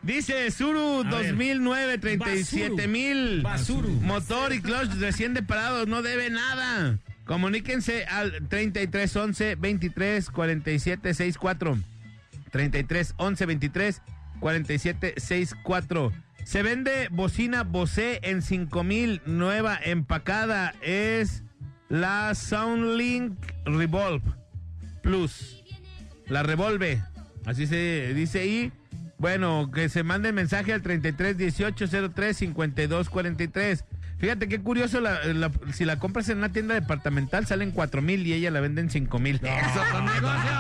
Speaker 6: Dice Suru
Speaker 3: A ver.
Speaker 6: 2009, 37 mil.
Speaker 3: Basuru.
Speaker 6: Motor y clutch recién deparados, no debe nada. Comuníquense al 33 11 23 47 64. 33 11 23 47 64. Se vende bocina Bose en 5000, nueva empacada. Es la Soundlink Revolve Plus. La revolve. Así se dice y bueno, que se mande el mensaje al 33 18 03 52 43. Fíjate qué curioso, la- la- si la compras en una tienda departamental salen 4 mil y ella la vende en 5 mil. ¡Eso es un negocio!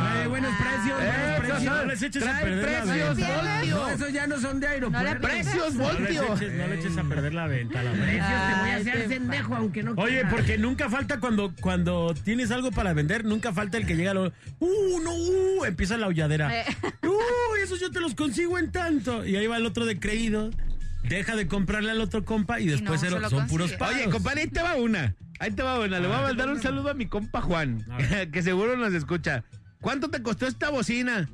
Speaker 5: Trae buenos precios, buenos
Speaker 3: Eso,
Speaker 5: precios.
Speaker 3: no les eches a
Speaker 5: Trae
Speaker 3: perder la
Speaker 5: precios,
Speaker 3: venta.
Speaker 5: voltio.
Speaker 3: No,
Speaker 5: esos ya no son de aeropuerto.
Speaker 3: pues, No les eches- No le eches a perder la venta, la
Speaker 5: Precios,
Speaker 3: verdad.
Speaker 5: te voy a
Speaker 27: Ay,
Speaker 5: hacer
Speaker 27: este
Speaker 5: sendejo, aunque no
Speaker 3: Oye,
Speaker 5: quieras.
Speaker 3: porque nunca falta cuando, cuando tienes algo para vender, nunca falta el que llega a lo. ¡Uh, no! Uh, empieza la
Speaker 27: Eh.
Speaker 3: holladera. ¡Uh, esos yo te los consigo en tanto! Y ahí va el otro de creído. Deja de comprarle al otro compa y después
Speaker 6: no,
Speaker 3: se lo-
Speaker 6: se lo
Speaker 3: son puros
Speaker 6: consigue.
Speaker 3: palos. Ah,
Speaker 6: Oye, compadre, ahí te va una. Ahí te va una. Le
Speaker 3: A
Speaker 6: voy a
Speaker 3: ver.
Speaker 6: mandar un saludo a mi compa Juan, que seguro nos escucha. ¿Cuánto te costó esta bocina?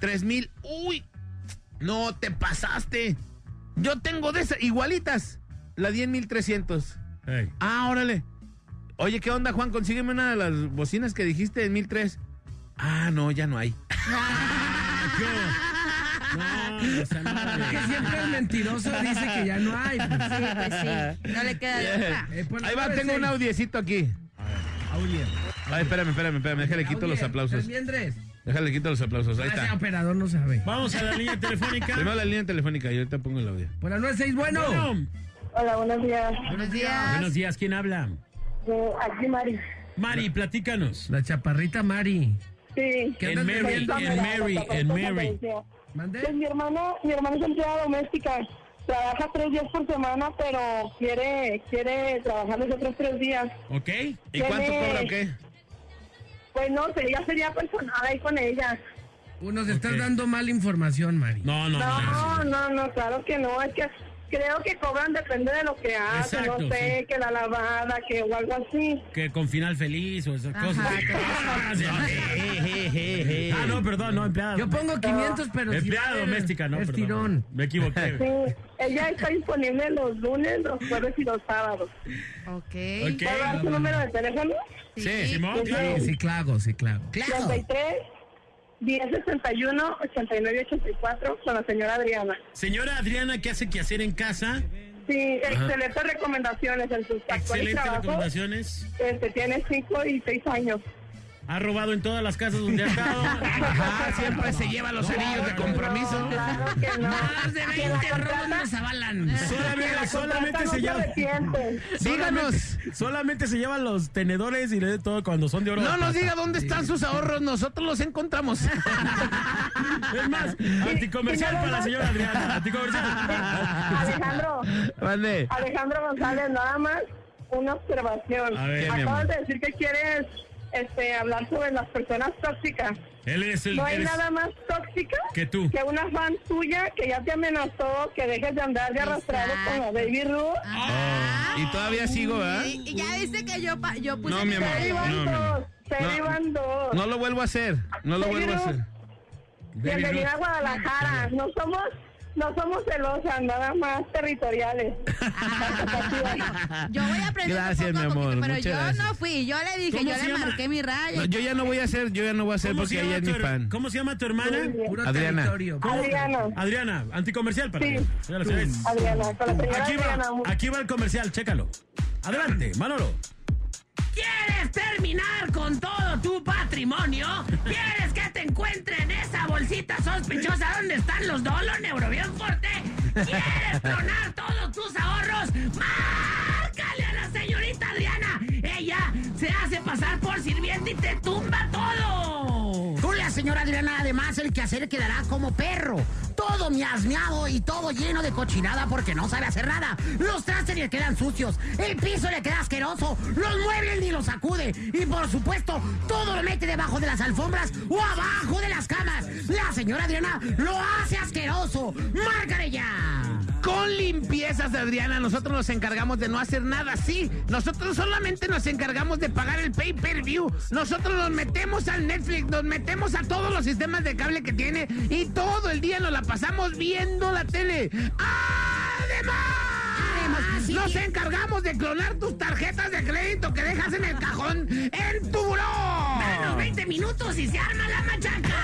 Speaker 6: Tres mil. Uy, no te pasaste. Yo tengo de esas igualitas. La di en mil trescientos. Ah, órale. Oye, ¿qué onda, Juan? Consígueme una de las bocinas que dijiste en mil tres. Ah, no, ya no hay.
Speaker 5: Que siempre el mentiroso dice que ya no hay. pues.
Speaker 4: Sí, pues sí. No le queda de otra.
Speaker 5: Eh, pues,
Speaker 6: Ahí va,
Speaker 5: ahora
Speaker 6: tengo
Speaker 5: sí.
Speaker 6: un audiecito aquí. Ay, espérame, espérame, espérame. Déjale quito los
Speaker 5: Oye,
Speaker 6: aplausos.
Speaker 5: también, Andrés.
Speaker 6: Déjale quito los aplausos. Ahí
Speaker 5: Ah, ese
Speaker 6: está.
Speaker 5: operador no sabe.
Speaker 3: Vamos a la línea telefónica.
Speaker 6: Primero la línea telefónica y ahorita pongo el audio.
Speaker 5: Por la 96, bueno.
Speaker 8: Hola, buenos días.
Speaker 5: Buenos
Speaker 3: Buenos días, ¿quién habla?
Speaker 8: Eh, aquí Mari.
Speaker 3: Mari, platícanos.
Speaker 5: La chaparrita Mari.
Speaker 8: Sí.
Speaker 3: En andas Mary, bebiendo? en Mary, en Mary.
Speaker 8: Pues mi hermana, mi hermana es empleada doméstica. Trabaja tres días por semana, pero quiere, quiere trabajar los otros tres días.
Speaker 3: ¿Ok?
Speaker 8: ¿Y cuánto cobra o qué? Pues no sé, ya sería personal ahí con ella.
Speaker 5: Nos estás dando mala información, Mari.
Speaker 8: No, no, no, claro que no. Es que creo que cobran depende de lo que hace,
Speaker 3: Exacto,
Speaker 8: no sé,
Speaker 3: sí.
Speaker 8: que la lavada, que o algo así.
Speaker 3: Que con final feliz o esas
Speaker 8: Ajá,
Speaker 3: cosas. Ah, no, perdón, no, empleada. Yo
Speaker 5: pongo 500, pero si
Speaker 3: Empleada
Speaker 5: va a haber-
Speaker 3: doméstica, no,
Speaker 5: es
Speaker 3: perdón.
Speaker 5: tirón.
Speaker 3: Me equivoqué.
Speaker 8: Sí, ella está disponible los lunes, los jueves y los sábados.
Speaker 4: Ok.
Speaker 8: ¿Puedo dar su número de teléfono?
Speaker 5: Sí,
Speaker 8: Simón, claro.
Speaker 5: Sí, claro, sí, claro.
Speaker 8: 33 1061 8984 con la señora Adriana.
Speaker 3: Señora Adriana, ¿qué hace que hacer en casa?
Speaker 8: Sí,
Speaker 3: Ajá.
Speaker 8: excelentes recomendaciones en sus actuales
Speaker 3: Excelentes
Speaker 8: trabajos.
Speaker 3: recomendaciones.
Speaker 8: Este, tiene 5 y 6 años.
Speaker 3: Ha robado en todas las casas donde ha estado. Ajá, siempre se lleva los anillos de compromiso.
Speaker 8: Claro que no.
Speaker 5: Más de 20 robos nos avalan.
Speaker 3: Solamente, solamente se lleva.
Speaker 6: Díganos.
Speaker 3: Solamente, solamente se llevan los tenedores y de todo cuando son de oro.
Speaker 6: No
Speaker 3: las
Speaker 6: nos
Speaker 3: pasas.
Speaker 6: diga dónde están sus ahorros, nosotros los encontramos.
Speaker 3: Es más, anticomercial para la señora Adriana. Anticomercial.
Speaker 8: Alejandro,
Speaker 6: Mande.
Speaker 8: Alejandro González, nada más una observación.
Speaker 3: A ver, mi
Speaker 8: Acabas
Speaker 3: amor.
Speaker 8: de decir que quieres este, hablar sobre las personas tóxicas.
Speaker 3: Él es el
Speaker 8: no hay
Speaker 3: eres-
Speaker 8: nada más tóxica
Speaker 3: Que tú.
Speaker 8: que una fan tuya que ya te amenazó que dejes de andar de arrastrado con la baby Ruth.
Speaker 6: Y todavía sigo, ¿eh? ¿verdad?
Speaker 4: Y, y ya viste que yo, pa- yo puse
Speaker 6: No, mi amor.
Speaker 4: cara de-
Speaker 6: No, mi amor. No, no lo vuelvo a hacer. No lo vuelvo a hacer.
Speaker 8: Bienvenida a Guadalajara. No somos, no somos celosas, nada más territoriales.
Speaker 4: Yo voy a aprender
Speaker 6: Gracias, mi amor.
Speaker 4: pero
Speaker 6: muchas
Speaker 4: yo
Speaker 6: gracias.
Speaker 4: no fui. Yo le dije,
Speaker 6: ¿Cómo
Speaker 4: yo
Speaker 6: se
Speaker 4: le
Speaker 6: llama?
Speaker 4: marqué mi raya.
Speaker 6: No, yo ya no voy a hacer, yo ya no voy a hacer
Speaker 3: ¿Cómo se
Speaker 6: porque
Speaker 3: llama
Speaker 6: ella es
Speaker 3: tu
Speaker 6: mi
Speaker 3: her-
Speaker 6: fan.
Speaker 3: ¿Cómo se llama tu hermana?
Speaker 6: Puro Adriana. territorio.
Speaker 3: ¿Cómo?
Speaker 8: Adriana.
Speaker 3: Adriana, anticomercial para
Speaker 8: Sí.
Speaker 3: la señora Ceres.
Speaker 8: Adriana, con la señora
Speaker 3: Aquí
Speaker 8: Adriana.
Speaker 3: va, aquí va el comercial, chécalo. Adelante, Manolo.
Speaker 5: ¿Quieres terminar con todo tu patrimonio? ¿Quieres que te encuentren esa bolsita sospechosa donde están los dolos, Neurobión Forte? ¿Quieres tronar todos tus ahorros? ¡Márcale a la señorita Adriana! Ella se hace pasar por sirviente y te tumba todo.
Speaker 14: Con la señora Adriana, además, el quehacer quedará como perro. Todo miasmeado y todo lleno de cochinada porque no sabe hacer nada. Los trastes le quedan sucios, el piso le queda asqueroso, los muebles ni los sacude. Y por supuesto, todo lo mete debajo de las alfombras o abajo de las camas. La señora Adriana lo hace asqueroso. ¡Márcale ya!
Speaker 6: Con limpiezas de Adriana, nosotros nos encargamos de no hacer nada así. Nosotros solamente nos encargamos de pagar el pay per view. Nosotros nos metemos al Netflix, nos metemos a todos los sistemas de cable que tiene y todo el día nos la pasamos viendo la tele. ¡Además! Nos encargamos de clonar tus tarjetas de crédito que dejas en el cajón en tu buró.
Speaker 14: Danos 20 minutos y se arma la machaca.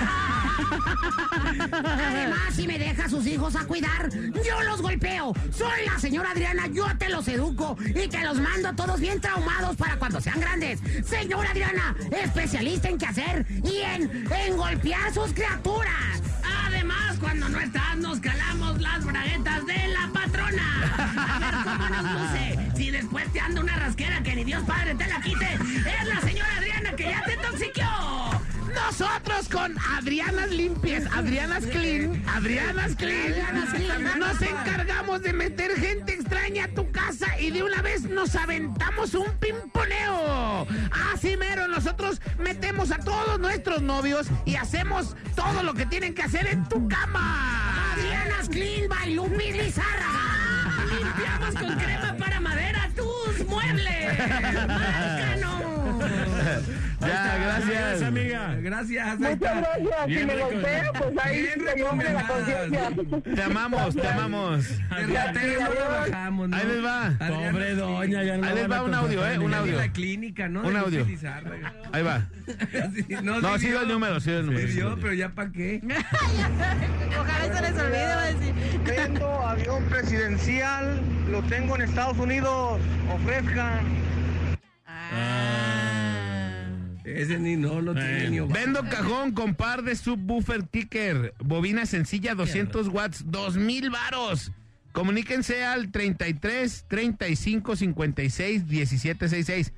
Speaker 14: Además, si me deja a sus hijos a cuidar, yo los golpeo. Soy la señora Adriana, yo te los educo y te los mando todos bien traumados para cuando sean grandes. Señora Adriana, especialista en qué hacer y en, en golpear sus criaturas.
Speaker 5: Además, cuando no estás, nos calamos las braguetas de la patrona. A ver cómo nos luce. Si después te anda una rasquera que ni Dios Padre te la quite, es la señora Adriana que ya te toxiqueó.
Speaker 6: Nos
Speaker 15: Nosotros con Adrianas Limpias, Adrianas Clean, Adrianas Clean,
Speaker 22: Adrianas Clean.
Speaker 15: nos encargamos de meter gente extraña a tu casa y de una vez nos aventamos un pimponeo. Así mero, nosotros metemos a todos nuestros novios y hacemos todo lo que tienen que hacer en tu cama. Adrianas Clean by Lupi
Speaker 22: Limpiamos con crema para madera tus muebles.
Speaker 6: Ya, gracias.
Speaker 7: amiga.
Speaker 5: Gracias.
Speaker 22: Muchas gracias. Si me golpeo, pues ahí se rompe la conciencia.
Speaker 6: Te amamos, te amamos. Ahí les va.
Speaker 5: Pobre doña, ya
Speaker 6: no Ahí les va un audio, eh, un audio.
Speaker 5: La clínica, ¿no?
Speaker 6: Un
Speaker 5: De
Speaker 6: audio.
Speaker 5: utilizarla.
Speaker 6: Ahí va.
Speaker 5: Sí,
Speaker 6: No, sí dio el número, sí dio el
Speaker 5: Sí
Speaker 6: número, sí
Speaker 5: dio,
Speaker 6: dio el
Speaker 5: pero ya para qué.
Speaker 28: Ojalá se les olvide, va a decir.
Speaker 13: Vendo avión presidencial, lo tengo en Estados Unidos, ofrezcan.
Speaker 5: Ese ni no lo tiene ni Obama.
Speaker 6: Vendo cajón con par de subwoofer kicker. Bobina sencilla, 200 watts, 2000 varos. Comuníquense al 33 35 56 17 66.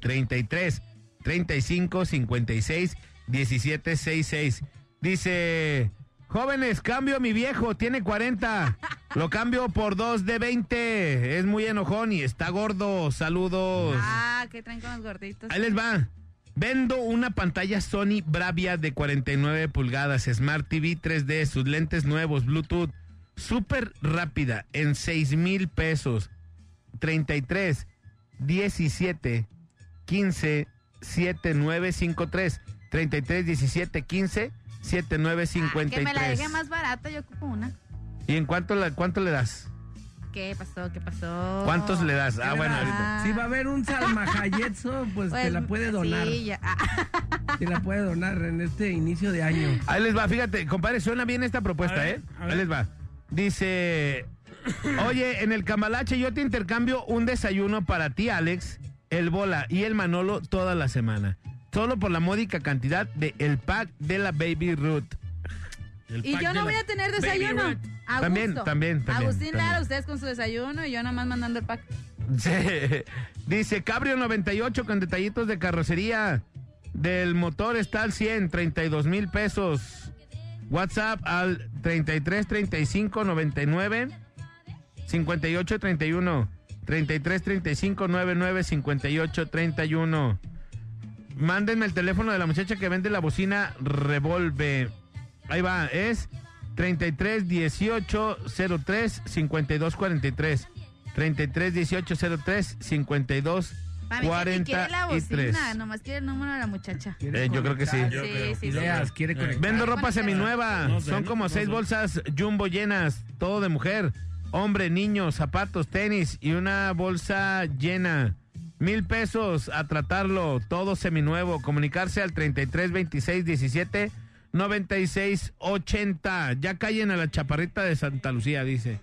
Speaker 6: 33 35 56 17 66. Dice: Jóvenes, cambio a mi viejo, tiene 40. Lo cambio por 2 de 20. Es muy enojón y está gordo. Saludos.
Speaker 20: Ah, que traen con los gorditos.
Speaker 6: Ahí les va. Vendo una pantalla Sony Bravia de 49 pulgadas, Smart TV 3D, sus lentes nuevos, Bluetooth, súper rápida, en 6 mil pesos. 33 17 15 7953. 33 17 15 7953.
Speaker 20: Ah, Que me la deje más barata, yo ocupo una.
Speaker 6: ¿Y en cuánto, la- cuánto le das?
Speaker 20: ¿Qué pasó? ¿Qué pasó?
Speaker 6: ¿Cuántos le das? Ah, bueno, ahorita.
Speaker 5: Si va a haber un salmajayetso, pues, te la puede donar.
Speaker 20: Sí, ya. Ah,
Speaker 5: Te la puede donar en este inicio de año.
Speaker 6: Ahí les va, fíjate, compadre, suena bien esta propuesta, ¿eh? Ahí les va. Dice, oye, en el Cambalache yo te intercambio un desayuno para ti, Alex, el Bola y el Manolo toda la semana. Solo por la módica cantidad de el pack de la Baby Root.
Speaker 20: Y yo no voy a tener desayuno. A
Speaker 6: También,
Speaker 20: gusto.
Speaker 6: también, también,
Speaker 20: Agustín
Speaker 6: también.
Speaker 20: Lara, ustedes con su desayuno y yo nada más mandando el pack.
Speaker 6: Sí. Dice Cabrio 98 con detallitos de carrocería. Del motor está al 100, 32 mil pesos. WhatsApp al 33 35 99 58 31. 33 35 99 58 31. Mándenme el teléfono de la muchacha que vende la bocina Revolve. Ahí va, es 33 18 03 52 43. 33 18 03 52
Speaker 20: Para mí, que ni quiere la
Speaker 6: 43.
Speaker 20: bocina, nomás quiere el número de la muchacha.
Speaker 6: Eh, yo creo que sí.
Speaker 20: Sí, sí, Eh. sí.
Speaker 5: quiere
Speaker 6: Vendo ropa seminueva.
Speaker 5: No sé,
Speaker 6: Son
Speaker 5: no,
Speaker 6: como
Speaker 5: no
Speaker 6: seis
Speaker 5: sé.
Speaker 6: bolsas jumbo llenas, todo de mujer. Hombre, niño, zapatos, tenis y una bolsa llena. Mil pesos a tratarlo, todo seminuevo. Comunicarse al 33 26 17 96 80. Ya callen a la chaparrita de Santa Lucía, dice.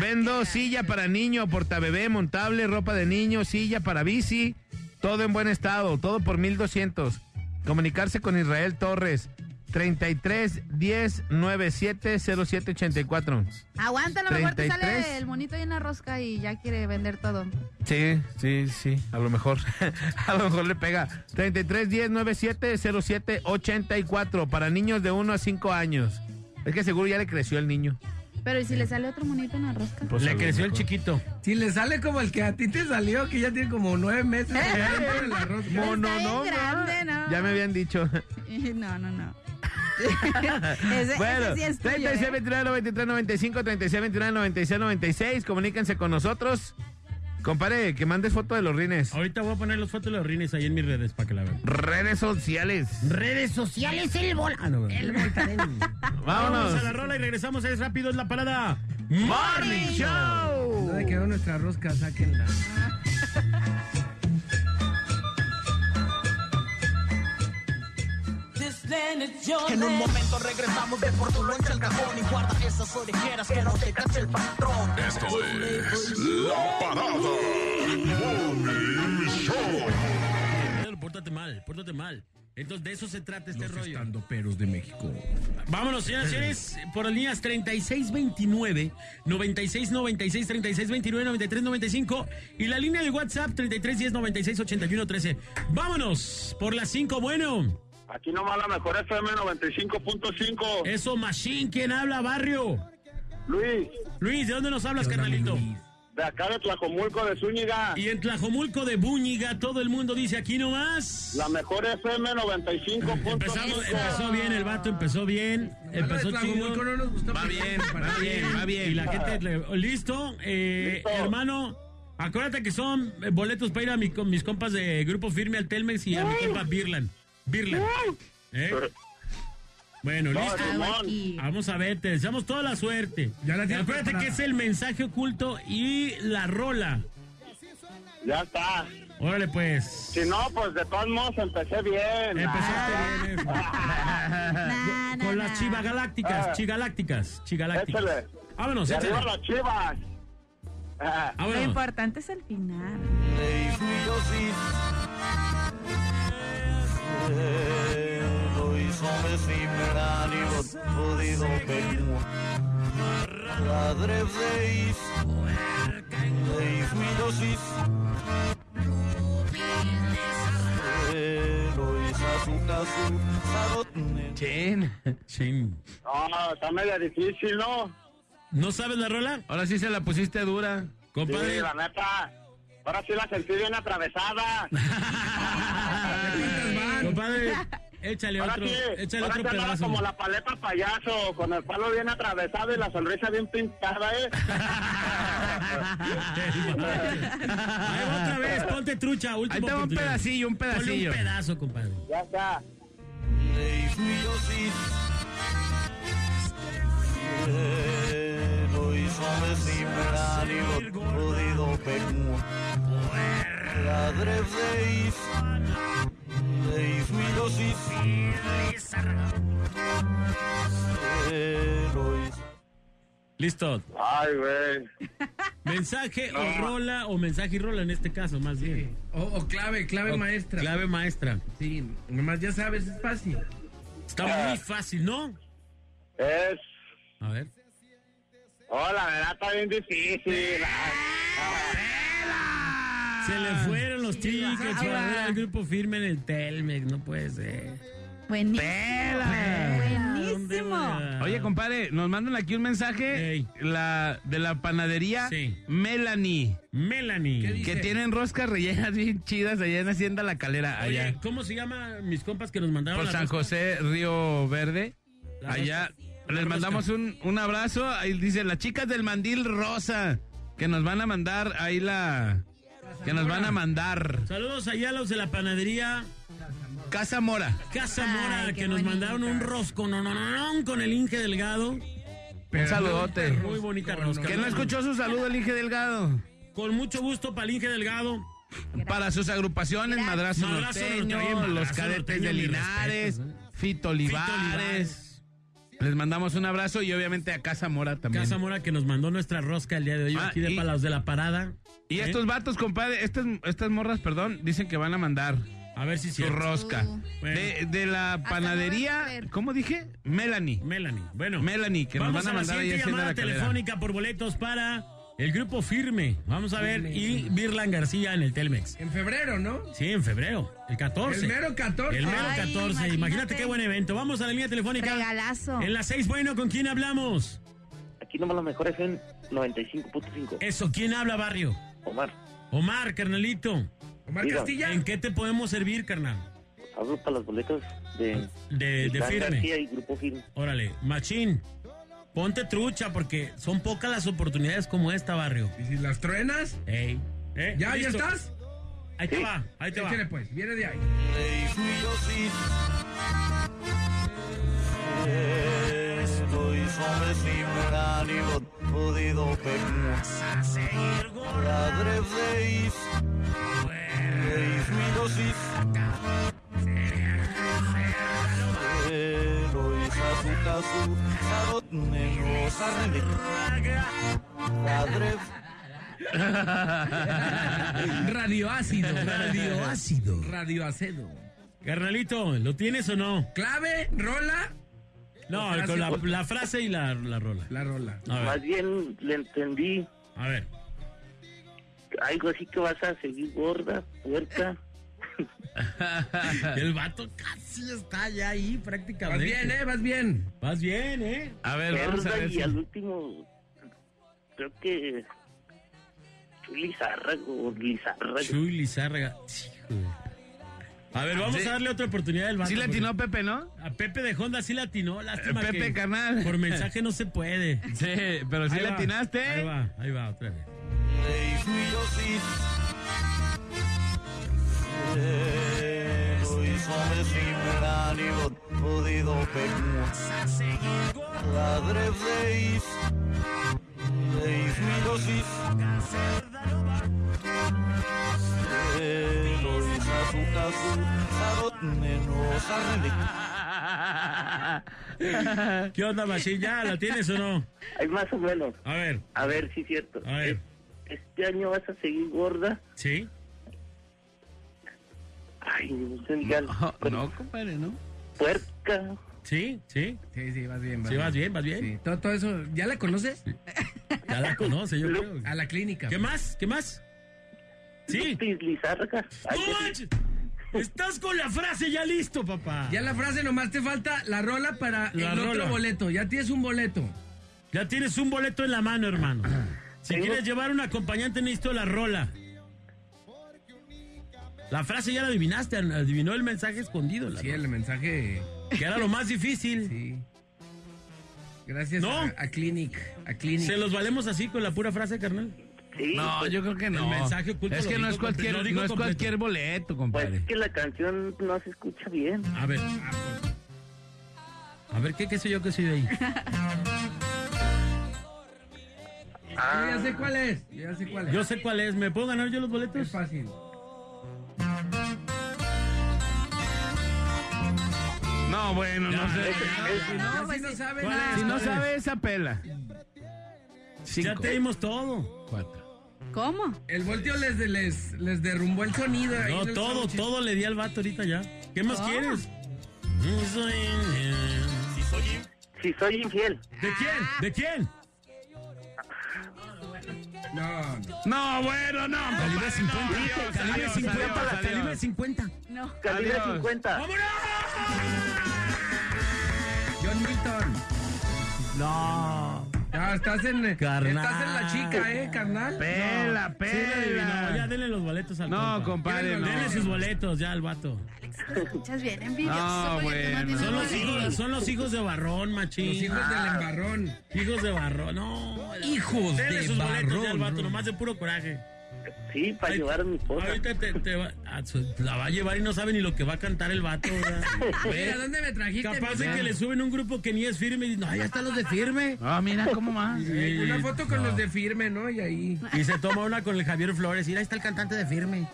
Speaker 6: Vendo silla para niño, portabebé, montable, ropa de niño, silla para bici, todo en buen estado, todo por 1200. Comunicarse con Israel Torres, 33 10 97 07 84.
Speaker 20: Aguanta, a lo mejor te
Speaker 6: 33.
Speaker 20: sale el monito ahí en la rosca y ya quiere vender todo.
Speaker 6: Sí, sí, sí, a lo mejor. a lo mejor le pega. 33 10 97 07 84 para niños de 1 a 5 años. Es que seguro ya le creció el niño.
Speaker 20: Pero ¿y si le sale otro monito en la rosca?
Speaker 6: Pues a
Speaker 3: Le
Speaker 6: lo
Speaker 3: creció el
Speaker 6: mejor.
Speaker 3: chiquito.
Speaker 5: Si le sale como el que a ti te salió, que ya tiene como nueve meses.
Speaker 6: Mono,
Speaker 20: Está bien
Speaker 6: no,
Speaker 20: grande, ¿no?
Speaker 6: Ya me habían dicho.
Speaker 20: No, no, no. ese,
Speaker 6: bueno,
Speaker 20: ese sí es tuyo,
Speaker 6: 36,
Speaker 20: ¿eh?
Speaker 6: 29, 93, 95, 36, 29, 96, 96. Comuníquense con nosotros. Compare, que mandes foto de los rines.
Speaker 3: Ahorita voy a poner los fotos de los rines ahí en mis redes para que la vean.
Speaker 6: Redes sociales.
Speaker 3: Redes
Speaker 14: sociales, el bola.
Speaker 3: Ah,
Speaker 14: El
Speaker 3: Vámonos a la rola y regresamos. Es rápido, es la parada. Morning Show.
Speaker 5: ¿Dónde quedó nuestra rosca? Sáquenla.
Speaker 1: En un momento regresamos de por tu loncha al cajón y guarda esas orejeras que no te cache el patrón.
Speaker 12: Esto es La Parada Morning Show.
Speaker 3: Pórtate mal, pórtate mal. Entonces, de eso se trata este
Speaker 4: Los
Speaker 3: rollo.
Speaker 4: estandoperos de México.
Speaker 3: Vámonos, señoras y señores, por las líneas 3629, 96, 96, 36, 29, 93, 95 y la línea de WhatsApp 33, 10, 96, 81, 13. Vámonos por las 5, bueno.
Speaker 16: Aquí nomás la mejor FM 95.5.
Speaker 3: Eso, Machine, ¿quién habla, barrio?
Speaker 16: Luis.
Speaker 3: Luis, ¿de dónde nos hablas, carnalito?
Speaker 16: De acá de Tlajomulco de Zúñiga.
Speaker 3: Y en Tlajomulco de Búñiga, todo el mundo dice aquí nomás.
Speaker 16: La mejor FM 95.5.
Speaker 3: Empezamos, empezó bien el vato, empezó bien. Empezó chido.
Speaker 5: no nos gustó.
Speaker 3: Va bien, va bien, va bien. Ah, Y la gente, le- ¿listo? Eh, Hermano, acuérdate que son eh, boletos para ir a mi- con mis compas de Grupo Firme al Telmex y a mi compa Birlan. Birlan. ¿Eh? Bueno,
Speaker 16: No,
Speaker 3: listo.
Speaker 16: Simón.
Speaker 3: Vamos a ver, te deseamos toda la suerte. acuérdate
Speaker 16: preparada.
Speaker 3: que es el mensaje oculto y la rola.
Speaker 16: Ya está.
Speaker 3: Órale, pues.
Speaker 16: Si no, pues de todos modos empecé bien.
Speaker 3: Empezaste bien. eso. Con las
Speaker 16: Ah.
Speaker 3: chivagalácticas, chigalácticas, chigalácticas.
Speaker 16: Échale.
Speaker 3: Vámonos,
Speaker 16: De
Speaker 3: échale.
Speaker 16: arriba las chivas.
Speaker 3: Vámonos.
Speaker 28: Lo importante es el final.
Speaker 22: Lo hizo desesperado y lo he podido ver. Padre Deis, Deis Midosis. Lo hizo a su caso, sabotne.
Speaker 3: Chin. Chin.
Speaker 16: No, está medio difícil, ¿no?
Speaker 3: ¿No sabes la rola?
Speaker 6: Ahora sí se la pusiste dura.
Speaker 16: Sí, la neta. Ahora sí la sentí bien atravesada.
Speaker 3: Compadre, échale
Speaker 16: Ahora
Speaker 3: otro,
Speaker 16: sí,
Speaker 3: échale
Speaker 16: ahora
Speaker 3: otro
Speaker 16: sí andaba
Speaker 3: pedazo.
Speaker 16: como la paleta payaso, con el palo bien atravesado y la sonrisa bien pintada, ¿eh?
Speaker 3: Ahí va otra vez, ponte trucha, último.
Speaker 16: Ahí te va un
Speaker 3: pedacillo, un
Speaker 16: pedacillo.
Speaker 3: un pedazo, compadre.
Speaker 16: ya está.
Speaker 22: Lo hizo desesperado y lo he podido ver. Padre Deis, Deis Midosis. Lo hizo.
Speaker 3: pues. Listo.
Speaker 16: Ay, güey.
Speaker 3: Mensaje o rola, o mensaje y rola en este caso, más bien.
Speaker 5: O, o clave, clave
Speaker 3: O
Speaker 5: maestra.
Speaker 3: Clave maestra.
Speaker 5: Sí, nomás ya sabes, es fácil.
Speaker 3: Está muy fácil, ¿no?
Speaker 16: Ah. Es.
Speaker 3: A ver.
Speaker 16: Oh, la verdad está bien difícil.
Speaker 3: Se le fueron los tickets
Speaker 28: pasaba.
Speaker 3: para ver al grupo firme en el Telmex, no puede ser.
Speaker 28: Buenísimo.
Speaker 3: Buenísimo.
Speaker 6: Oye, compadre, nos mandan aquí un mensaje la, de la panadería Melanie.
Speaker 3: Melanie.
Speaker 6: Que
Speaker 3: dice?
Speaker 6: tienen roscas rellenas bien chidas allá en Hacienda La Calera.
Speaker 3: Oye,
Speaker 6: allá.
Speaker 3: ¿cómo se llama mis compas que nos mandaron?
Speaker 6: Por
Speaker 3: la
Speaker 6: San
Speaker 3: rosca?
Speaker 6: José, Río Verde.
Speaker 3: La
Speaker 6: Allá
Speaker 3: rosca. La
Speaker 6: les
Speaker 3: rosca.
Speaker 6: mandamos un, un abrazo. Ahí dice las chicas del mandil rosa. Que nos van a mandar ahí la. Que nos van a mandar.
Speaker 3: Saludos allá a los de la panadería.
Speaker 6: Casa Mora.
Speaker 3: Casa Mora, que nos mandaron un rosco, no, no, no, no, con el Inge Delgado.
Speaker 6: Un saludote.
Speaker 3: Muy bonita rosca.
Speaker 6: Que no escuchó su saludo el Inge Delgado.
Speaker 3: Con mucho gusto para el Inge Delgado.
Speaker 6: Para sus agrupaciones, Madrazo,
Speaker 3: Madrazo
Speaker 6: Norteño,
Speaker 3: Norteño, Madrazo
Speaker 6: los cadetes
Speaker 3: Norteño,
Speaker 6: de
Speaker 3: mis
Speaker 6: Linares, Fito Olivares. Les mandamos un abrazo y obviamente a Casa Mora también.
Speaker 3: Casa Mora que nos mandó nuestra rosca el día de hoy
Speaker 6: Ah,
Speaker 3: aquí de
Speaker 6: y-
Speaker 3: Palos de la Parada.
Speaker 6: Y
Speaker 3: ¿Eh?
Speaker 6: estos vatos, compadre, estas, estas morras, perdón, dicen que van a mandar.
Speaker 3: A ver si
Speaker 6: Su rosca. De, de la panadería, ¿cómo dije? Melanie.
Speaker 3: Melanie, bueno.
Speaker 6: Melanie, que
Speaker 3: Vamos
Speaker 6: nos van a,
Speaker 3: la
Speaker 6: mandar ahí
Speaker 3: siguiente
Speaker 6: haciendo
Speaker 3: llamada
Speaker 6: la calera.
Speaker 3: telefónica por boletos para el grupo Firme. Vamos a ver. Y Birlan García en el Telmex.
Speaker 5: En febrero, ¿no?
Speaker 3: Sí, en febrero, el 14.
Speaker 5: El mero 14.
Speaker 3: El mero
Speaker 5: Ay,
Speaker 3: 14. imagínate.
Speaker 5: imagínate
Speaker 3: qué buen evento. Vamos a la línea telefónica.
Speaker 20: Regalazo.
Speaker 3: En las 6, bueno, ¿con quién hablamos?
Speaker 17: Aquí nomás la mejor es en 95.5.
Speaker 3: Eso, ¿quién habla, barrio?
Speaker 17: Omar,
Speaker 3: Omar, carnalito.
Speaker 17: Omar Diga. Castilla.
Speaker 3: ¿En qué te podemos servir, carnal?
Speaker 17: hablo para las boletas de...
Speaker 3: De, de
Speaker 17: Iván
Speaker 3: firme.
Speaker 17: García y Grupo Firme.
Speaker 3: Órale, machín, ponte trucha porque son pocas las oportunidades como esta, barrio. ¿Y si las truenas? Ey. ¿Eh?
Speaker 5: ¿Ya, ya
Speaker 3: ¿Listo?
Speaker 5: estás?
Speaker 3: Ahí te va, ahí te va.
Speaker 5: Échale, pues, viene de ahí.
Speaker 22: Lo hizo desesperado y lo he podido ver. Padre Deis, Deis Midosis. Lo hizo a su caso, sabotne, rosa, rebe. Padre
Speaker 5: Radioácido. Radioácido. Radioacedo.
Speaker 3: Carnalito, ¿lo tienes o no?
Speaker 5: ¿Clave? ¿Rola?
Speaker 3: No,
Speaker 5: Frase.
Speaker 3: con la, la frase y la, la rola.
Speaker 5: La rola.
Speaker 17: Más bien le entendí.
Speaker 3: A ver.
Speaker 17: Algo así que vas a seguir gorda, puerta.
Speaker 3: El vato casi está ya ahí prácticamente.
Speaker 17: Vas bien, ¿eh?
Speaker 5: Vas bien.
Speaker 3: Vas bien, ¿eh?
Speaker 17: Cerda Y al último, creo que. Chuy Lizárrago, Lizárrago.
Speaker 3: Chuy Lizárraga. Híjole. A ver, vamos
Speaker 6: Sí.
Speaker 3: a darle otra oportunidad del vato.
Speaker 6: Sí latinó
Speaker 3: porque-
Speaker 6: Pepe, ¿no?
Speaker 3: A Pepe de Honda sí latinó, lástima
Speaker 6: Pepe,
Speaker 3: que
Speaker 6: carnal.
Speaker 3: Por mensaje no se puede.
Speaker 6: Sí, pero sí
Speaker 3: Ahí va,
Speaker 6: latinaste.
Speaker 3: Ahí va, ahí va, otra vez.
Speaker 22: Eso me sembra ni lo podido pegar. Ladre de is, de is mi dosis. Eh, Lo hizo a su caso, a donde nos arreli-
Speaker 3: ¿Qué onda, Machín? ¿Ya la tienes o no?
Speaker 17: Hay más o menos.
Speaker 3: A ver.
Speaker 17: A ver si es cierto.
Speaker 3: A ver.
Speaker 17: Este año vas a seguir gorda.
Speaker 3: Sí.
Speaker 17: Ay, no sé, digan.
Speaker 3: Oh,
Speaker 6: No, compadre, ¿no?
Speaker 17: Puerca.
Speaker 3: Sí, sí.
Speaker 5: Sí, sí, vas bien.
Speaker 3: Sí, vas bien, vas bien.
Speaker 5: Sí, todo, todo eso, ¿ya la conoces?
Speaker 3: Ya la conoce, yo creo.
Speaker 5: A la clínica.
Speaker 3: ¿Qué más? ¿Qué más? Sí. ¡No manches! Estás con la frase ya listo, papá.
Speaker 5: Ya la frase nomás te falta la rola para
Speaker 3: La
Speaker 5: el
Speaker 3: rola.
Speaker 5: otro boleto. Ya tienes un boleto.
Speaker 3: Ya tienes un boleto en la mano, hermano. Si quieres llevar un acompañante, necesito la rola. La frase ya la adivinaste, adivinó el mensaje escondido. sí,
Speaker 5: el mensaje.
Speaker 3: Que era lo más difícil.
Speaker 5: Sí. Gracias
Speaker 3: ¿No?
Speaker 5: a, a Clinic. A Clinic.
Speaker 3: ¿Se los valemos así con la pura frase, carnal?
Speaker 6: No, yo creo que no.
Speaker 3: El mensaje oculto
Speaker 6: Es
Speaker 3: lo
Speaker 6: que
Speaker 3: digo
Speaker 6: no es
Speaker 3: completo,
Speaker 6: cualquier,
Speaker 3: lo
Speaker 6: no
Speaker 3: digo
Speaker 6: es
Speaker 3: completo.
Speaker 6: cualquier boleto, compadre.
Speaker 17: Que la canción no se escucha bien.
Speaker 15: Pues,
Speaker 3: A ver. A ver, ¿qué, qué soy yo que soy de ahí?
Speaker 7: Ah.
Speaker 5: Yo ya sé cuál es. yo ya sé cuál es.
Speaker 3: Yo sé cuál es. ¿Me puedo ganar yo los boletos? Es
Speaker 5: fácil.
Speaker 6: No, bueno, no sé.
Speaker 5: no,
Speaker 6: pues
Speaker 5: no sabe
Speaker 6: ¿Cuál
Speaker 5: nada.
Speaker 6: es? Si no sabe esa pela.
Speaker 3: Ya te dimos todo.
Speaker 20: ¿Cómo?
Speaker 5: El volteo les, les, les derrumbó el sonido. ahí
Speaker 3: No,
Speaker 5: en el
Speaker 3: todo,
Speaker 5: soundcheck.
Speaker 3: todo le di al vato ahorita ya. ¿Qué más
Speaker 20: Oh.
Speaker 5: Ah.
Speaker 3: quieres?
Speaker 17: Si soy infiel.
Speaker 3: ¿De quién? ¿De quién?
Speaker 5: No,
Speaker 6: No, bueno, no.
Speaker 3: Calibre 50. Calibre
Speaker 6: adiós,
Speaker 3: 50.
Speaker 6: adiós,
Speaker 3: Calibre
Speaker 6: adiós.
Speaker 3: 50.
Speaker 20: No.
Speaker 17: Calibre 50.
Speaker 3: ¡Vámonos!
Speaker 5: John Milton.
Speaker 3: No.
Speaker 5: No, estás en,
Speaker 3: Carnal.
Speaker 5: estás en la chica, ¿eh, carnal?
Speaker 3: Pela,
Speaker 5: No.
Speaker 3: Ah, Sí, le adivinó. ya denle los boletos al
Speaker 6: No,
Speaker 3: compa.
Speaker 6: compadre, no.
Speaker 3: Denle sus boletos ya al vato.
Speaker 20: Escuchas bien, envidioso. porque tú no tienes
Speaker 3: Son los,
Speaker 20: boleto.
Speaker 3: hijos, son los hijos de Barrón, machín.
Speaker 5: Los hijos del
Speaker 3: Ah.
Speaker 5: embarrón.
Speaker 3: Hijos de Barrón, no.
Speaker 5: Hijos
Speaker 3: Denle
Speaker 5: de
Speaker 3: sus boletos ya al
Speaker 5: Barrón,
Speaker 3: vato,
Speaker 5: Rudo.
Speaker 3: nomás de puro coraje.
Speaker 17: Sí, para llevar a mi esposa.
Speaker 3: Ahorita te, te va- ah, su- la va a llevar y no sabe ni lo que va a cantar el vato. ¿verdad?
Speaker 5: Mira, ¿dónde me trajiste?
Speaker 3: Capaz de
Speaker 5: mija?
Speaker 3: que le suben un grupo que ni es firme y dicen, no, ya están los de firme.
Speaker 6: Ah, mira cómo más.
Speaker 3: Sí,
Speaker 5: Eh, Una foto con
Speaker 3: no.
Speaker 5: los de firme, ¿no? Y ahí.
Speaker 3: Y se toma una con el Javier Flores. Y ahí está el cantante de firme.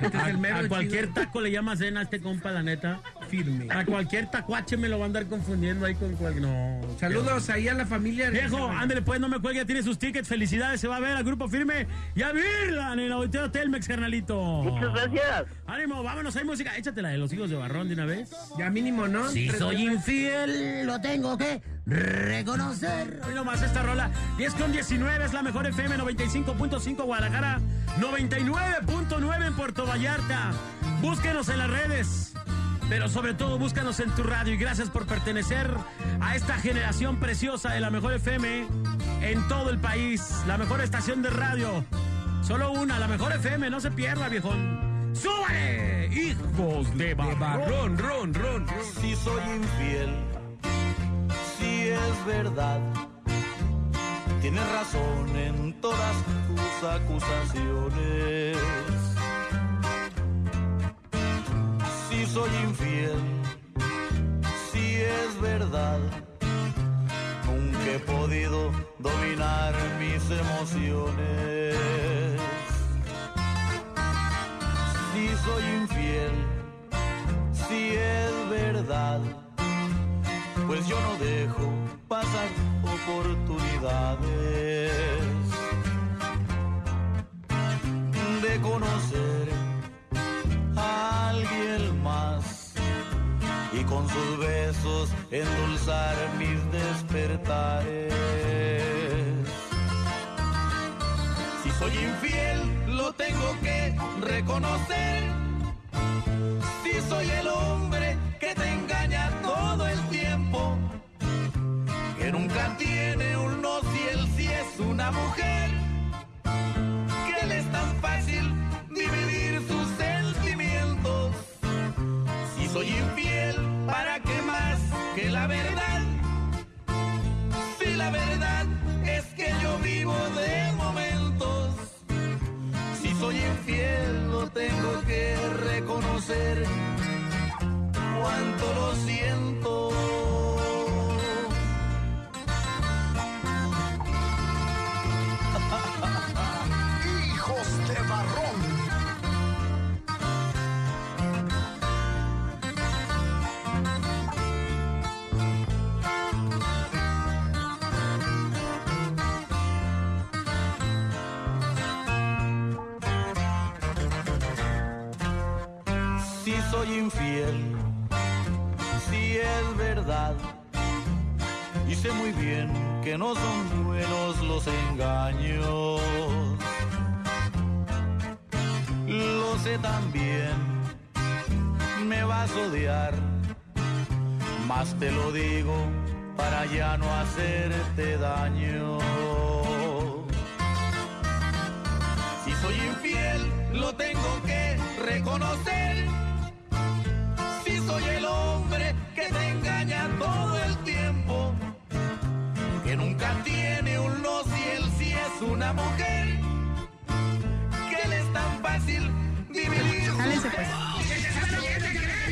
Speaker 5: Este es
Speaker 3: A,
Speaker 5: el mero
Speaker 3: a
Speaker 5: chido.
Speaker 3: cualquier taco le llama cena a este compa, la neta.
Speaker 5: Firme.
Speaker 3: A cualquier tacuache me lo va a andar confundiendo ahí con cual. No.
Speaker 5: Saludos ahí a la familia. de-
Speaker 3: Viejo, ándale, pues no me cuelgue, ya tiene sus tickets. Felicidades, se va a ver al grupo firme y a Virlan en el auditorio Telmex, carnalito.
Speaker 17: Muchas gracias.
Speaker 3: Ánimo, vámonos, hay música. Échatela de los hijos de Barrón de una vez.
Speaker 5: Ya mínimo, ¿no?
Speaker 3: Si
Speaker 5: Tres
Speaker 3: soy
Speaker 5: millones.
Speaker 3: infiel, lo tengo que reconocer. Hoy nomás esta rola. 10 con 19 es la mejor FM 95.5 Guadalajara, 99.9 en Puerto Vallarta. Búsquenos en las redes. Pero sobre todo búscanos en tu radio y gracias por pertenecer a esta generación preciosa de la mejor FM en todo el país. La mejor estación de radio. Solo una, la mejor FM, no se pierda, viejón. ¡Súbale! Hijos de barrón.
Speaker 22: Ron, ron, ron. Si soy infiel, si es verdad, tienes razón en todas tus acusaciones. Si soy infiel, si es verdad, nunca he podido dominar mis emociones. Si soy infiel, si es verdad, pues yo no dejo pasar oportunidades de conocer a alguien más y con sus besos endulzar mis despertares. Si soy infiel, lo tengo que reconocer. Si soy el hombre que te engaña todo el tiempo, que nunca tiene un no si él sí es una mujer, que le es tan fácil dividir sus sentimientos. Si soy infiel, ¿para qué más que la verdad? Si la verdad es que yo vivo de momentos. Si soy infiel, lo tengo que reconocer. Cuánto lo siento.
Speaker 29: Hijos de marrón.
Speaker 22: si soy infiel, si es verdad. Y sé muy bien que no son buenos los engaños. Lo sé también, me vas a odiar. Más te lo digo para ya no hacerte daño. Si soy infiel, lo tengo que reconocer. Si soy el hombre que te engaña todo el tiempo, que nunca tiene un no si él sí es una mujer, que le es tan fácil dividir.
Speaker 4: Álense, pues.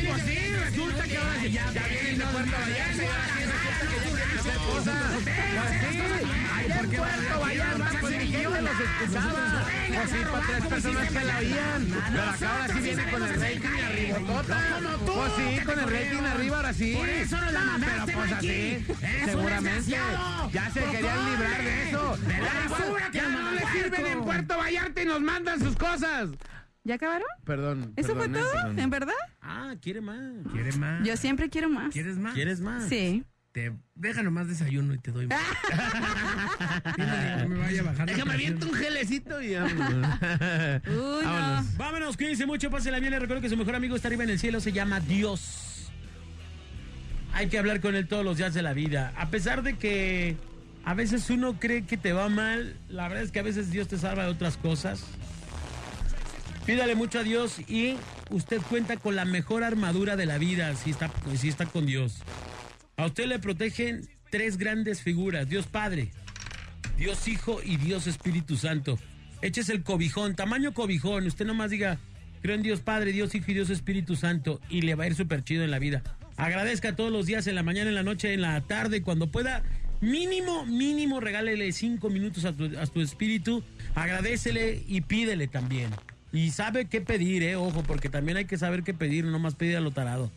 Speaker 30: Pues sí, resulta que ahora sí, ya, ya vienen de Puerto Vallarta y ahora sí resulta que ya quieren hacer cosas. Pues sí, ay, ¿por qué Puerto Vallarta? Pues ni yo los escuchaba. Pues sí, para tres personas que la oían. Pero acá ahora sí viene con el rating arriba. Pues sí, con el rating arriba ahora sí.
Speaker 6: Por eso no la
Speaker 30: Ah,
Speaker 6: mamaste,
Speaker 30: Pero pues así,
Speaker 6: Mikey. Eres un
Speaker 30: seguramente
Speaker 6: desgraciado.
Speaker 30: ya se
Speaker 6: Por
Speaker 30: querían
Speaker 6: favor,
Speaker 30: librar de
Speaker 6: hombre.
Speaker 30: eso.
Speaker 6: De la
Speaker 30: Pues,
Speaker 6: basura que
Speaker 30: ya
Speaker 6: andan
Speaker 30: no le
Speaker 6: puerco.
Speaker 30: sirven en Puerto Vallarta y nos mandan sus cosas.
Speaker 4: ¿Ya acabaron?
Speaker 6: Perdón.
Speaker 4: ¿Eso fue
Speaker 6: perdón, eh,
Speaker 4: todo?
Speaker 6: perdón.
Speaker 4: ¿En verdad?
Speaker 3: Ah, quiere más.
Speaker 5: Quiere más.
Speaker 4: Yo siempre quiero más.
Speaker 5: ¿Quieres más?
Speaker 3: ¿Quieres más?
Speaker 4: Sí.
Speaker 5: Te deja nomás desayuno y te doy más. Dile que no me vaya a bajar. la
Speaker 6: Déjame
Speaker 5: presión.
Speaker 6: aviento un gelecito y ya.
Speaker 3: Vámonos. Vámonos, cuídense mucho, pásenla bien. Les recuerdo que su mejor amigo está arriba en el cielo, se llama Dios. Hay que hablar con él todos los días de la vida. A pesar de que a veces uno cree que te va mal, la verdad es que a veces Dios te salva de otras cosas. Pídale mucho a Dios y usted cuenta con la mejor armadura de la vida si está, si está con Dios. A usted le protegen tres grandes figuras, Dios Padre, Dios Hijo y Dios Espíritu Santo. Eches el cobijón, tamaño cobijón. Usted nomás diga, creo en Dios Padre, Dios Hijo y Dios Espíritu Santo. Y le va a ir súper chido en la vida. Agradezca todos los días, en la mañana, en la noche, en la tarde, cuando pueda. Mínimo, mínimo, regálele cinco minutos a tu, a tu espíritu. Agradecele y pídele también. Y sabe qué pedir, eh, ojo, porque también hay que saber qué pedir, no nomás pedir a lo tarado.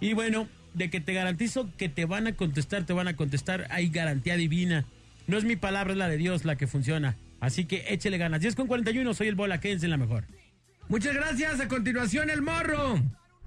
Speaker 3: Y bueno, de que te garantizo que te van a contestar, te van a contestar. Hay garantía divina. No es mi palabra, es la de Dios la que funciona. Así que échele ganas. 10 con 41, soy el Bola, quédense en la mejor.
Speaker 5: Muchas gracias. A continuación, El Morro.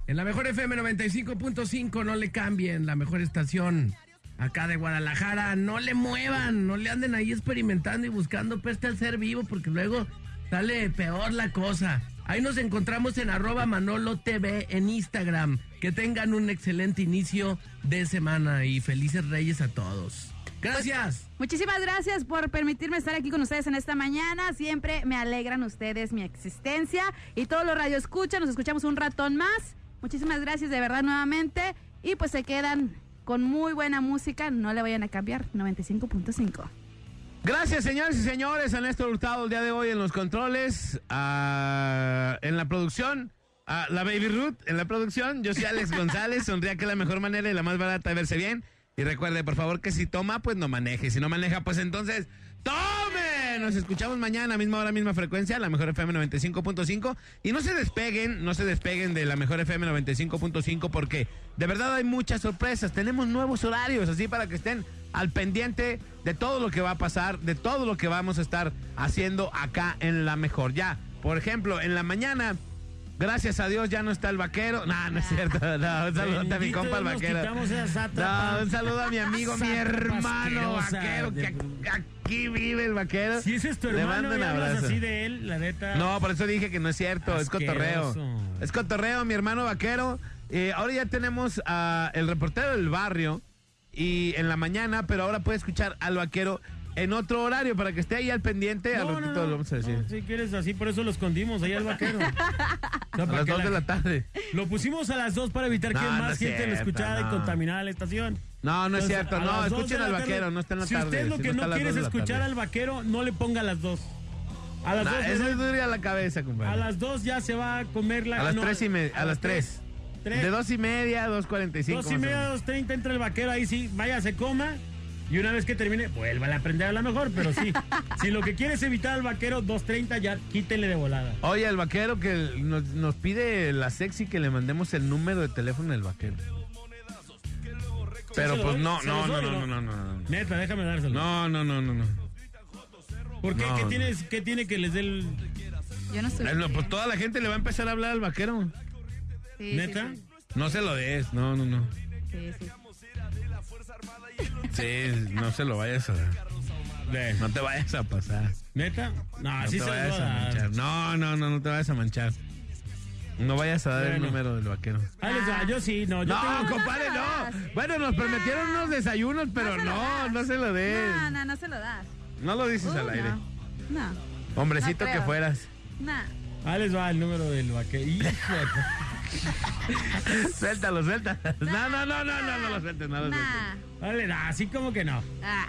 Speaker 5: En la mejor FM 95.5, no le cambien. La mejor estación acá de Guadalajara. No le muevan, no le anden ahí experimentando y buscando peste al ser vivo, porque luego sale peor la cosa. Ahí nos encontramos en arroba Manolo TV en Instagram. Que tengan un excelente inicio de semana y felices reyes a todos. Gracias.
Speaker 4: Muchísimas gracias por permitirme estar aquí con ustedes en esta mañana. Siempre me alegran ustedes mi existencia y todos los radio escuchan. Nos escuchamos un ratón más. Muchísimas gracias de verdad nuevamente. Y pues se quedan con muy buena música. No le vayan a cambiar. 95.5.
Speaker 6: Gracias, señores y señores, a Néstor Hurtado el día de hoy en los controles, a- en la producción, a la Baby Ruth en la producción. Yo soy Alex González, sonría que es la mejor manera y la más barata de verse bien. Y recuerde, por favor, que si toma, pues no maneje. Y Si no maneja, pues entonces, ¡tome! Nos escuchamos mañana, misma hora, misma frecuencia, la mejor FM 95.5. Y no se despeguen, no se despeguen de la mejor FM 95.5 porque de verdad hay muchas sorpresas. Tenemos nuevos horarios, así para que estén al pendiente de todo lo que va a pasar, de todo lo que vamos a estar haciendo acá en la mejor. Ya, por ejemplo, en la mañana Gracias a Dios ya no está el vaquero. No, no es cierto. No, un saludo a mi
Speaker 7: Ah. Bendito
Speaker 6: compa el
Speaker 7: Dios, nos
Speaker 6: vaquero.
Speaker 7: quitamos esas atrapas-
Speaker 6: No, un saludo a mi amigo, mi
Speaker 7: atrapas
Speaker 6: hermano
Speaker 7: asquerosas
Speaker 6: vaquero, que
Speaker 7: de-
Speaker 6: ac- aquí vive el vaquero.
Speaker 7: Si ese es tu
Speaker 6: Le
Speaker 7: hermano
Speaker 6: mando
Speaker 7: y
Speaker 6: un
Speaker 7: hablas
Speaker 6: abrazo.
Speaker 7: así de él, la neta.
Speaker 6: No, por eso dije que no es cierto, es cotorreo.
Speaker 7: Asqueroso.
Speaker 6: Es cotorreo, mi hermano vaquero. Eh, ahora ya tenemos a el reportero del barrio y en la mañana, pero ahora puede escuchar al vaquero en otro horario para que esté ahí al pendiente. al ratito lo vamos a decir.
Speaker 3: si quieres así, por eso lo escondimos ahí al vaquero.
Speaker 6: a las dos de la tarde.
Speaker 3: Lo pusimos a las 2 para evitar que
Speaker 6: No, no
Speaker 3: más
Speaker 6: es
Speaker 3: gente lo
Speaker 6: cierto,
Speaker 3: escuchara
Speaker 6: no.
Speaker 3: y contaminara la estación.
Speaker 6: No, no es
Speaker 3: Entonces,
Speaker 6: cierto.
Speaker 3: a
Speaker 6: No,
Speaker 3: las dos
Speaker 6: escuchen
Speaker 3: de la
Speaker 6: al
Speaker 3: tarde.
Speaker 6: vaquero, no está en la
Speaker 3: si
Speaker 6: tarde.
Speaker 3: usted lo
Speaker 6: si
Speaker 3: que
Speaker 6: está
Speaker 3: no,
Speaker 6: a las
Speaker 3: quiere es
Speaker 6: dos de la
Speaker 3: escuchar
Speaker 6: tarde.
Speaker 3: al vaquero, no le ponga a las 2. A las
Speaker 6: Nah,
Speaker 3: 2
Speaker 6: eso es duro a la cabeza, compadre.
Speaker 3: a las 2 ya se va a comer la
Speaker 6: A las
Speaker 3: no,
Speaker 6: tres y media. A las
Speaker 3: tres.
Speaker 6: tres. De dos y media, dos cuarenta y cinco.
Speaker 3: Dos y media, dos treinta, entra el vaquero, ahí sí, vaya, se coma. Y una vez que termine, vuelva a aprender a lo mejor, pero sí. si lo que quiere es evitar al vaquero, 2.30 ya quítele de volada.
Speaker 6: Oye, el vaquero que nos, nos pide la sexy que le mandemos el número de teléfono del vaquero.
Speaker 3: ¿Se
Speaker 6: Pero
Speaker 3: lo
Speaker 6: pues
Speaker 3: doy?
Speaker 6: no,
Speaker 3: ¿Se los
Speaker 6: no, no,
Speaker 3: doy o
Speaker 6: no,
Speaker 3: no?
Speaker 6: no, no, no.
Speaker 3: Neta, déjame dárselo.
Speaker 6: No, no, no, no, no.
Speaker 3: ¿Por qué?
Speaker 6: No,
Speaker 3: ¿Qué,
Speaker 6: no.
Speaker 3: tienes, ¿Qué tiene que les dé el...?
Speaker 20: Yo no estoy...
Speaker 6: Eh, no, pues toda la gente le va a empezar a hablar al vaquero.
Speaker 20: Sí, sí,
Speaker 3: ¿Neta?
Speaker 20: sí,
Speaker 6: No se lo des, no, no, no.
Speaker 20: sí, sí.
Speaker 6: Sí, no se lo vayas a dar. No te vayas a pasar.
Speaker 3: ¿Neta? No,
Speaker 6: No
Speaker 3: sí
Speaker 6: te
Speaker 3: se lo
Speaker 6: vayas
Speaker 3: voy a
Speaker 6: a
Speaker 3: dar.
Speaker 6: manchar. No, no, no, no te vayas a manchar. No vayas a dar el
Speaker 3: Bueno.
Speaker 6: número del vaquero.
Speaker 3: Ahí les va, yo sí, no. Yo
Speaker 6: No,
Speaker 3: tengo-
Speaker 6: compadre, no. Bueno, nos prometieron unos desayunos, pero no, no, se lo des.
Speaker 20: No, no, no se lo das.
Speaker 6: No lo dices
Speaker 20: Uh,
Speaker 6: al aire.
Speaker 20: no. No,
Speaker 6: Hombrecito
Speaker 20: No
Speaker 6: que
Speaker 20: creo.
Speaker 6: fueras.
Speaker 20: no.
Speaker 3: Ahí les va el número del vaquero. Hijo de-
Speaker 6: suéltalo, suéltalo. No, no, no, no, no, no lo sueltes, no lo sueltes.
Speaker 20: Nah.
Speaker 3: Dale, nah, así como que no.
Speaker 20: Ah.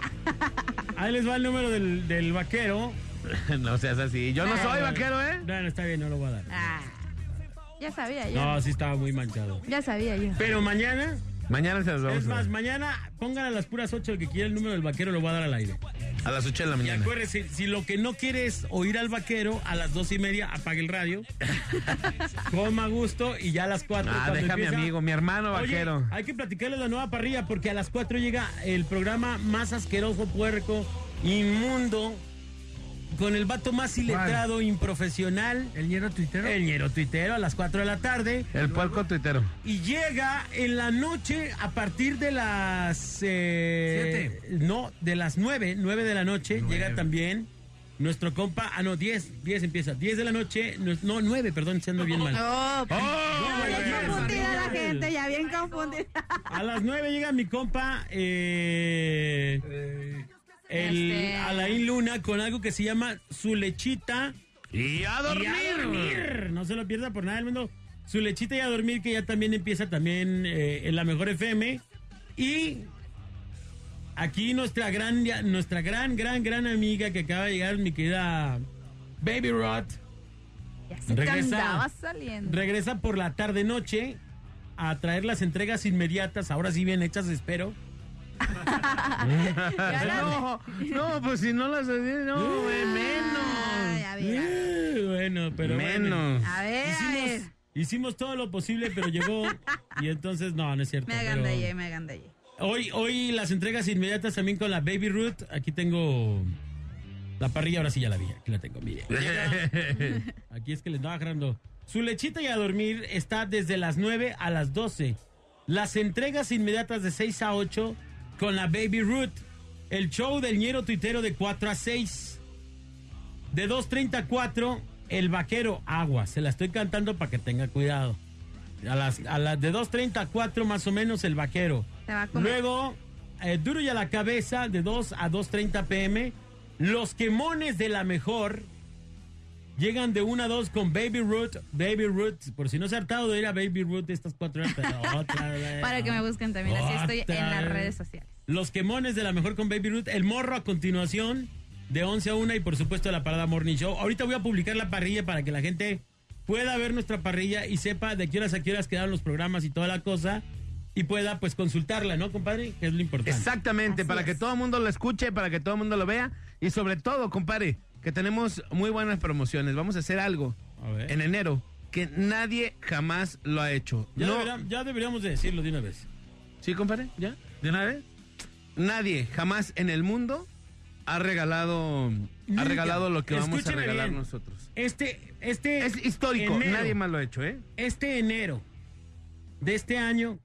Speaker 3: Ahí les va el número del, del vaquero.
Speaker 6: No seas así. Yo no soy vaquero, ¿eh?
Speaker 3: No, no, está bien, no lo voy a dar.
Speaker 20: Ah. Ya sabía yo.
Speaker 3: No, sí estaba muy manchado.
Speaker 20: Ya sabía yo.
Speaker 3: Pero mañana,
Speaker 6: Mañana se los vamos
Speaker 3: es
Speaker 6: a
Speaker 3: más,
Speaker 6: dar.
Speaker 3: mañana pongan a las puras 8 el que quiera el número del vaquero, lo voy a dar al aire.
Speaker 6: A las 8 de la
Speaker 3: Y
Speaker 6: mañana.
Speaker 3: acuérdese, si lo que no quiere es oír al vaquero, a las dos y media apague el radio, coma a gusto y ya a las 4.
Speaker 6: Ah, deja a mi amigo, mi hermano vaquero.
Speaker 3: Hay que platicarle la nueva parrilla porque a las 4 llega el programa más asqueroso, puerco, inmundo, con el vato más iletrado, improfesional.
Speaker 5: ¿El ñero tuitero?
Speaker 3: El ñero tuitero a las 4 de la tarde.
Speaker 6: El puerco tuitero.
Speaker 3: Y llega en la noche a partir de las... eh, No, de las 9, 9 de la noche. Llega también nuestro compa... Ah, no, 10, 10 empieza. 10 de la noche. no- No, 9, perdón, siendo bien mal.
Speaker 20: Oh,
Speaker 3: No,
Speaker 20: ya bien
Speaker 3: güey,
Speaker 20: confundida la
Speaker 3: güey.
Speaker 20: gente, ya bien confundida.
Speaker 3: A las 9 llega mi compa... eh, el
Speaker 20: Este.
Speaker 3: Alain Luna con algo que se llama su lechita...
Speaker 6: Y a dormir.
Speaker 3: Y a dormir. No se lo pierda por nada del mundo. Su lechita y a dormir, que ya también empieza también eh, en la mejor FM. Y aquí nuestra gran, ya- nuestra gran, gran, gran amiga que acaba de llegar, mi querida Baby Rod,
Speaker 20: Ya se
Speaker 3: Regresa.
Speaker 20: te andaba saliendo.
Speaker 3: regresa por la tarde-noche a traer las entregas inmediatas, ahora sí bien hechas, espero.
Speaker 6: No, no, pues si no las hacía, no, güey, menos.
Speaker 20: Ay, a ver,
Speaker 3: Eh, bueno, pero bueno.
Speaker 6: Menos.
Speaker 20: a ver, a ver.
Speaker 3: Hicimos todo lo posible, pero llegó y entonces no, no es cierto.
Speaker 20: Me hagan
Speaker 3: pero-
Speaker 20: de allí, me hagan de allí.
Speaker 3: Hoy, hoy las entregas inmediatas también con la Baby Root. Aquí tengo la parrilla, ahora sí ya la vi. Aquí la tengo, mire. Llega- Aquí es que le estaba agarrando. Su lechita y a dormir está desde las 9 a las 12. Las entregas inmediatas de 6 a 8 con la Baby Root. El show del ñero tuitero de 4 a 6. De 2.30 a 4, el vaquero agua. Se la estoy cantando para que tenga cuidado. A las, a las de 2.30 a 4 más o menos el vaquero.
Speaker 20: Te va a comer.
Speaker 3: Luego, eh, duro y a la cabeza de 2 a 2.30 pm. Los quemones de la mejor llegan de 1 a 2 con Baby Root. Baby Root, por si no se ha hartado de ir a Baby Root estas 4 horas. pero otra vez.
Speaker 20: Para que me busquen también, así estoy
Speaker 3: Otra
Speaker 20: en las
Speaker 3: vez.
Speaker 20: redes sociales.
Speaker 3: Los quemones de la mejor con Baby Ruth. El morro a continuación. De 11 a 1 y por supuesto la parada Morning Show. Ahorita voy a publicar la parrilla para que la gente pueda ver nuestra parrilla y sepa de qué horas a qué horas quedaron los programas y toda la cosa. Y pueda pues consultarla, ¿no, compadre? Que es lo importante.
Speaker 6: Exactamente, Este, para que todo el mundo lo escuche, para que todo el mundo lo vea. Y sobre todo, compadre, que tenemos muy buenas promociones. Vamos a hacer algo
Speaker 3: A ver.
Speaker 6: en enero que nadie jamás lo ha hecho.
Speaker 3: Ya,
Speaker 6: no,
Speaker 3: debería- ya deberíamos de decirlo de una vez.
Speaker 6: ¿Sí, compadre?
Speaker 3: ¿Ya?
Speaker 6: ¿De una vez? Nadie jamás en el mundo ha regalado, ha
Speaker 3: Nunca.
Speaker 6: regalado lo que vamos a
Speaker 3: Escúcheme
Speaker 6: regalar
Speaker 3: bien.
Speaker 6: nosotros.
Speaker 3: Este, este. Es
Speaker 6: histórico, nadie más lo ha hecho, ¿eh?
Speaker 3: Este enero de este año,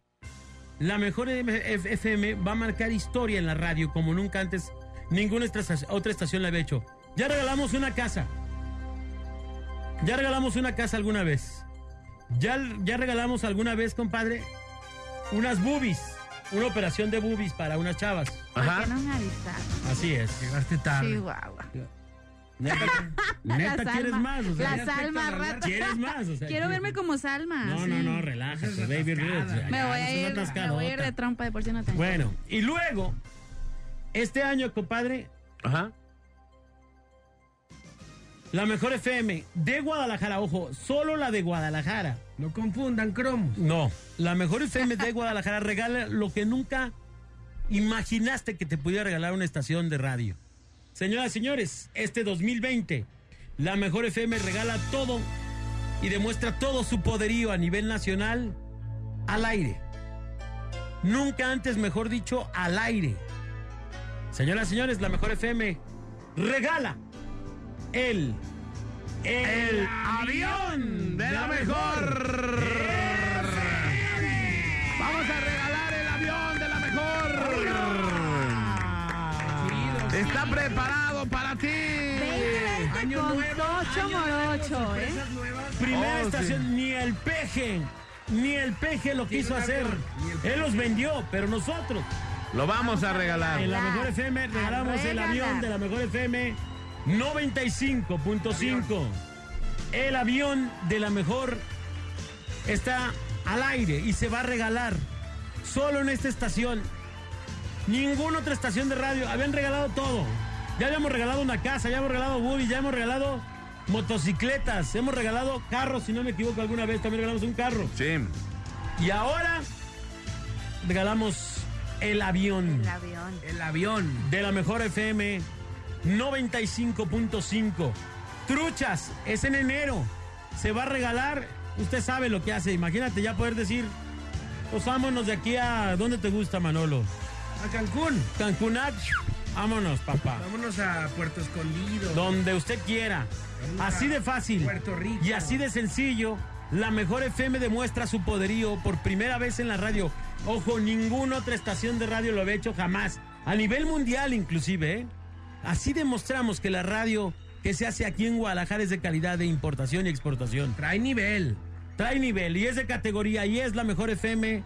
Speaker 3: la mejor MF FM va a marcar historia en la radio como nunca antes ninguna estra- otra estación la había hecho. Ya regalamos una casa. Ya regalamos una casa alguna vez. Ya, ya regalamos alguna vez, compadre, unas boobies. Una operación de boobies para unas chavas.
Speaker 20: Ajá. no me avisaron?
Speaker 3: Así es. Llegaste
Speaker 20: Chihuahua.
Speaker 3: Neta, neta,
Speaker 20: Las
Speaker 3: ¿quieres
Speaker 20: almas.
Speaker 3: más? O sea,
Speaker 20: Las almas, rato.
Speaker 3: ¿Quieres más? O sea,
Speaker 20: Quiero verme como Salma.
Speaker 3: No,
Speaker 20: sí.
Speaker 3: no, no, relájate, baby Ruth. Ya,
Speaker 20: Me voy
Speaker 3: ya, no
Speaker 20: a ir,
Speaker 3: seas
Speaker 20: me voy a ir
Speaker 3: atascadota.
Speaker 20: de trompa de por si no tengo.
Speaker 3: Bueno, y luego, este año, compadre.
Speaker 6: Ajá.
Speaker 3: La mejor FM de Guadalajara, ojo, solo la de Guadalajara. No confundan cromos. No, la mejor FM de Guadalajara regala lo que nunca imaginaste que te pudiera regalar una estación de radio. Señoras y señores, este 2020, la mejor FM regala todo y demuestra todo su poderío a nivel nacional al aire. Nunca antes, mejor dicho, al aire. Señoras y señores, la mejor FM regala el, el, avión
Speaker 6: de la mejor. Eh. Vamos a regalar el avión de la mejor. Está preparado para ti.
Speaker 20: Año con nuevo, ocho año morocho, nuevo, ¿eh? sorpresas
Speaker 3: Primera
Speaker 20: Oh,
Speaker 3: estación, ni el peje, ni el peje lo quiso hacer. Él los vendió, pero nosotros.
Speaker 6: Lo vamos a regalar.
Speaker 3: En la mejor FM regalamos el
Speaker 6: regalar.
Speaker 3: avión de la mejor FM 95.5. El avión de la mejor está al aire y se va a regalar solo en esta estación. Ninguna otra estación de radio. Habían regalado todo. Ya habíamos regalado una casa, ya hemos regalado boobies, ya hemos regalado motocicletas, hemos regalado carros, si no me equivoco alguna vez también regalamos un carro.
Speaker 6: Sí.
Speaker 3: Y ahora regalamos el avión. El
Speaker 20: avión.
Speaker 3: El avión. De la mejor FM 95.5. Truchas, es en enero. Se va a regalar. Usted sabe lo que hace. Imagínate ya poder decir, pues vámonos de aquí a... ¿Dónde te gusta, Manolo? A Cancún. Cancún, ah, vámonos, papá.
Speaker 5: Vámonos a Puerto Escondido.
Speaker 3: Donde usted quiera. Así de fácil.
Speaker 5: Puerto Rico.
Speaker 3: Y así de sencillo. La mejor FM demuestra su poderío por primera vez en la radio. Ojo, ninguna otra estación de radio lo había hecho jamás. A nivel mundial inclusive. ¿eh? Así demostramos que la radio que se hace aquí en Guadalajara es de calidad de importación y exportación. Trae nivel. Trae nivel y es de categoría y es la mejor FM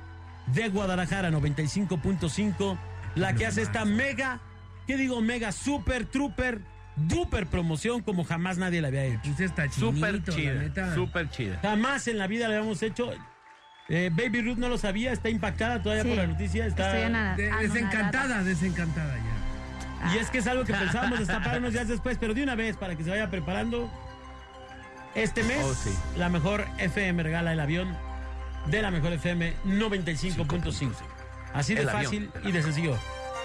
Speaker 3: de Guadalajara 95.5. La que hace esta mega, ¿qué digo? Mega, super, trooper, duper promoción como jamás nadie la había hecho.
Speaker 6: Súper chida. Súper chida.
Speaker 3: Jamás en la vida le habíamos hecho. Eh, Baby Ruth no lo sabía, está impactada todavía
Speaker 5: Sí.
Speaker 3: por la noticia. Está...
Speaker 5: De- desencantada, desencantada ya.
Speaker 3: Y es que es algo que pensábamos destapar unos días después, pero de una vez para que se vaya preparando. Este mes,
Speaker 6: Oh, sí.
Speaker 3: la mejor FM regala el avión de la mejor FM 95.5. Así de
Speaker 6: El avión,
Speaker 3: fácil
Speaker 6: el
Speaker 3: y de
Speaker 6: avión.
Speaker 3: sencillo.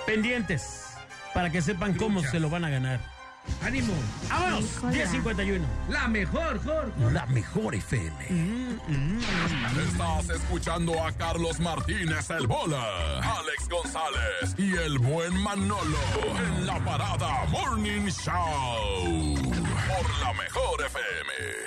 Speaker 3: Pendientes para que sepan cómo se lo van a ganar.
Speaker 5: ¡Ánimo!
Speaker 3: ¡Vámonos! 10.51.
Speaker 5: La mejor, Jorge. Mm,
Speaker 3: La mejor FM.
Speaker 12: Estás escuchando a Carlos Martínez el Bola, Alex González y el buen Manolo en la parada Morning Show por la mejor FM.